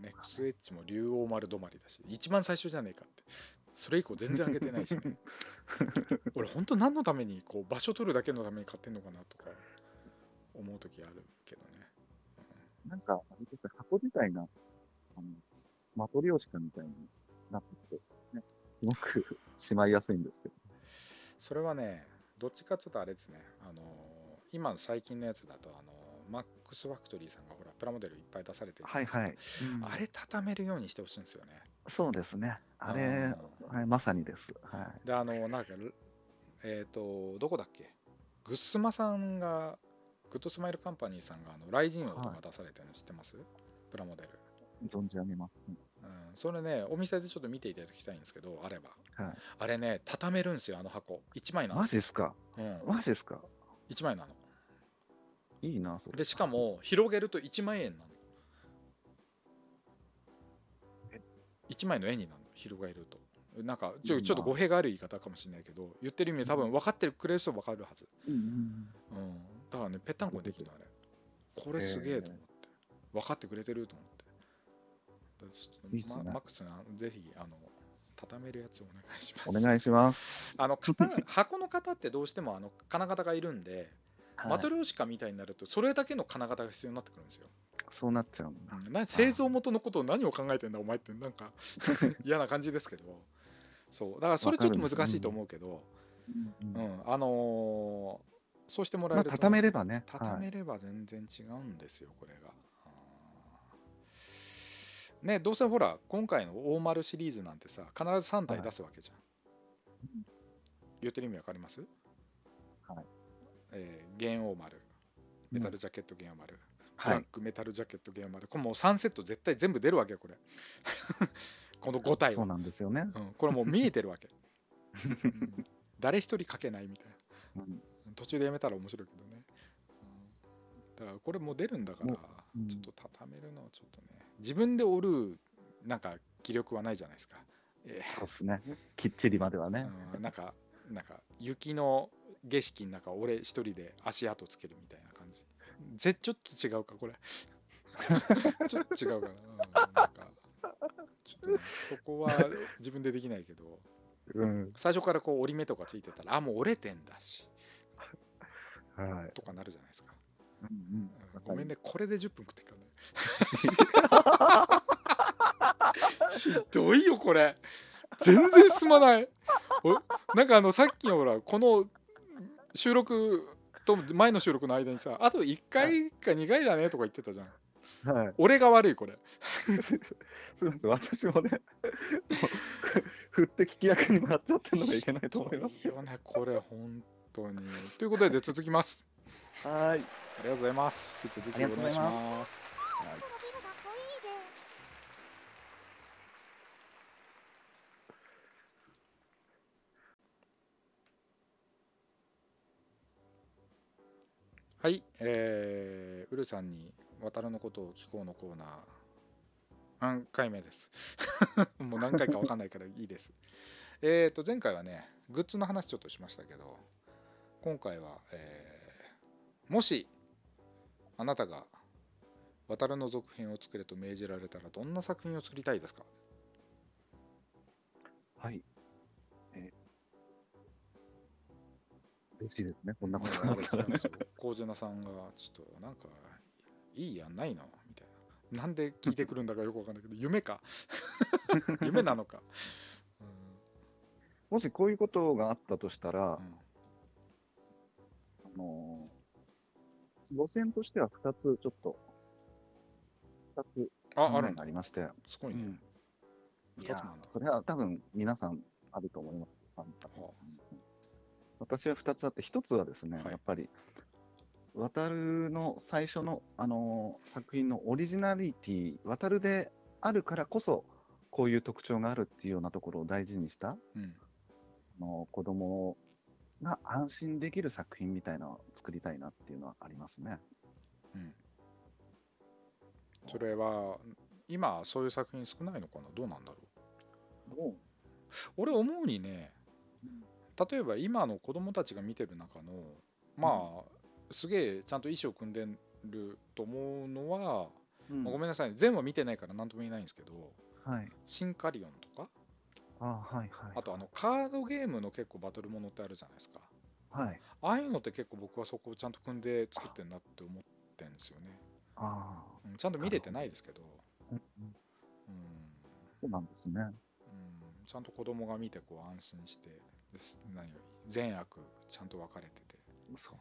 Speaker 1: ネクスエッジも竜王丸止まりだし一番最初じゃねえかってそれ以降全然上げてないし ね俺ほんと何のためにこう場所取るだけのために買ってんのかなとか思う時あるけどね
Speaker 4: なんか、あれですね箱自体が、あの、マトリョーシカみたいになってて、ね、すごく しまいやすいんですけど。
Speaker 1: それはねどっちかちょっとあれですねあの今の最近のやつだとあのマックスファクトリーさんがほらプラモデルいっぱい出されてるじゃないですか、。あれ畳めるようにしてほしいんですよね
Speaker 4: そうですね。あれ、
Speaker 1: うん
Speaker 4: はい、まさにです。は
Speaker 1: であのなんかえっ、とどこだっけグッスマさんがグッドスマイルカンパニーさんがあのライジン王と
Speaker 4: は
Speaker 1: か
Speaker 4: い
Speaker 1: 出されてるの知ってます、プラモデル、
Speaker 4: い。存じ上げます。
Speaker 1: うん、それねお店でちょっと見ていただきたいんですけどあれば
Speaker 4: はい。
Speaker 1: あれね畳めるんですよあの箱1枚なん
Speaker 4: マ
Speaker 1: です
Speaker 4: ジ
Speaker 1: よ、
Speaker 4: っすか
Speaker 1: うん、
Speaker 4: マジっすか
Speaker 1: 1枚なの
Speaker 4: いいな、それ。
Speaker 1: でしかも広げると1万円なの
Speaker 4: え
Speaker 1: 1枚の絵になるの広げるとなんかち
Speaker 4: い
Speaker 1: ょ
Speaker 4: いな
Speaker 1: ちょっと語弊がある言い方かもしれないけど言ってる意味多分分かってくれる人は分かるはず、
Speaker 4: うんうんうん。
Speaker 1: うん、だからねぺったんこにできたのあれこれすげえと思って分かってくれてると思ってだちょっと
Speaker 4: いいっすね
Speaker 1: まマックスさんぜひあの畳めるやつお願いします
Speaker 4: お願いします。
Speaker 1: あの型箱の型ってどうしてもあの金型がいるんで
Speaker 4: はい
Speaker 1: マトリョーシカみたいになるとそれだけの金型が必要になってくるんですよ。
Speaker 4: そうなっちゃうんだ。
Speaker 1: な製造元のことを何を考えてんだお前ってなん か嫌な感じですけどそうだからそれちょっと
Speaker 4: わかるんです
Speaker 1: 難しいと思うけど、うんあのーそうしてもらえ
Speaker 4: まあ、
Speaker 1: ると、
Speaker 4: 畳めればね。
Speaker 1: 畳
Speaker 4: はい
Speaker 1: めれば全然違うんですよこれが。あーねどうせほら今回の大丸シリーズなんてさ必ず3体出すわけじゃん。言ってる意味わかります
Speaker 4: はい。
Speaker 1: えー、ゲンオーマルメタルジャケットゲンオーマル、ブ
Speaker 4: は
Speaker 1: ラッ
Speaker 4: い。
Speaker 1: クメタルジャケットゲンオーマルこれもう3セット絶対全部出るわけよこれ この5体
Speaker 4: そ
Speaker 1: は
Speaker 4: うなんですよね。
Speaker 1: うん、これもう見えてるわけ、うん誰一人書けないみたいな
Speaker 4: うん
Speaker 1: 途中でやめたら面白いけどね、うんだからこれもう出るんだから
Speaker 4: もううん
Speaker 1: ちょっと畳めるのはちょっとね自分で折るなんか気力はないじゃないですか、え
Speaker 4: そうですね。きっちりまでは
Speaker 1: え
Speaker 4: ね。
Speaker 1: うんなんかなんか雪の景色の中俺一人で足跡つけるみたいな感じぜちょっと違うかこれ ちょっと違うかな,、うん、なんかちょっとねそこは自分でできないけど
Speaker 4: うん。
Speaker 1: 最初からこう折り目とかついてたらあもう折れてんだし
Speaker 4: はい。うん
Speaker 1: とかなるじゃないですか
Speaker 4: うん
Speaker 1: うんごめんね、これで10分食ってっからね。ひどいよ、これ。全然進まない。おなんかあの、さっきのほら、この収録と前の収録の間にさ、あと1回か2回だねとか言ってたじゃん。
Speaker 4: はい。
Speaker 1: 俺が悪い、これ。
Speaker 4: すみません。私もね、も う振って聞き役に回っちゃってるのがいけないと思いま
Speaker 1: ひどいよね、これ、本当に。ということで、続きます。
Speaker 4: す。はい。
Speaker 1: ありがとうございます。引き続きお願いし
Speaker 4: ありがとう
Speaker 1: ます。
Speaker 2: プロシーブかっこいいぜ
Speaker 1: はい、えー、ウルさんに渡るのことを聞こうのコーナー何回目です もう何回か分かんないからいいですえっと前回はねグッズの話ちょっとしましたけど今回は、えーもしあなたが渡るの続編を作れと命じられたらどんな作品を作りたいですか
Speaker 4: はい。えー嬉しいですね。こんなこと
Speaker 1: あ
Speaker 4: があ
Speaker 1: れ
Speaker 4: っ
Speaker 1: です
Speaker 4: た
Speaker 1: よ
Speaker 4: らね。
Speaker 1: コーゼナさんがちょっとなんかいいやんないのみたいななんで聞いてくるんだかよくわかんないけど夢か 夢なのか、う
Speaker 4: もしこういうことがあったとしたら、
Speaker 1: ん
Speaker 4: あのー路線としては2つ、ちょっと、2つ、
Speaker 1: ああるん
Speaker 4: が
Speaker 1: だ
Speaker 4: ありまして、
Speaker 1: すごいね、二つもあるんだ
Speaker 4: それは多分皆さんあると思います。あの
Speaker 1: は
Speaker 4: 私は2つあって、1つはですね、
Speaker 1: はい
Speaker 4: やっぱり、渡るの最初の、あのー作品のオリジナリティ、渡るであるからこそ、こういう特徴があるっていうようなところを大事にした、
Speaker 1: うん
Speaker 4: あのー子供が安心できる作品みたいなのを作りたいなっていうのはありますね。
Speaker 1: うん、それは今そういう作品少ないのかなどうなんだろう
Speaker 4: どう
Speaker 1: 俺思うにね例えば今の子供たちが見てる中のまあすげえちゃんと意思を組んでると思うのは、
Speaker 4: うん
Speaker 1: まあごめんなさい全話見てないから何とも言えないんですけど、
Speaker 4: はい。
Speaker 1: シンカリオンとか
Speaker 4: あはいはい。
Speaker 1: あとあのカードゲームの結構バトルものってあるじゃないですか
Speaker 4: はい。
Speaker 1: ああいうのって結構僕はそこをちゃんと組んで作ってんなって思ってんですよね、
Speaker 4: ああ。
Speaker 1: うん、ちゃんと見れてないですけど
Speaker 4: うん
Speaker 1: うん、
Speaker 4: そうなんですね。
Speaker 1: うん、ちゃんと子供が見てこう安心してです何より善悪ちゃんと分かれてて、
Speaker 4: そう。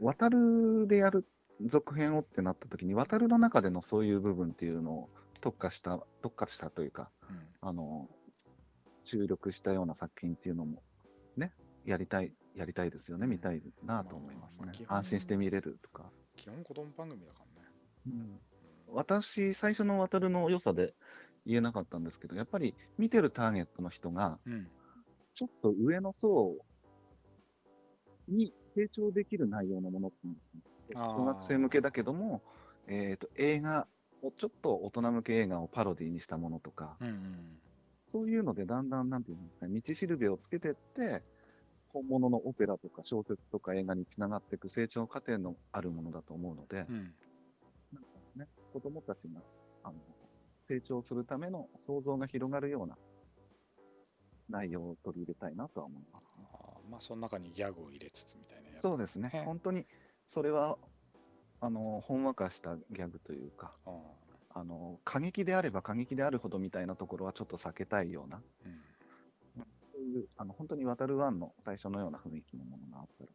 Speaker 4: 渡るでやる続編をってなった時に、渡るの中でのそういう部分っていうのを特化した、特化したというか、
Speaker 1: うん
Speaker 4: あの、注力したような作品っていうのも、ね、やりたい、やりたいですよね、
Speaker 1: うん
Speaker 4: 見たいなと思います
Speaker 1: まあまあ
Speaker 4: ね
Speaker 1: 基。本
Speaker 4: 安心して見れるとか。
Speaker 1: 基本子供番組だからね、うん
Speaker 4: 私、最初の渡るの良さで言えなかったんですけど、やっぱり見てるターゲットの人が、
Speaker 1: うん
Speaker 4: ちょっと上の層に成長できる内容のものっていう
Speaker 1: あー
Speaker 4: 小学生向けだけども、えー、と映画をちょっと大人向け映画をパロディにしたものとか、
Speaker 1: うんうん
Speaker 4: そういうのでだんだんなんていうんですかね、道しるべをつけてって、本物のオペラとか小説とか映画につながっていく成長過程のあるものだと思うので、
Speaker 1: うん
Speaker 4: なんかね、子供たちがあの成長するための想像が広がるような内容を取り入れたいなとは思います。
Speaker 1: あーまあその中にギャグを入れつつみたいなや
Speaker 4: そうですね
Speaker 1: ね。
Speaker 4: 本当に、それは、あの、ほんわかしたギャグというか、
Speaker 1: あー
Speaker 4: あの、過激であれば過激であるほどみたいなところはちょっと避けたいような、
Speaker 1: うん
Speaker 4: そういう、あの、本当に渡る湾の最初のような雰囲気のものがあったら、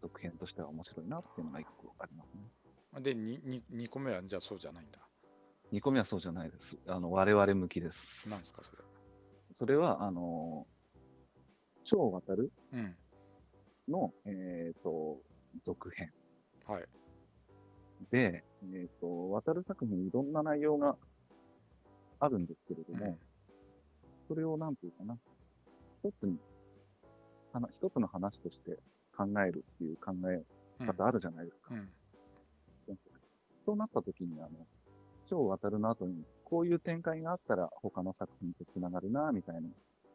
Speaker 4: 続編としては面白いなっていうのが一個ありますね。
Speaker 1: で 2, 2個目はじゃあそうじゃないんだ。
Speaker 4: 2個目はそうじゃないです。あの、我々向きです。
Speaker 1: なんですかそれ。
Speaker 4: それは、あの、超渡る
Speaker 1: うん。
Speaker 4: の、えっ、と、続編。
Speaker 1: はい。
Speaker 4: で、えっ、と、渡る作品いろんな内容があるんですけれど
Speaker 1: うん
Speaker 4: も、それをなんていうかな、一つに、はな一つの話として考えるっていう考え
Speaker 1: うん
Speaker 4: 方あるじゃないですか。
Speaker 1: うん
Speaker 4: そうなった時に、あの、超渡るの後に、こういう展開があったら他の作品と繋がるな、みたいな、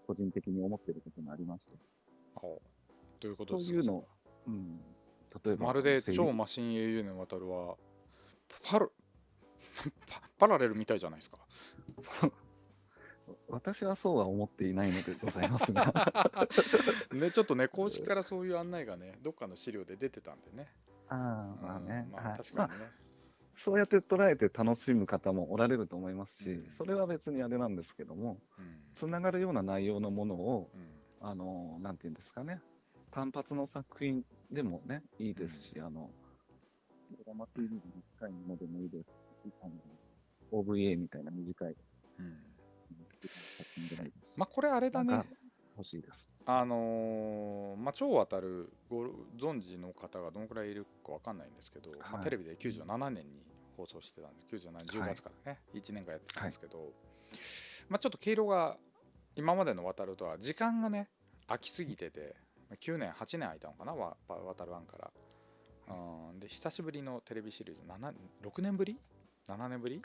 Speaker 4: 個人的に思ってることもありまして。
Speaker 1: あどういうことですか
Speaker 4: そういうのうん。例えば、
Speaker 1: まるで
Speaker 4: 声優
Speaker 1: 超マシン au の渡るはパル パパラレルみたいじゃないですか。
Speaker 4: 私はそうは思っていないのでござ いますが。
Speaker 1: ね、ちょっとね公式からそういう案内がねどっかの資料で出てたんでね。
Speaker 4: ああ、まあね
Speaker 1: う。ん
Speaker 4: は
Speaker 1: まあ
Speaker 4: い
Speaker 1: 確
Speaker 4: ま
Speaker 1: か
Speaker 4: あ
Speaker 1: にね。
Speaker 4: そうやって捉えて楽しむ方もおられると思いますし、
Speaker 1: うん
Speaker 4: それは別にあれなんですけども、
Speaker 1: うん
Speaker 4: つながるような内容のものを、
Speaker 1: うん
Speaker 4: あのなんていうんですかね、単発の作品でもね、いいですし、あの、ドラマ TV の短いものでもいいですし、あの OVA みたいな短い
Speaker 1: うん
Speaker 4: 作品でもいいですし、
Speaker 1: まあこれあれだ
Speaker 4: なん
Speaker 1: ね
Speaker 4: か。欲しいです。
Speaker 1: あのーまあ、超渡るご存知の方がどのくらいいるかわかんないんですけど、ま
Speaker 4: は
Speaker 1: あ、
Speaker 4: い
Speaker 1: テレビで97年に放送してたんです97年10月からね、1年間やってたんですけど、まあ、ちょっと毛色が今までの渡るとは時間がね空きすぎてて9年8年空いたのかなわわ渡る1から。うんで久しぶりのテレビシリーズ7 6年ぶり ?7 年ぶり、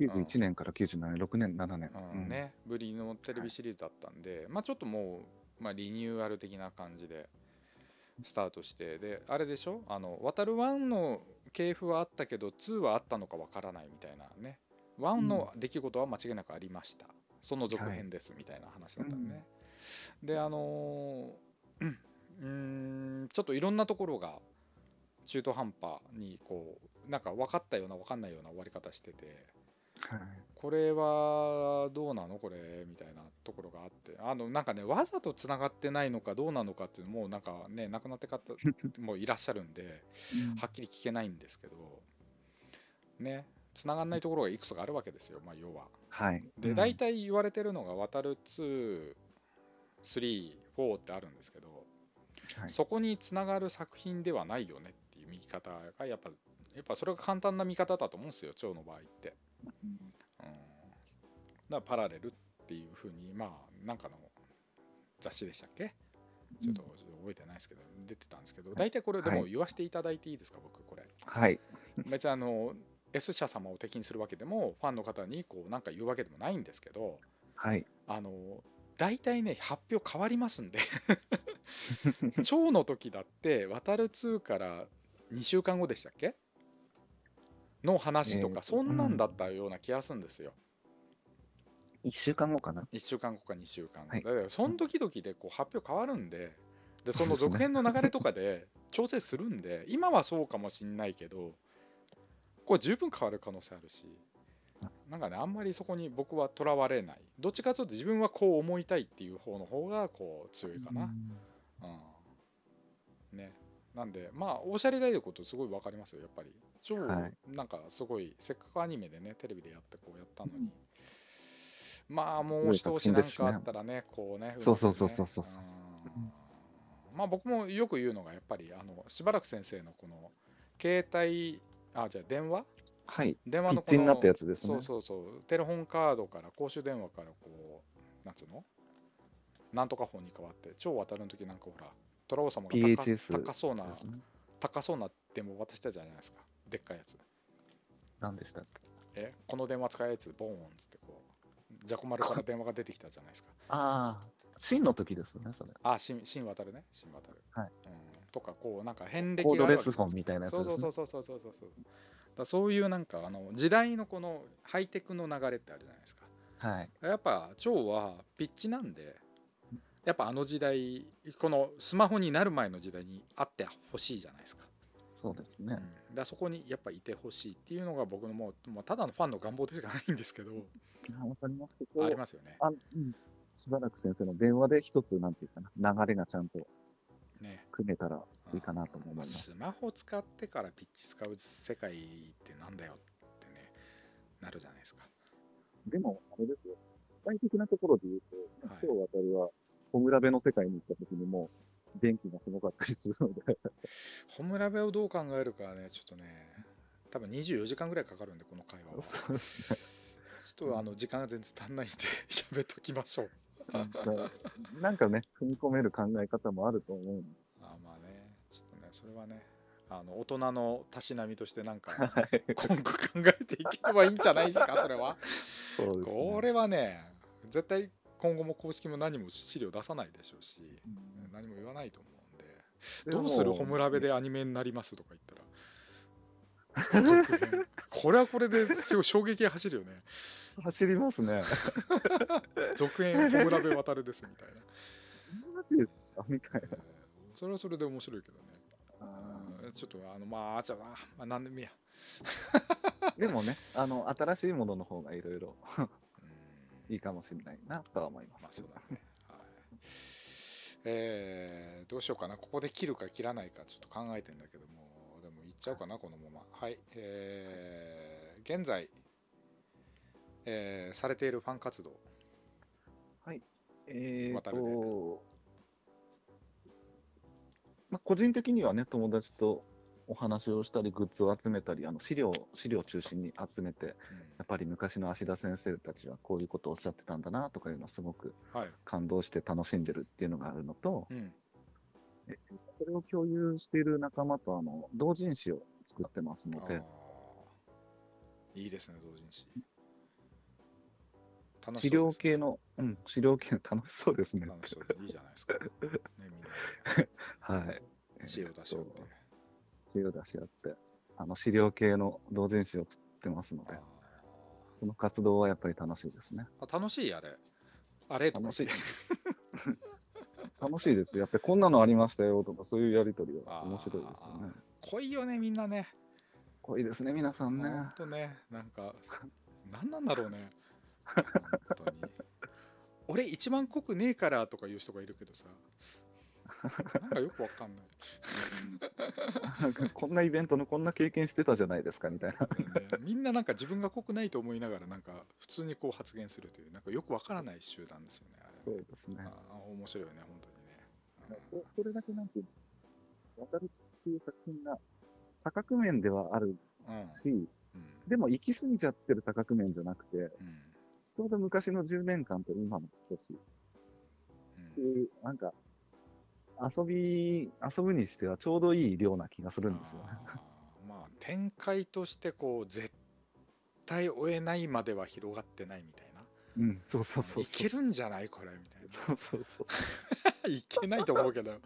Speaker 4: 91年から97年、6年、7年。
Speaker 1: うん
Speaker 4: うん
Speaker 1: ね、ぶりのテレビシリーズだったんで、まあ、ちょっともう、まあ、リニューアル的な感じでスタートしてであれでしょあの渡る1の系譜はあったけど2はあったのかわからないみたいなね1の出来事は間違いなくありました、その続編ですみたいな話だったのね、であのーうんうーんちょっといろんなところが中途半端にこうなんか分かったような分かんないような終わり方してて
Speaker 4: はい
Speaker 1: これはどうなのこれみたいなところがあってあのなんかねわざとつながってないのかどうなのかっていうのもなんかね亡くなって方もいらっしゃるんではっきり聞けないんですけどねつながんないところがいくつかあるわけですよ、まあ、要は。
Speaker 4: はい。う
Speaker 1: で
Speaker 4: ん
Speaker 1: 大体言われてるのが渡る234ってあるんですけど、
Speaker 4: はい
Speaker 1: そこにつながる作品ではないよねっていう見方がやっぱやっぱそれが簡単な見方だと思うんですよ蝶の場合って。うん、だからパラレルっていうふうにまあなんかの雑誌でしたっけちょっと覚えてないですけど出てたんですけど大体これでも
Speaker 4: は
Speaker 1: 言わせていただいていいですか僕これ
Speaker 4: はい。
Speaker 1: 別にあの S 社様を敵にするわけでもファンの方にこうなんか言うわけでもないんですけど
Speaker 4: はい。
Speaker 1: あの大体ね発表変わりますんで蝶の時だって「渡る2」から2週間後でしたっけの話と
Speaker 4: えー
Speaker 1: かそんなんだったような気がするんですよ。
Speaker 4: 1週間後かな。
Speaker 1: 1週間後か2週間後、
Speaker 4: はい
Speaker 1: だからその時々でこう発表変わるんででその
Speaker 4: そうですね
Speaker 1: 続編の流れとかで 調整するんで今はそうかもしんないけどこれ十分変わる可能性あるしなんかねあんまりそこに僕はとらわれないどっちかというと自分はこう思いたいっていう方の方がこう強いかな。うんね、なんでまあおしゃれ大学ことすごい分かりますよやっぱり超、
Speaker 4: はい
Speaker 1: なんかすごいせっかくアニメでねテレビでやってこうやったのに、まあもう一押しなんかあったらねこうね
Speaker 4: そうそう
Speaker 1: まくね
Speaker 4: そうそうそうそう
Speaker 1: うんまあ僕もよく言うのがやっぱりあのしばらく先生のこの携帯あじゃあ電話
Speaker 4: はい。
Speaker 1: 電話
Speaker 4: ピ
Speaker 1: の
Speaker 4: ッ
Speaker 1: こ
Speaker 4: チにな
Speaker 1: の
Speaker 4: ったやつですね。
Speaker 1: そうそうそうテレホンカードから公衆電話からこうなんつうのなんとか本に変わって超渡るの時なんかほら虎王様が高
Speaker 4: PHS
Speaker 1: 高そうな
Speaker 4: ですね
Speaker 1: 高そうな電話渡したじゃないですかでっかいやつ
Speaker 4: 何でしたっけ
Speaker 1: えこの電話使えるやつボーンっつってこうジャコ丸から電話が出てきたじゃないですか
Speaker 4: ああ、真の時ですね、それ。
Speaker 1: あ新新渡るね新渡る、
Speaker 4: はい
Speaker 1: うん、とかこうなんか遍歴
Speaker 4: コ
Speaker 1: が
Speaker 4: ード
Speaker 1: ある
Speaker 4: レ
Speaker 1: わけ
Speaker 4: ス
Speaker 1: です
Speaker 4: フォンみたいなやつ
Speaker 1: そ
Speaker 4: で
Speaker 1: う
Speaker 4: す
Speaker 1: そ
Speaker 4: ね。
Speaker 1: うそうそうそうそうそうそうだそういうなんかあの時代のこのハイテクの流れってあるじゃないですか
Speaker 4: はい。
Speaker 1: やっぱ蝶はピッチなんでやっぱあの時代このスマホになる前の時代にあってほしいじゃないですか,、
Speaker 4: そうです
Speaker 1: う
Speaker 4: ね
Speaker 1: ん、だからそこにやっぱいてほしいっていうのが僕のもうもうただのファンの願望でしかないんですけど
Speaker 4: あわかります。そこ
Speaker 1: ありますよね
Speaker 4: あうんしばらく先生の電話で一つ、なんていうかな、流れがちゃんと
Speaker 1: ね
Speaker 4: 組めたらいいかなと思います。
Speaker 1: スマホ使ってからピッチ使う世界ってなんだよってねなるじゃないですか
Speaker 4: でも、あれですよ。具体的なところで言うと、
Speaker 1: はい
Speaker 4: 今日渡りは、小村部の世界に行った時にも、電気がすごかったりするので、
Speaker 1: ホムラベをどう考えるかはねちょっとね多分24時間ぐらいかかるんでこの会 話はちょっとあの時間が全然足んないんで やめときましょう
Speaker 4: なんかね、踏み込める考え方もあると思うんで
Speaker 1: あまあねちょっとねそれはねあの大人のたしなみとしてなんか
Speaker 4: はい。
Speaker 1: 今後考えていけばいいんじゃないです かそれは
Speaker 4: そうですね。
Speaker 1: これはね絶対今後も公式も何も資料出さないでしょうし
Speaker 4: うん
Speaker 1: 何も言わないと思うんでどうするホムラベでアニメになりますとか言ったら続編これはこれですごい衝撃が走るよね
Speaker 4: 走りますね。
Speaker 1: 続編ホムラベ渡るですみたいな
Speaker 4: マジですかみたい
Speaker 1: えーそれはそれで面白いけどねうんちょっとあのまあじゃあまあまあ何でもいいや
Speaker 4: な。でもね、あの、新しいものの方がいろいろ
Speaker 1: うん
Speaker 4: いいかもしれないなとは思います。
Speaker 1: まあそうだねはいえーどうしようかなここで切るか切らないかちょっと考えてんだけどもでもいっちゃおうかなこのままはいえー現在えーされているファン活動
Speaker 4: えー
Speaker 1: 渡る
Speaker 4: と、まあ、個人的にはね、友達とお話をしたり、グッズを集めたり、あの資料資料を中心に集めて、やっぱり昔の芦田先生たちはこういうことをおっしゃってたんだなとかいうのはすごく
Speaker 1: うんはい
Speaker 4: 感動して楽しんでるっていうのがあるのと、
Speaker 1: うん
Speaker 4: それを共有している仲間とあの同人誌を作ってますので、
Speaker 1: あーいいですね同人誌楽し
Speaker 4: 資
Speaker 1: そ
Speaker 4: 料
Speaker 1: うですね
Speaker 4: 系の、うん、資料系の楽しそうですね。
Speaker 1: 楽しそうでいいじゃないですか、ね、みんな
Speaker 4: はい。
Speaker 1: で知恵を出し合って
Speaker 4: えーと知恵を出し合って、あの資料系の同人誌を作ってますので
Speaker 1: あ。
Speaker 4: その活動はやっぱり楽しいですね。
Speaker 1: ーあ楽しいあれあれとか言って
Speaker 4: 楽楽しいですよ。やっぱりこんなのありましたよとか、そういうやりとり
Speaker 1: あ
Speaker 4: は
Speaker 1: ー
Speaker 4: 面白いですよね。
Speaker 1: 濃いよねみんなね
Speaker 4: 濃いですね、皆さんね。
Speaker 1: 本当ねなんか何なんだろうね本当に俺一番濃くねえからとか言う人がいるけどさなんかよくわかんない
Speaker 4: なんか こんなイベントのこんな経験してたじゃないですかみたいな。
Speaker 1: ねみんななんか自分が濃くないと思いながらなんか普通にこう発言するというなんかよくわからない集団ですよねあれ
Speaker 4: そうですね
Speaker 1: あ。あ面白いよね本当にね、
Speaker 4: そそれだけなんていうの、渡るっていう作品が、多角面ではある
Speaker 1: うんうん
Speaker 4: し、
Speaker 1: うん
Speaker 4: でも行き過ぎちゃってる多角面じゃなくて、
Speaker 1: うん
Speaker 4: ちょうど昔の10年間と今の少しって
Speaker 1: うん
Speaker 4: いう、なんか、遊び、遊ぶにしてはちょうどいい量な気がするんですよね。
Speaker 1: あーまあ展開としてこう絶対追えないまでは広がってないみたいな
Speaker 4: うん、そうそうそうそう。
Speaker 1: いけるんじゃないこれみたいな
Speaker 4: そうそうそう。
Speaker 1: いけないと思うけど、い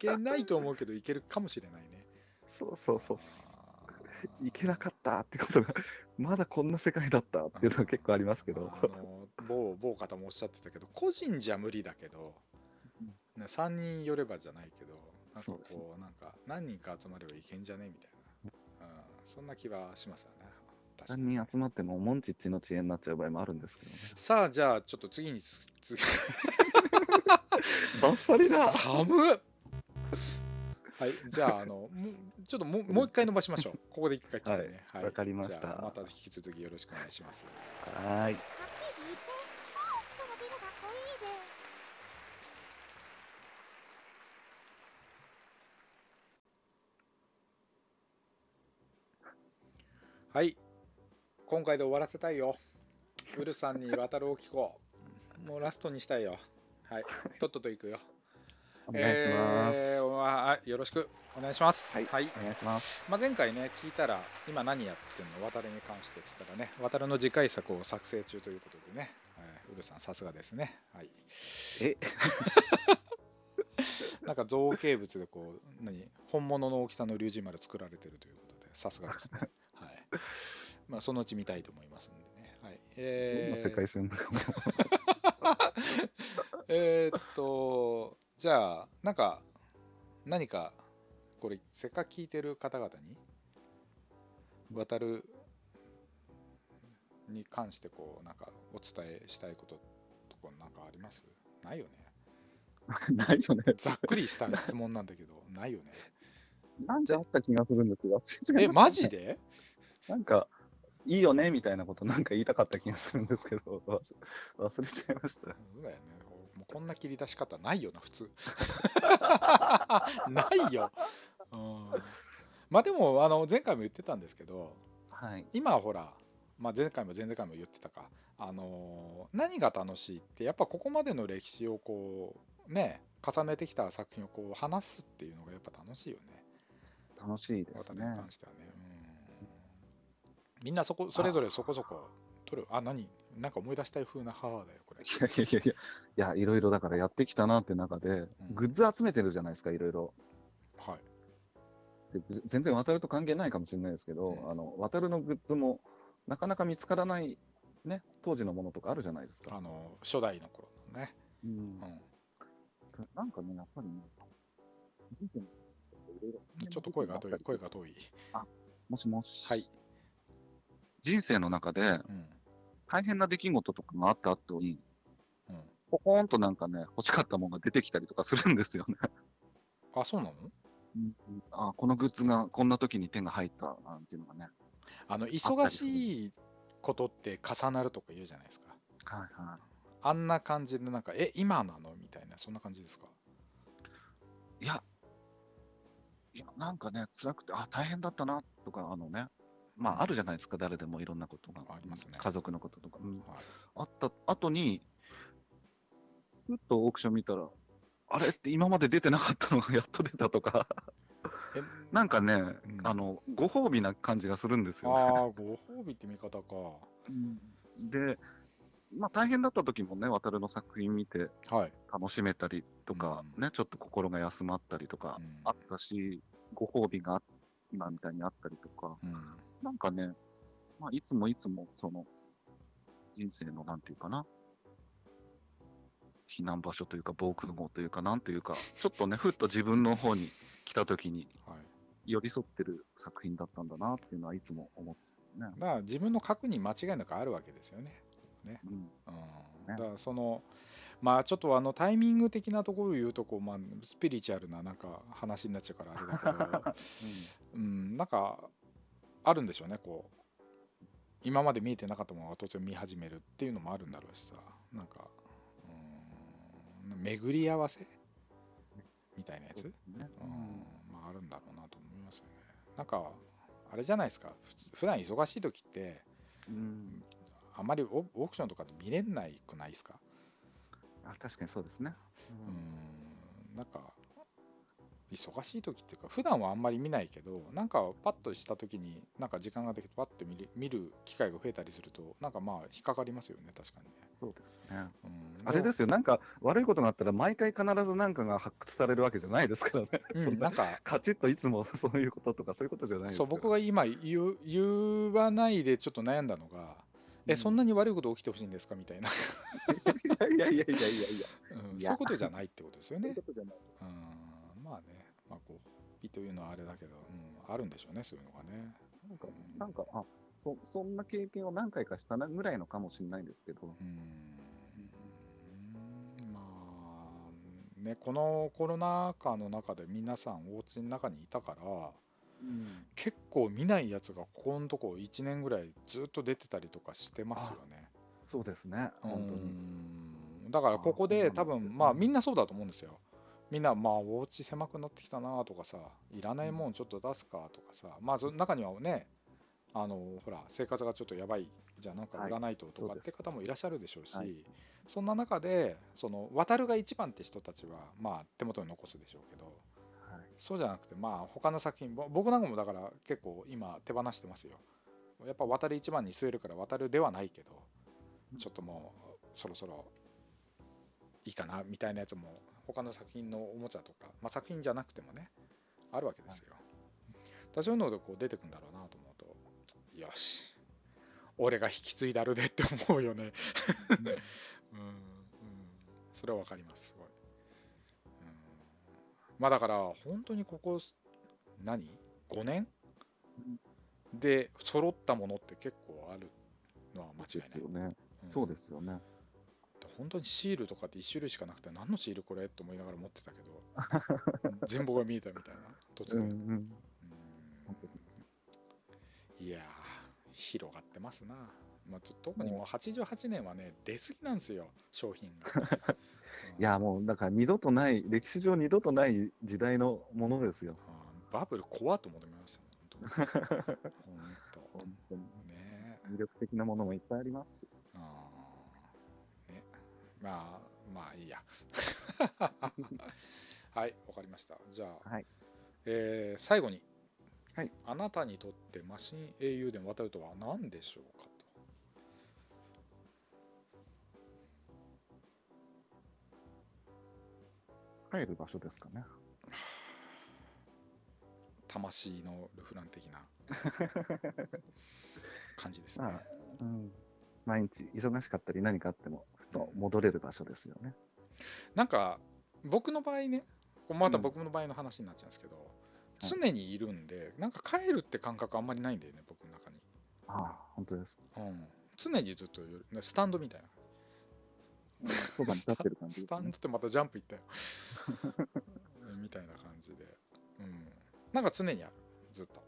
Speaker 1: けないと思うけど、いけるかもしれないね。
Speaker 4: そうそうそうそう。
Speaker 1: あー
Speaker 4: いけなかったってことが、 まだこんな世界だったっていうのは結構ありますけど。
Speaker 1: あの某某方もおっしゃってたけど、個人じゃ無理だけど、ね、3人寄ればじゃないけど、なんか
Speaker 4: そうですね
Speaker 1: こう、なんか何人か集まればいけんじゃねみたいな、うん、そんな気はしますよね。確か
Speaker 4: 3
Speaker 1: に
Speaker 4: 人集まっても、モンチッチの遅延になっちゃう場合もあるんですけどね。
Speaker 1: さあ、じゃあ、ちょっと次につ、次
Speaker 4: バッサリだ
Speaker 1: 寒っはい、じゃあ、あの、もうちょっともうもう一回伸ばしましょう。ここで一回切ってね。
Speaker 4: はいわかりました
Speaker 1: じゃあまた引き続きよろしくお願いします。
Speaker 4: はー
Speaker 2: パッケージ
Speaker 4: い。
Speaker 2: 一点人の汁かっこいいぜ
Speaker 1: はい、今回で終わらせたいよ。ウルさんに渡るを聞こう。もうラストにしたいよ。はい、とっとと行くよ。
Speaker 4: お願いします。
Speaker 1: えーわあよろしくお願いします。
Speaker 4: はいお願いします。
Speaker 1: まあ、前回ね聞いたら今何やってんの渡るに関してっつったらね渡るの次回作を作成中ということでね、はい、ウルさんさすがですねはい
Speaker 4: え、
Speaker 1: なんか造形物でこう何本物の大きさの龍神丸作られてるということでさすがですねはいまあそのうち見たいと思いますんでねはい
Speaker 4: どんな
Speaker 1: え
Speaker 4: 世界線だかも。
Speaker 1: えーっとじゃあなんか何かこれせっかく聞いてる方々に渡るに関してこうなんかお伝えしたいこととかなんかありますないよね
Speaker 4: ないよね。
Speaker 1: ざっくりした質問なんだけど ないよね
Speaker 4: なんかあった気がするんですが忘れ
Speaker 1: え
Speaker 4: ちゃいま
Speaker 1: マ
Speaker 4: した
Speaker 1: ジ
Speaker 4: ね
Speaker 1: で
Speaker 4: なんか、いいよねみたいなことなんか言いたかった気がするんですけど、 忘忘れちゃいました。
Speaker 1: そうだよねもうこんな切り出し方ないよな普通 ないよ、うん、まあでもあの前回も言ってたんですけど
Speaker 4: はい。
Speaker 1: 今はほら、まあ、前回も前々回も言ってたか、あのー何が楽しいってやっぱここまでの歴史をこうね重ねてきた作品をこう話すっていうのがやっぱ楽しいよね
Speaker 4: 楽しいで
Speaker 1: 渡
Speaker 4: す
Speaker 1: 辺
Speaker 4: ね。
Speaker 1: に関してはね、うん、みんなそこそれぞれそこそこ取るあ何なんか思い出したい風な母だよこれ
Speaker 4: い やいやいやいや、いや、いろいろだからやってきたなって中で、
Speaker 1: ん
Speaker 4: グッズ集めてるじゃないですか、いろいろ。
Speaker 1: はい
Speaker 4: でぐ全然渡ると関係ないかもしれないですけど、
Speaker 1: うん
Speaker 4: あの渡るのグッズもなかなか見つからない、ね、当時のものとかあるじゃないですか。
Speaker 1: あの初代の頃のね、
Speaker 4: うん
Speaker 1: う、ん
Speaker 4: なんかね、やっぱりね、人生のいろいろ
Speaker 1: ちょっと声が遠い声が遠い
Speaker 4: もしもし。
Speaker 1: はい、
Speaker 4: 人生の中で
Speaker 1: うん
Speaker 4: 大変な出来事とかがあった後に、
Speaker 1: うん、
Speaker 4: ポコーンとなんかね、欲しかったものが出てきたりとかするんですよね。
Speaker 1: あそうなの
Speaker 4: あこのグッズがこんな時に手が入ったなんていうのがね。
Speaker 1: あの忙しいことって重なるとか言うじゃないですか
Speaker 4: はいはい。
Speaker 1: あんな感じでなんかえ今なのみたいなそんな感じですか
Speaker 4: いや、いや、なんかね、辛くて、あ、大変だったな、とか、あのね、まあ、あるじゃないですか、誰でもいろんなことが。
Speaker 1: ありますね
Speaker 4: 家族のこととか。うん
Speaker 1: はい
Speaker 4: あった後に、ふっとオークション見たら、あれって今まで出てなかったのが やっと出たとか、
Speaker 1: え
Speaker 4: なん
Speaker 1: か
Speaker 4: かね、
Speaker 1: ん
Speaker 4: あの、ご褒美な感じがするんです
Speaker 1: あ
Speaker 4: よね。
Speaker 1: ーご褒美って見方か
Speaker 4: で、まあ、大変だった時もね、渡るの作品見て
Speaker 1: はい、
Speaker 4: 楽しめたりとか、
Speaker 1: うん
Speaker 4: ね、ちょっと心が休まったりとか
Speaker 1: う、ん
Speaker 4: あったし、ご褒美が今みたいにあったりとか、
Speaker 1: うん
Speaker 4: なんかね、まあ、いつもいつも、その、人生の、なんていうかな、避難場所というか、防空壕というか、なんというか、ちょっとね、ふっと自分の方に来た時に
Speaker 1: はい、
Speaker 4: 寄り添ってる作品だったんだなっていうのはいつも思ってますね。
Speaker 1: だから自分の核に間違いなくあるわけですよね
Speaker 4: うん。
Speaker 1: うん、
Speaker 4: ね
Speaker 1: だからそのまあちょっとあのタイミング的なところを言うとこう、まあ、スピリチュアルななんか話になっちゃうからあれ だけど、うん、なんかあるんでしょうねこう今まで見えてなかったものが突然見始めるっていうのもあるんだろうしさなんかうん巡り合わせみたいなやつ、
Speaker 4: そう
Speaker 1: うん
Speaker 4: ですね。
Speaker 1: まあ、あるんだろうなと思いますよねなんかあれじゃないですかふつ普段忙しい時って
Speaker 4: うん。
Speaker 1: あまりオオークションとかで見れないくないですか
Speaker 4: あ確かにそうですね。
Speaker 1: うんなんか忙しい時っていうか普段はあんまり見ないけどなんかパッとした時になんか時間ができてパッと見る見る機会が増えたりするとなんかまあ引っかかりますよね確かにね。
Speaker 4: そうですね。
Speaker 1: うん
Speaker 4: あれですすよ、なんか悪いことがあったら、毎回必ずなんかが発掘されるわけじゃないですからね。そ
Speaker 1: うんん、
Speaker 4: な
Speaker 1: なんか
Speaker 4: カチッといつもそういうこととか、そういうことじゃないです
Speaker 1: そう僕が今言う言わないでちょっと悩んだのが「えそんな
Speaker 4: に。
Speaker 1: に悪いこと起きてほしいんですか?」みたいな、
Speaker 4: いやいやいやいやいやいや、
Speaker 1: うん、
Speaker 4: いや
Speaker 1: そういうことじゃないってことですよ
Speaker 4: そう
Speaker 1: ね
Speaker 4: いうこ。とじゃない。
Speaker 1: うん、まあね、まあ、こう美というのはあれだけど、うん、あるんでしょうねそういうのがね。
Speaker 4: なんか、なんかあそそんな経験を何回かしたなぐらいのかもしれないですけど、
Speaker 1: うーんまあねこのコロナ禍の中で皆さんお家の中にいたから結構見ないやつがここのとこ1年ぐらいずっと出てたりとかしてますよね。
Speaker 4: そうですね、本当に。
Speaker 1: うーんだからここで
Speaker 4: あそ
Speaker 1: 多
Speaker 4: うなんだ
Speaker 1: 分まあみんなそうだと思うんですよ。みんなまあお家狭くなってきたなとかさいらないもんちょっと出すかとかさまあその中にはねあのほら生活がちょっとやばいじゃあなんか売らないととか
Speaker 4: はい
Speaker 1: って方もいらっしゃるでしょうし、
Speaker 4: はい
Speaker 1: そんな中でその渡るが一番って人たちはまあ手元に残すでしょうけど
Speaker 4: はい
Speaker 1: そうじゃなくてまあ他の作品ぼ僕なんかもだから結構今手放してますよやっぱ渡る一番に据えるから渡るではないけどちょっともうそろそろいいかなみたいなやつも他の作品のおもちゃとか、まあ、作品じゃなくてもねあるわけですよ、だからそういうのでこう出てくんだろうなと思うとよし俺が引き継いだるでって思うよねうんそれはわかりますすごい、うん、まあだから本当にここ何5年で揃ったものって結構あるのは間違い
Speaker 4: で
Speaker 1: ない
Speaker 4: すよね。
Speaker 1: ん
Speaker 4: そうですよね。
Speaker 1: 本当にシールとかって1種類しかなくて何のシールこれと思いながら持ってたけど 全貌が見えたみたいな突
Speaker 4: うん
Speaker 1: 然、
Speaker 4: う
Speaker 1: うん
Speaker 4: ん。本当です
Speaker 1: いやー広がってますな、まあ、ちょ特にもう88年はね出過ぎなんですよ商品が
Speaker 4: いや、もう、だから二度とない、歴史上二度とない時代のものですよ。
Speaker 1: うんバブル怖っと思ってま した本当に本
Speaker 4: 本当に。
Speaker 1: 当ね
Speaker 4: 魅力的なものもいっぱいありますし。
Speaker 1: あーねまあまあいいや はいわかりましたじゃあ、
Speaker 4: はい
Speaker 1: えー最後に、
Speaker 4: はい
Speaker 1: あなたにとってマシン英雄伝渡るとは何でしょうかと
Speaker 4: 帰る場所ですかね。
Speaker 1: 魂のルフラン的 な感じですね、
Speaker 4: まあ、うん。毎日忙しかったり何かあっても、ふと戻れる場所ですよね。
Speaker 1: なんか僕の場合ねまた僕の場合の話になっちゃうんですけど、常にいるんでなんか帰るって感覚あんまりないんだよね僕の中に、
Speaker 4: ああ、本当です。
Speaker 1: うん、常にずっといるスタンドみたいな
Speaker 4: そばに立ってる感じ
Speaker 1: ス
Speaker 4: です
Speaker 1: タン
Speaker 4: ね
Speaker 1: ドっ。てまたジャンプい ったよみたいな感じで、うん、なんか常にあるずっと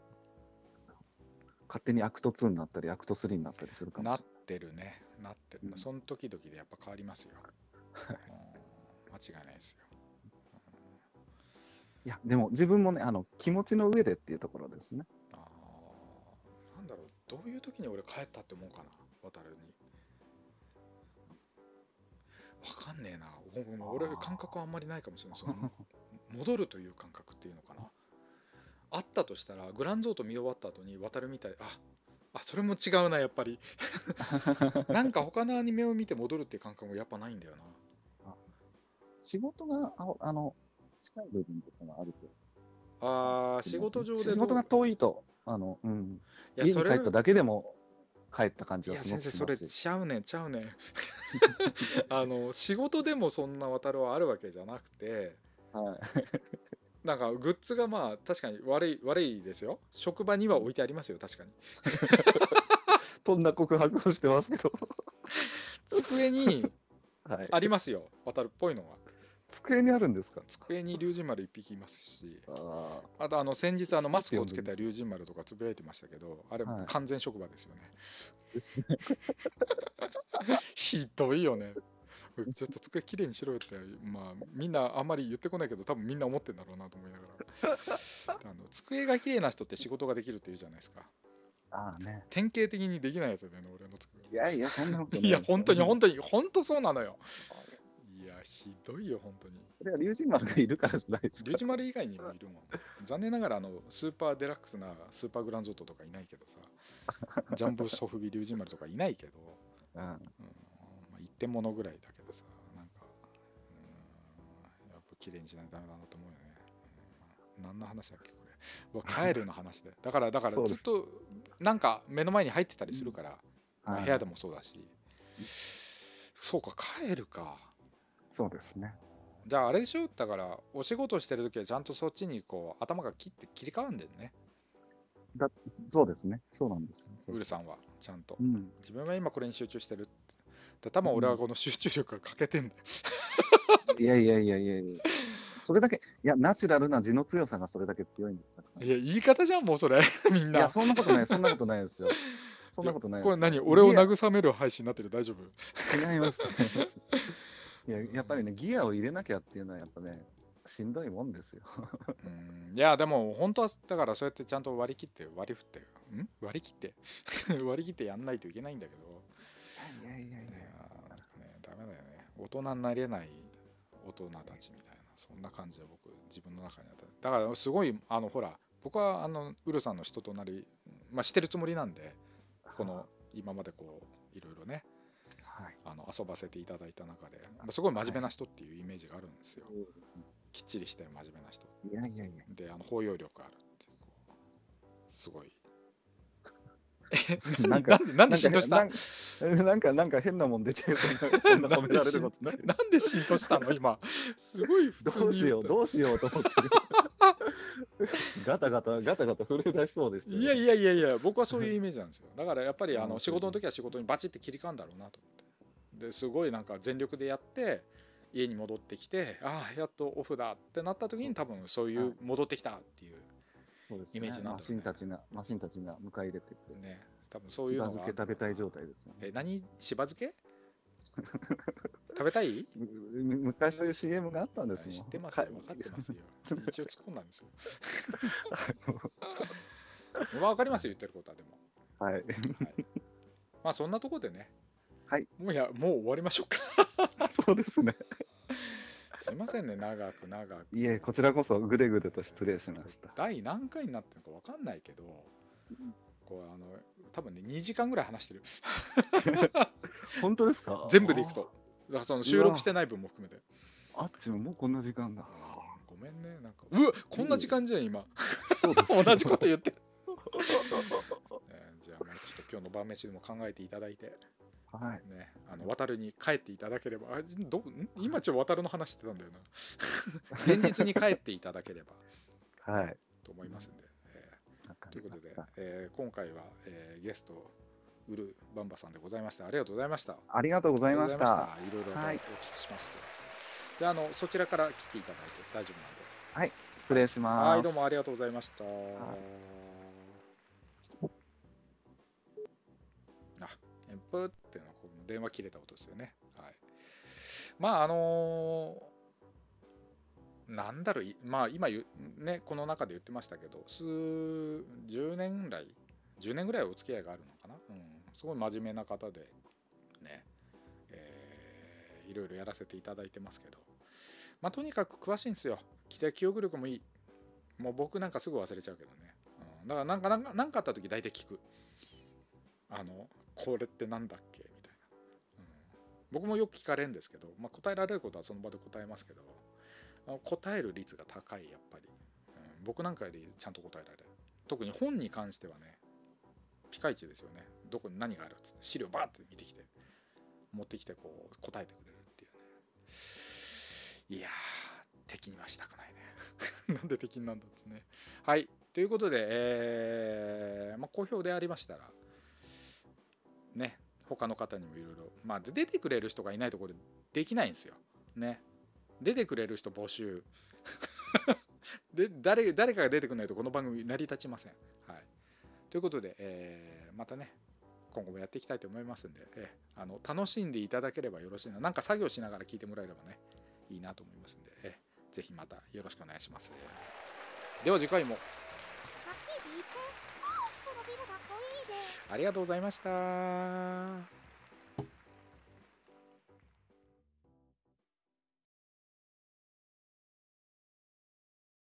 Speaker 4: 勝手にアクト2になったり、アクト3になったりするかも
Speaker 1: なっ
Speaker 4: しれ
Speaker 1: てるねなってる、
Speaker 4: うん
Speaker 1: その時々でやっぱ変わりますよ、うん間違いないですよ
Speaker 4: ない。いや、でも自分もね、あの、気持ちの上でっていうところですね。
Speaker 1: あーなんだろうどういう時に俺帰ったって思うかな渡るにわかんねえなごめんごめん
Speaker 4: あ
Speaker 1: 俺
Speaker 4: ー
Speaker 1: 感覚はあんまりないかもしれないその戻るという感覚っていうのかなあったとしたらグランゾート見終わった後に渡るみたいああそれも違うなやっ ぱりなんか他のアニメを見て戻るっていう感覚もやっぱないんだよな
Speaker 4: 仕事が、ああの、近い部分とかがあると。
Speaker 1: あー仕事上でどう
Speaker 4: 仕事が遠いと、あの、うん。
Speaker 1: いや
Speaker 4: 家に帰
Speaker 1: それ
Speaker 4: っただけでも帰った感じ
Speaker 1: い
Speaker 4: は
Speaker 1: や
Speaker 4: すご
Speaker 1: 先
Speaker 4: く
Speaker 1: 生
Speaker 4: します
Speaker 1: それ
Speaker 4: し
Speaker 1: ちゃうねんちゃう ねんあの仕事でもそんな渡るはあるわけじゃなくて
Speaker 4: はい。
Speaker 1: なんかグッズがまあ確かに悪い悪いですよ職場には置いてありますよ確かに
Speaker 4: とんだ告白をしてますけど。
Speaker 1: 机に
Speaker 4: はい。
Speaker 1: ありますよ渡るっぽいのは
Speaker 4: 机にあるんですか
Speaker 1: 机に竜神丸一匹いますし
Speaker 4: あ
Speaker 1: あとあの先日あのマスクをつけた竜神丸とかつぶやいてましたけどあれ
Speaker 4: はい
Speaker 1: 完全職場ですよね、
Speaker 4: あ。
Speaker 1: ひどいよねちょっと机きれいにしろよってまあみんなあんまり言ってこないけど多分みんな思ってんだろうなと思いながら あの机がきれいな人って仕事ができるって言うじゃないですか
Speaker 4: ああね。
Speaker 1: 典型的にできないやつだよね俺の机
Speaker 4: いやいや、そんなことない
Speaker 1: や本当に本
Speaker 4: 当
Speaker 1: 当に本当そうなのよいやひどいよ本当に
Speaker 4: それは竜神丸がいるからじゃないですか。
Speaker 1: リュジマル以外にもいるもん残念ながらあのスーパーデラックスなスーパーグランゾートとかいないけどさジャンボソフビリュウジマルとかいないけど
Speaker 4: うん
Speaker 1: うんまあ、一点物ぐらいだけどさなんかうんやっぱ綺麗にしないとダメだなと思うよね、うん何の話だっけこれうわ帰るの話でだからだから
Speaker 4: そうで
Speaker 1: ず
Speaker 4: す
Speaker 1: っとなんか目の前に入ってたりするから、まあ
Speaker 4: はい
Speaker 1: 部屋でもそうだしそうか帰るか
Speaker 4: そうですね。
Speaker 1: じゃああれでしょだからお仕事してる時はちゃんとそっちにこう頭が切って切り替わんでんね
Speaker 4: そうですね。そうなんです。
Speaker 1: ウルさんはちゃんと
Speaker 4: うん。
Speaker 1: 自分は今これに集中してるってで多分俺はこの集中力が欠けてんだよ
Speaker 4: いやいやいやいやいや。それだけ、いや、ナチュラルな地の強さがそれだけ強いんですだから
Speaker 1: いや、言い方じゃん、もうそれ、 みん
Speaker 4: いや、
Speaker 1: な。
Speaker 4: そんなことない、そんなことないで すよ。そんなことないです
Speaker 1: これ何俺を慰める配信になってる、大丈夫
Speaker 4: 違います。違いますいや、やっぱりね、ギアを入れなきゃっていうのは、やっぱね、しんどいもんですよ。
Speaker 1: うんいや、でも、本当は、だから、そうやってちゃんと割り切って、割り振って、ん割り切って、 割り切ってやんないといけないんだけど、
Speaker 4: いやいやい
Speaker 1: いやーなんかね、ダメだよね。大人になれない大人たちみたいな、そんな感じで僕、自分の中にあった。だから、すごい、あの、ほら、僕は、あの、ウルさんの人となり、まあ、してるつもりなんで、この、今までこう、いろいろね、
Speaker 4: はい。
Speaker 1: あの遊ばせていただいた中で、まあすごい真面目な人っていうイメージがあるんですよ。きっちりしてる真面目な人。
Speaker 4: いやいやいや。
Speaker 1: で、あの包容力あるっていうこうすごい
Speaker 3: な
Speaker 1: な んん
Speaker 3: か
Speaker 1: かなんで なんで浸透した
Speaker 3: なんかなんか なんか変なもん出ちゃう からそんな褒められることない。
Speaker 1: なんで浸透したの今すごい普通
Speaker 3: どう
Speaker 1: に
Speaker 3: し
Speaker 1: 言
Speaker 3: よ
Speaker 1: っ
Speaker 3: う
Speaker 1: た
Speaker 3: どうしようと思って ガタガタガタガタ震え出しそうでしたよ。
Speaker 1: いやいやいやいや僕はそういうイメージなん ですよだからやっぱりあ
Speaker 3: うん
Speaker 1: の仕事の時は仕事にバチって切り替わんだろうなと思ってですごいなんか全力でやって家に戻ってきてああやっとオフだってなった時に多分そうい
Speaker 3: はいう
Speaker 1: 戻ってきたっていう
Speaker 3: そうですね
Speaker 1: イメージなんだろう
Speaker 3: マ
Speaker 1: ね
Speaker 3: シンたちがマシンたちが迎え入れてくれて
Speaker 1: ね多分そうい
Speaker 3: し
Speaker 1: う
Speaker 3: ば
Speaker 1: の
Speaker 3: 漬
Speaker 1: が
Speaker 3: け食べたい状態ですよね。
Speaker 1: え何しば漬け食べたい
Speaker 3: むむ昔そういう CM があったんですよ。
Speaker 1: 知ってますよ
Speaker 3: か
Speaker 1: 分かってます よ一応突っ込んだんですよ まあ分かりますよ言ってることはでも
Speaker 3: はい。
Speaker 1: はい、まあそんなとこでね、
Speaker 3: はい、
Speaker 1: もうやもう終わりましょうか
Speaker 3: そうですね。
Speaker 1: すいませんね長く長く
Speaker 3: いえ、こちらこそぐでぐでと失礼しました。
Speaker 1: 第何回になってるのか分かんないけどこうあの多分ね2時間ぐらい話してる
Speaker 3: 本当ですか
Speaker 1: 全部でいくとだからその収録してない分も含めて
Speaker 3: ああっちももうこんな時間だ。
Speaker 1: ごめんねなんかうわこんな時間じゃん今
Speaker 3: そうです
Speaker 1: 同じこと言ってる、 ねじゃあもうちょっと今日の晩飯でも考えていただいて
Speaker 3: はい。
Speaker 1: ねあの渡るに帰っていただければあどん今ちょっと渡るの話してたん だよな現実に帰っていただければ
Speaker 3: はい。
Speaker 1: と思いますんで、え
Speaker 3: わか
Speaker 1: ーとい
Speaker 3: り
Speaker 1: うこと
Speaker 3: まし
Speaker 1: で
Speaker 3: た、
Speaker 1: えー今回は、えーゲストウルバンバさんでございましたありがとうございました
Speaker 3: ありがとうございまし
Speaker 1: あり
Speaker 3: た。
Speaker 1: がとうございましたいろいろとお
Speaker 3: は
Speaker 1: 聞
Speaker 3: い
Speaker 1: きしまして、であのそちらから来ていただいて大丈夫なんで
Speaker 3: 失礼し
Speaker 1: は
Speaker 3: ま
Speaker 1: い
Speaker 3: す
Speaker 1: どう。もありがとうございました。あ、えプーっていうのはこの電話切れた音ですよね。はい。まああのーなんだろういまあ今言うねこの中で言ってましたけど数10年来10年ぐらいお付き合いがあるのかな、うん、すごい真面目な方でね、えーいろいろやらせていただいてますけど、まあ、とにかく詳しいんですよ記記憶力もいいもう僕なんかすぐ忘れちゃうけどね、うん、だからなんかなんかなんかあった時大体聞くあのこれってなんだっけみたいな、うん、僕もよく聞かれるんですけど、まあ、答えられることはその場で答えますけどあの答える率が高いやっぱり、うん、僕なんかよりちゃんと答えられる特に本に関してはねピカイチですよねどこに何があるっつって資料バーって見てきて持ってきてこう答えてくれるっていうねいやー敵にはしたくないね なんで敵になんだっつねはいということで、えーまあ、好評でありましたらね他の方にもいろいろまあで出てくれる人がいないとこれできないんですよね出てくれる人募集 で誰誰かが出てくれないとこの番組成り立ちませんはいということで、えーまたね今後もやっていきたいと思いますんで、えーあの楽しんでいただければよろしいななんか作業しながら聞いてもらえればねいいなと思いますんで、えーぜひまたよろしくお願いしますでは次回も
Speaker 2: さっき聞いて。このシールかっこいいぜ。
Speaker 1: ありがとうございました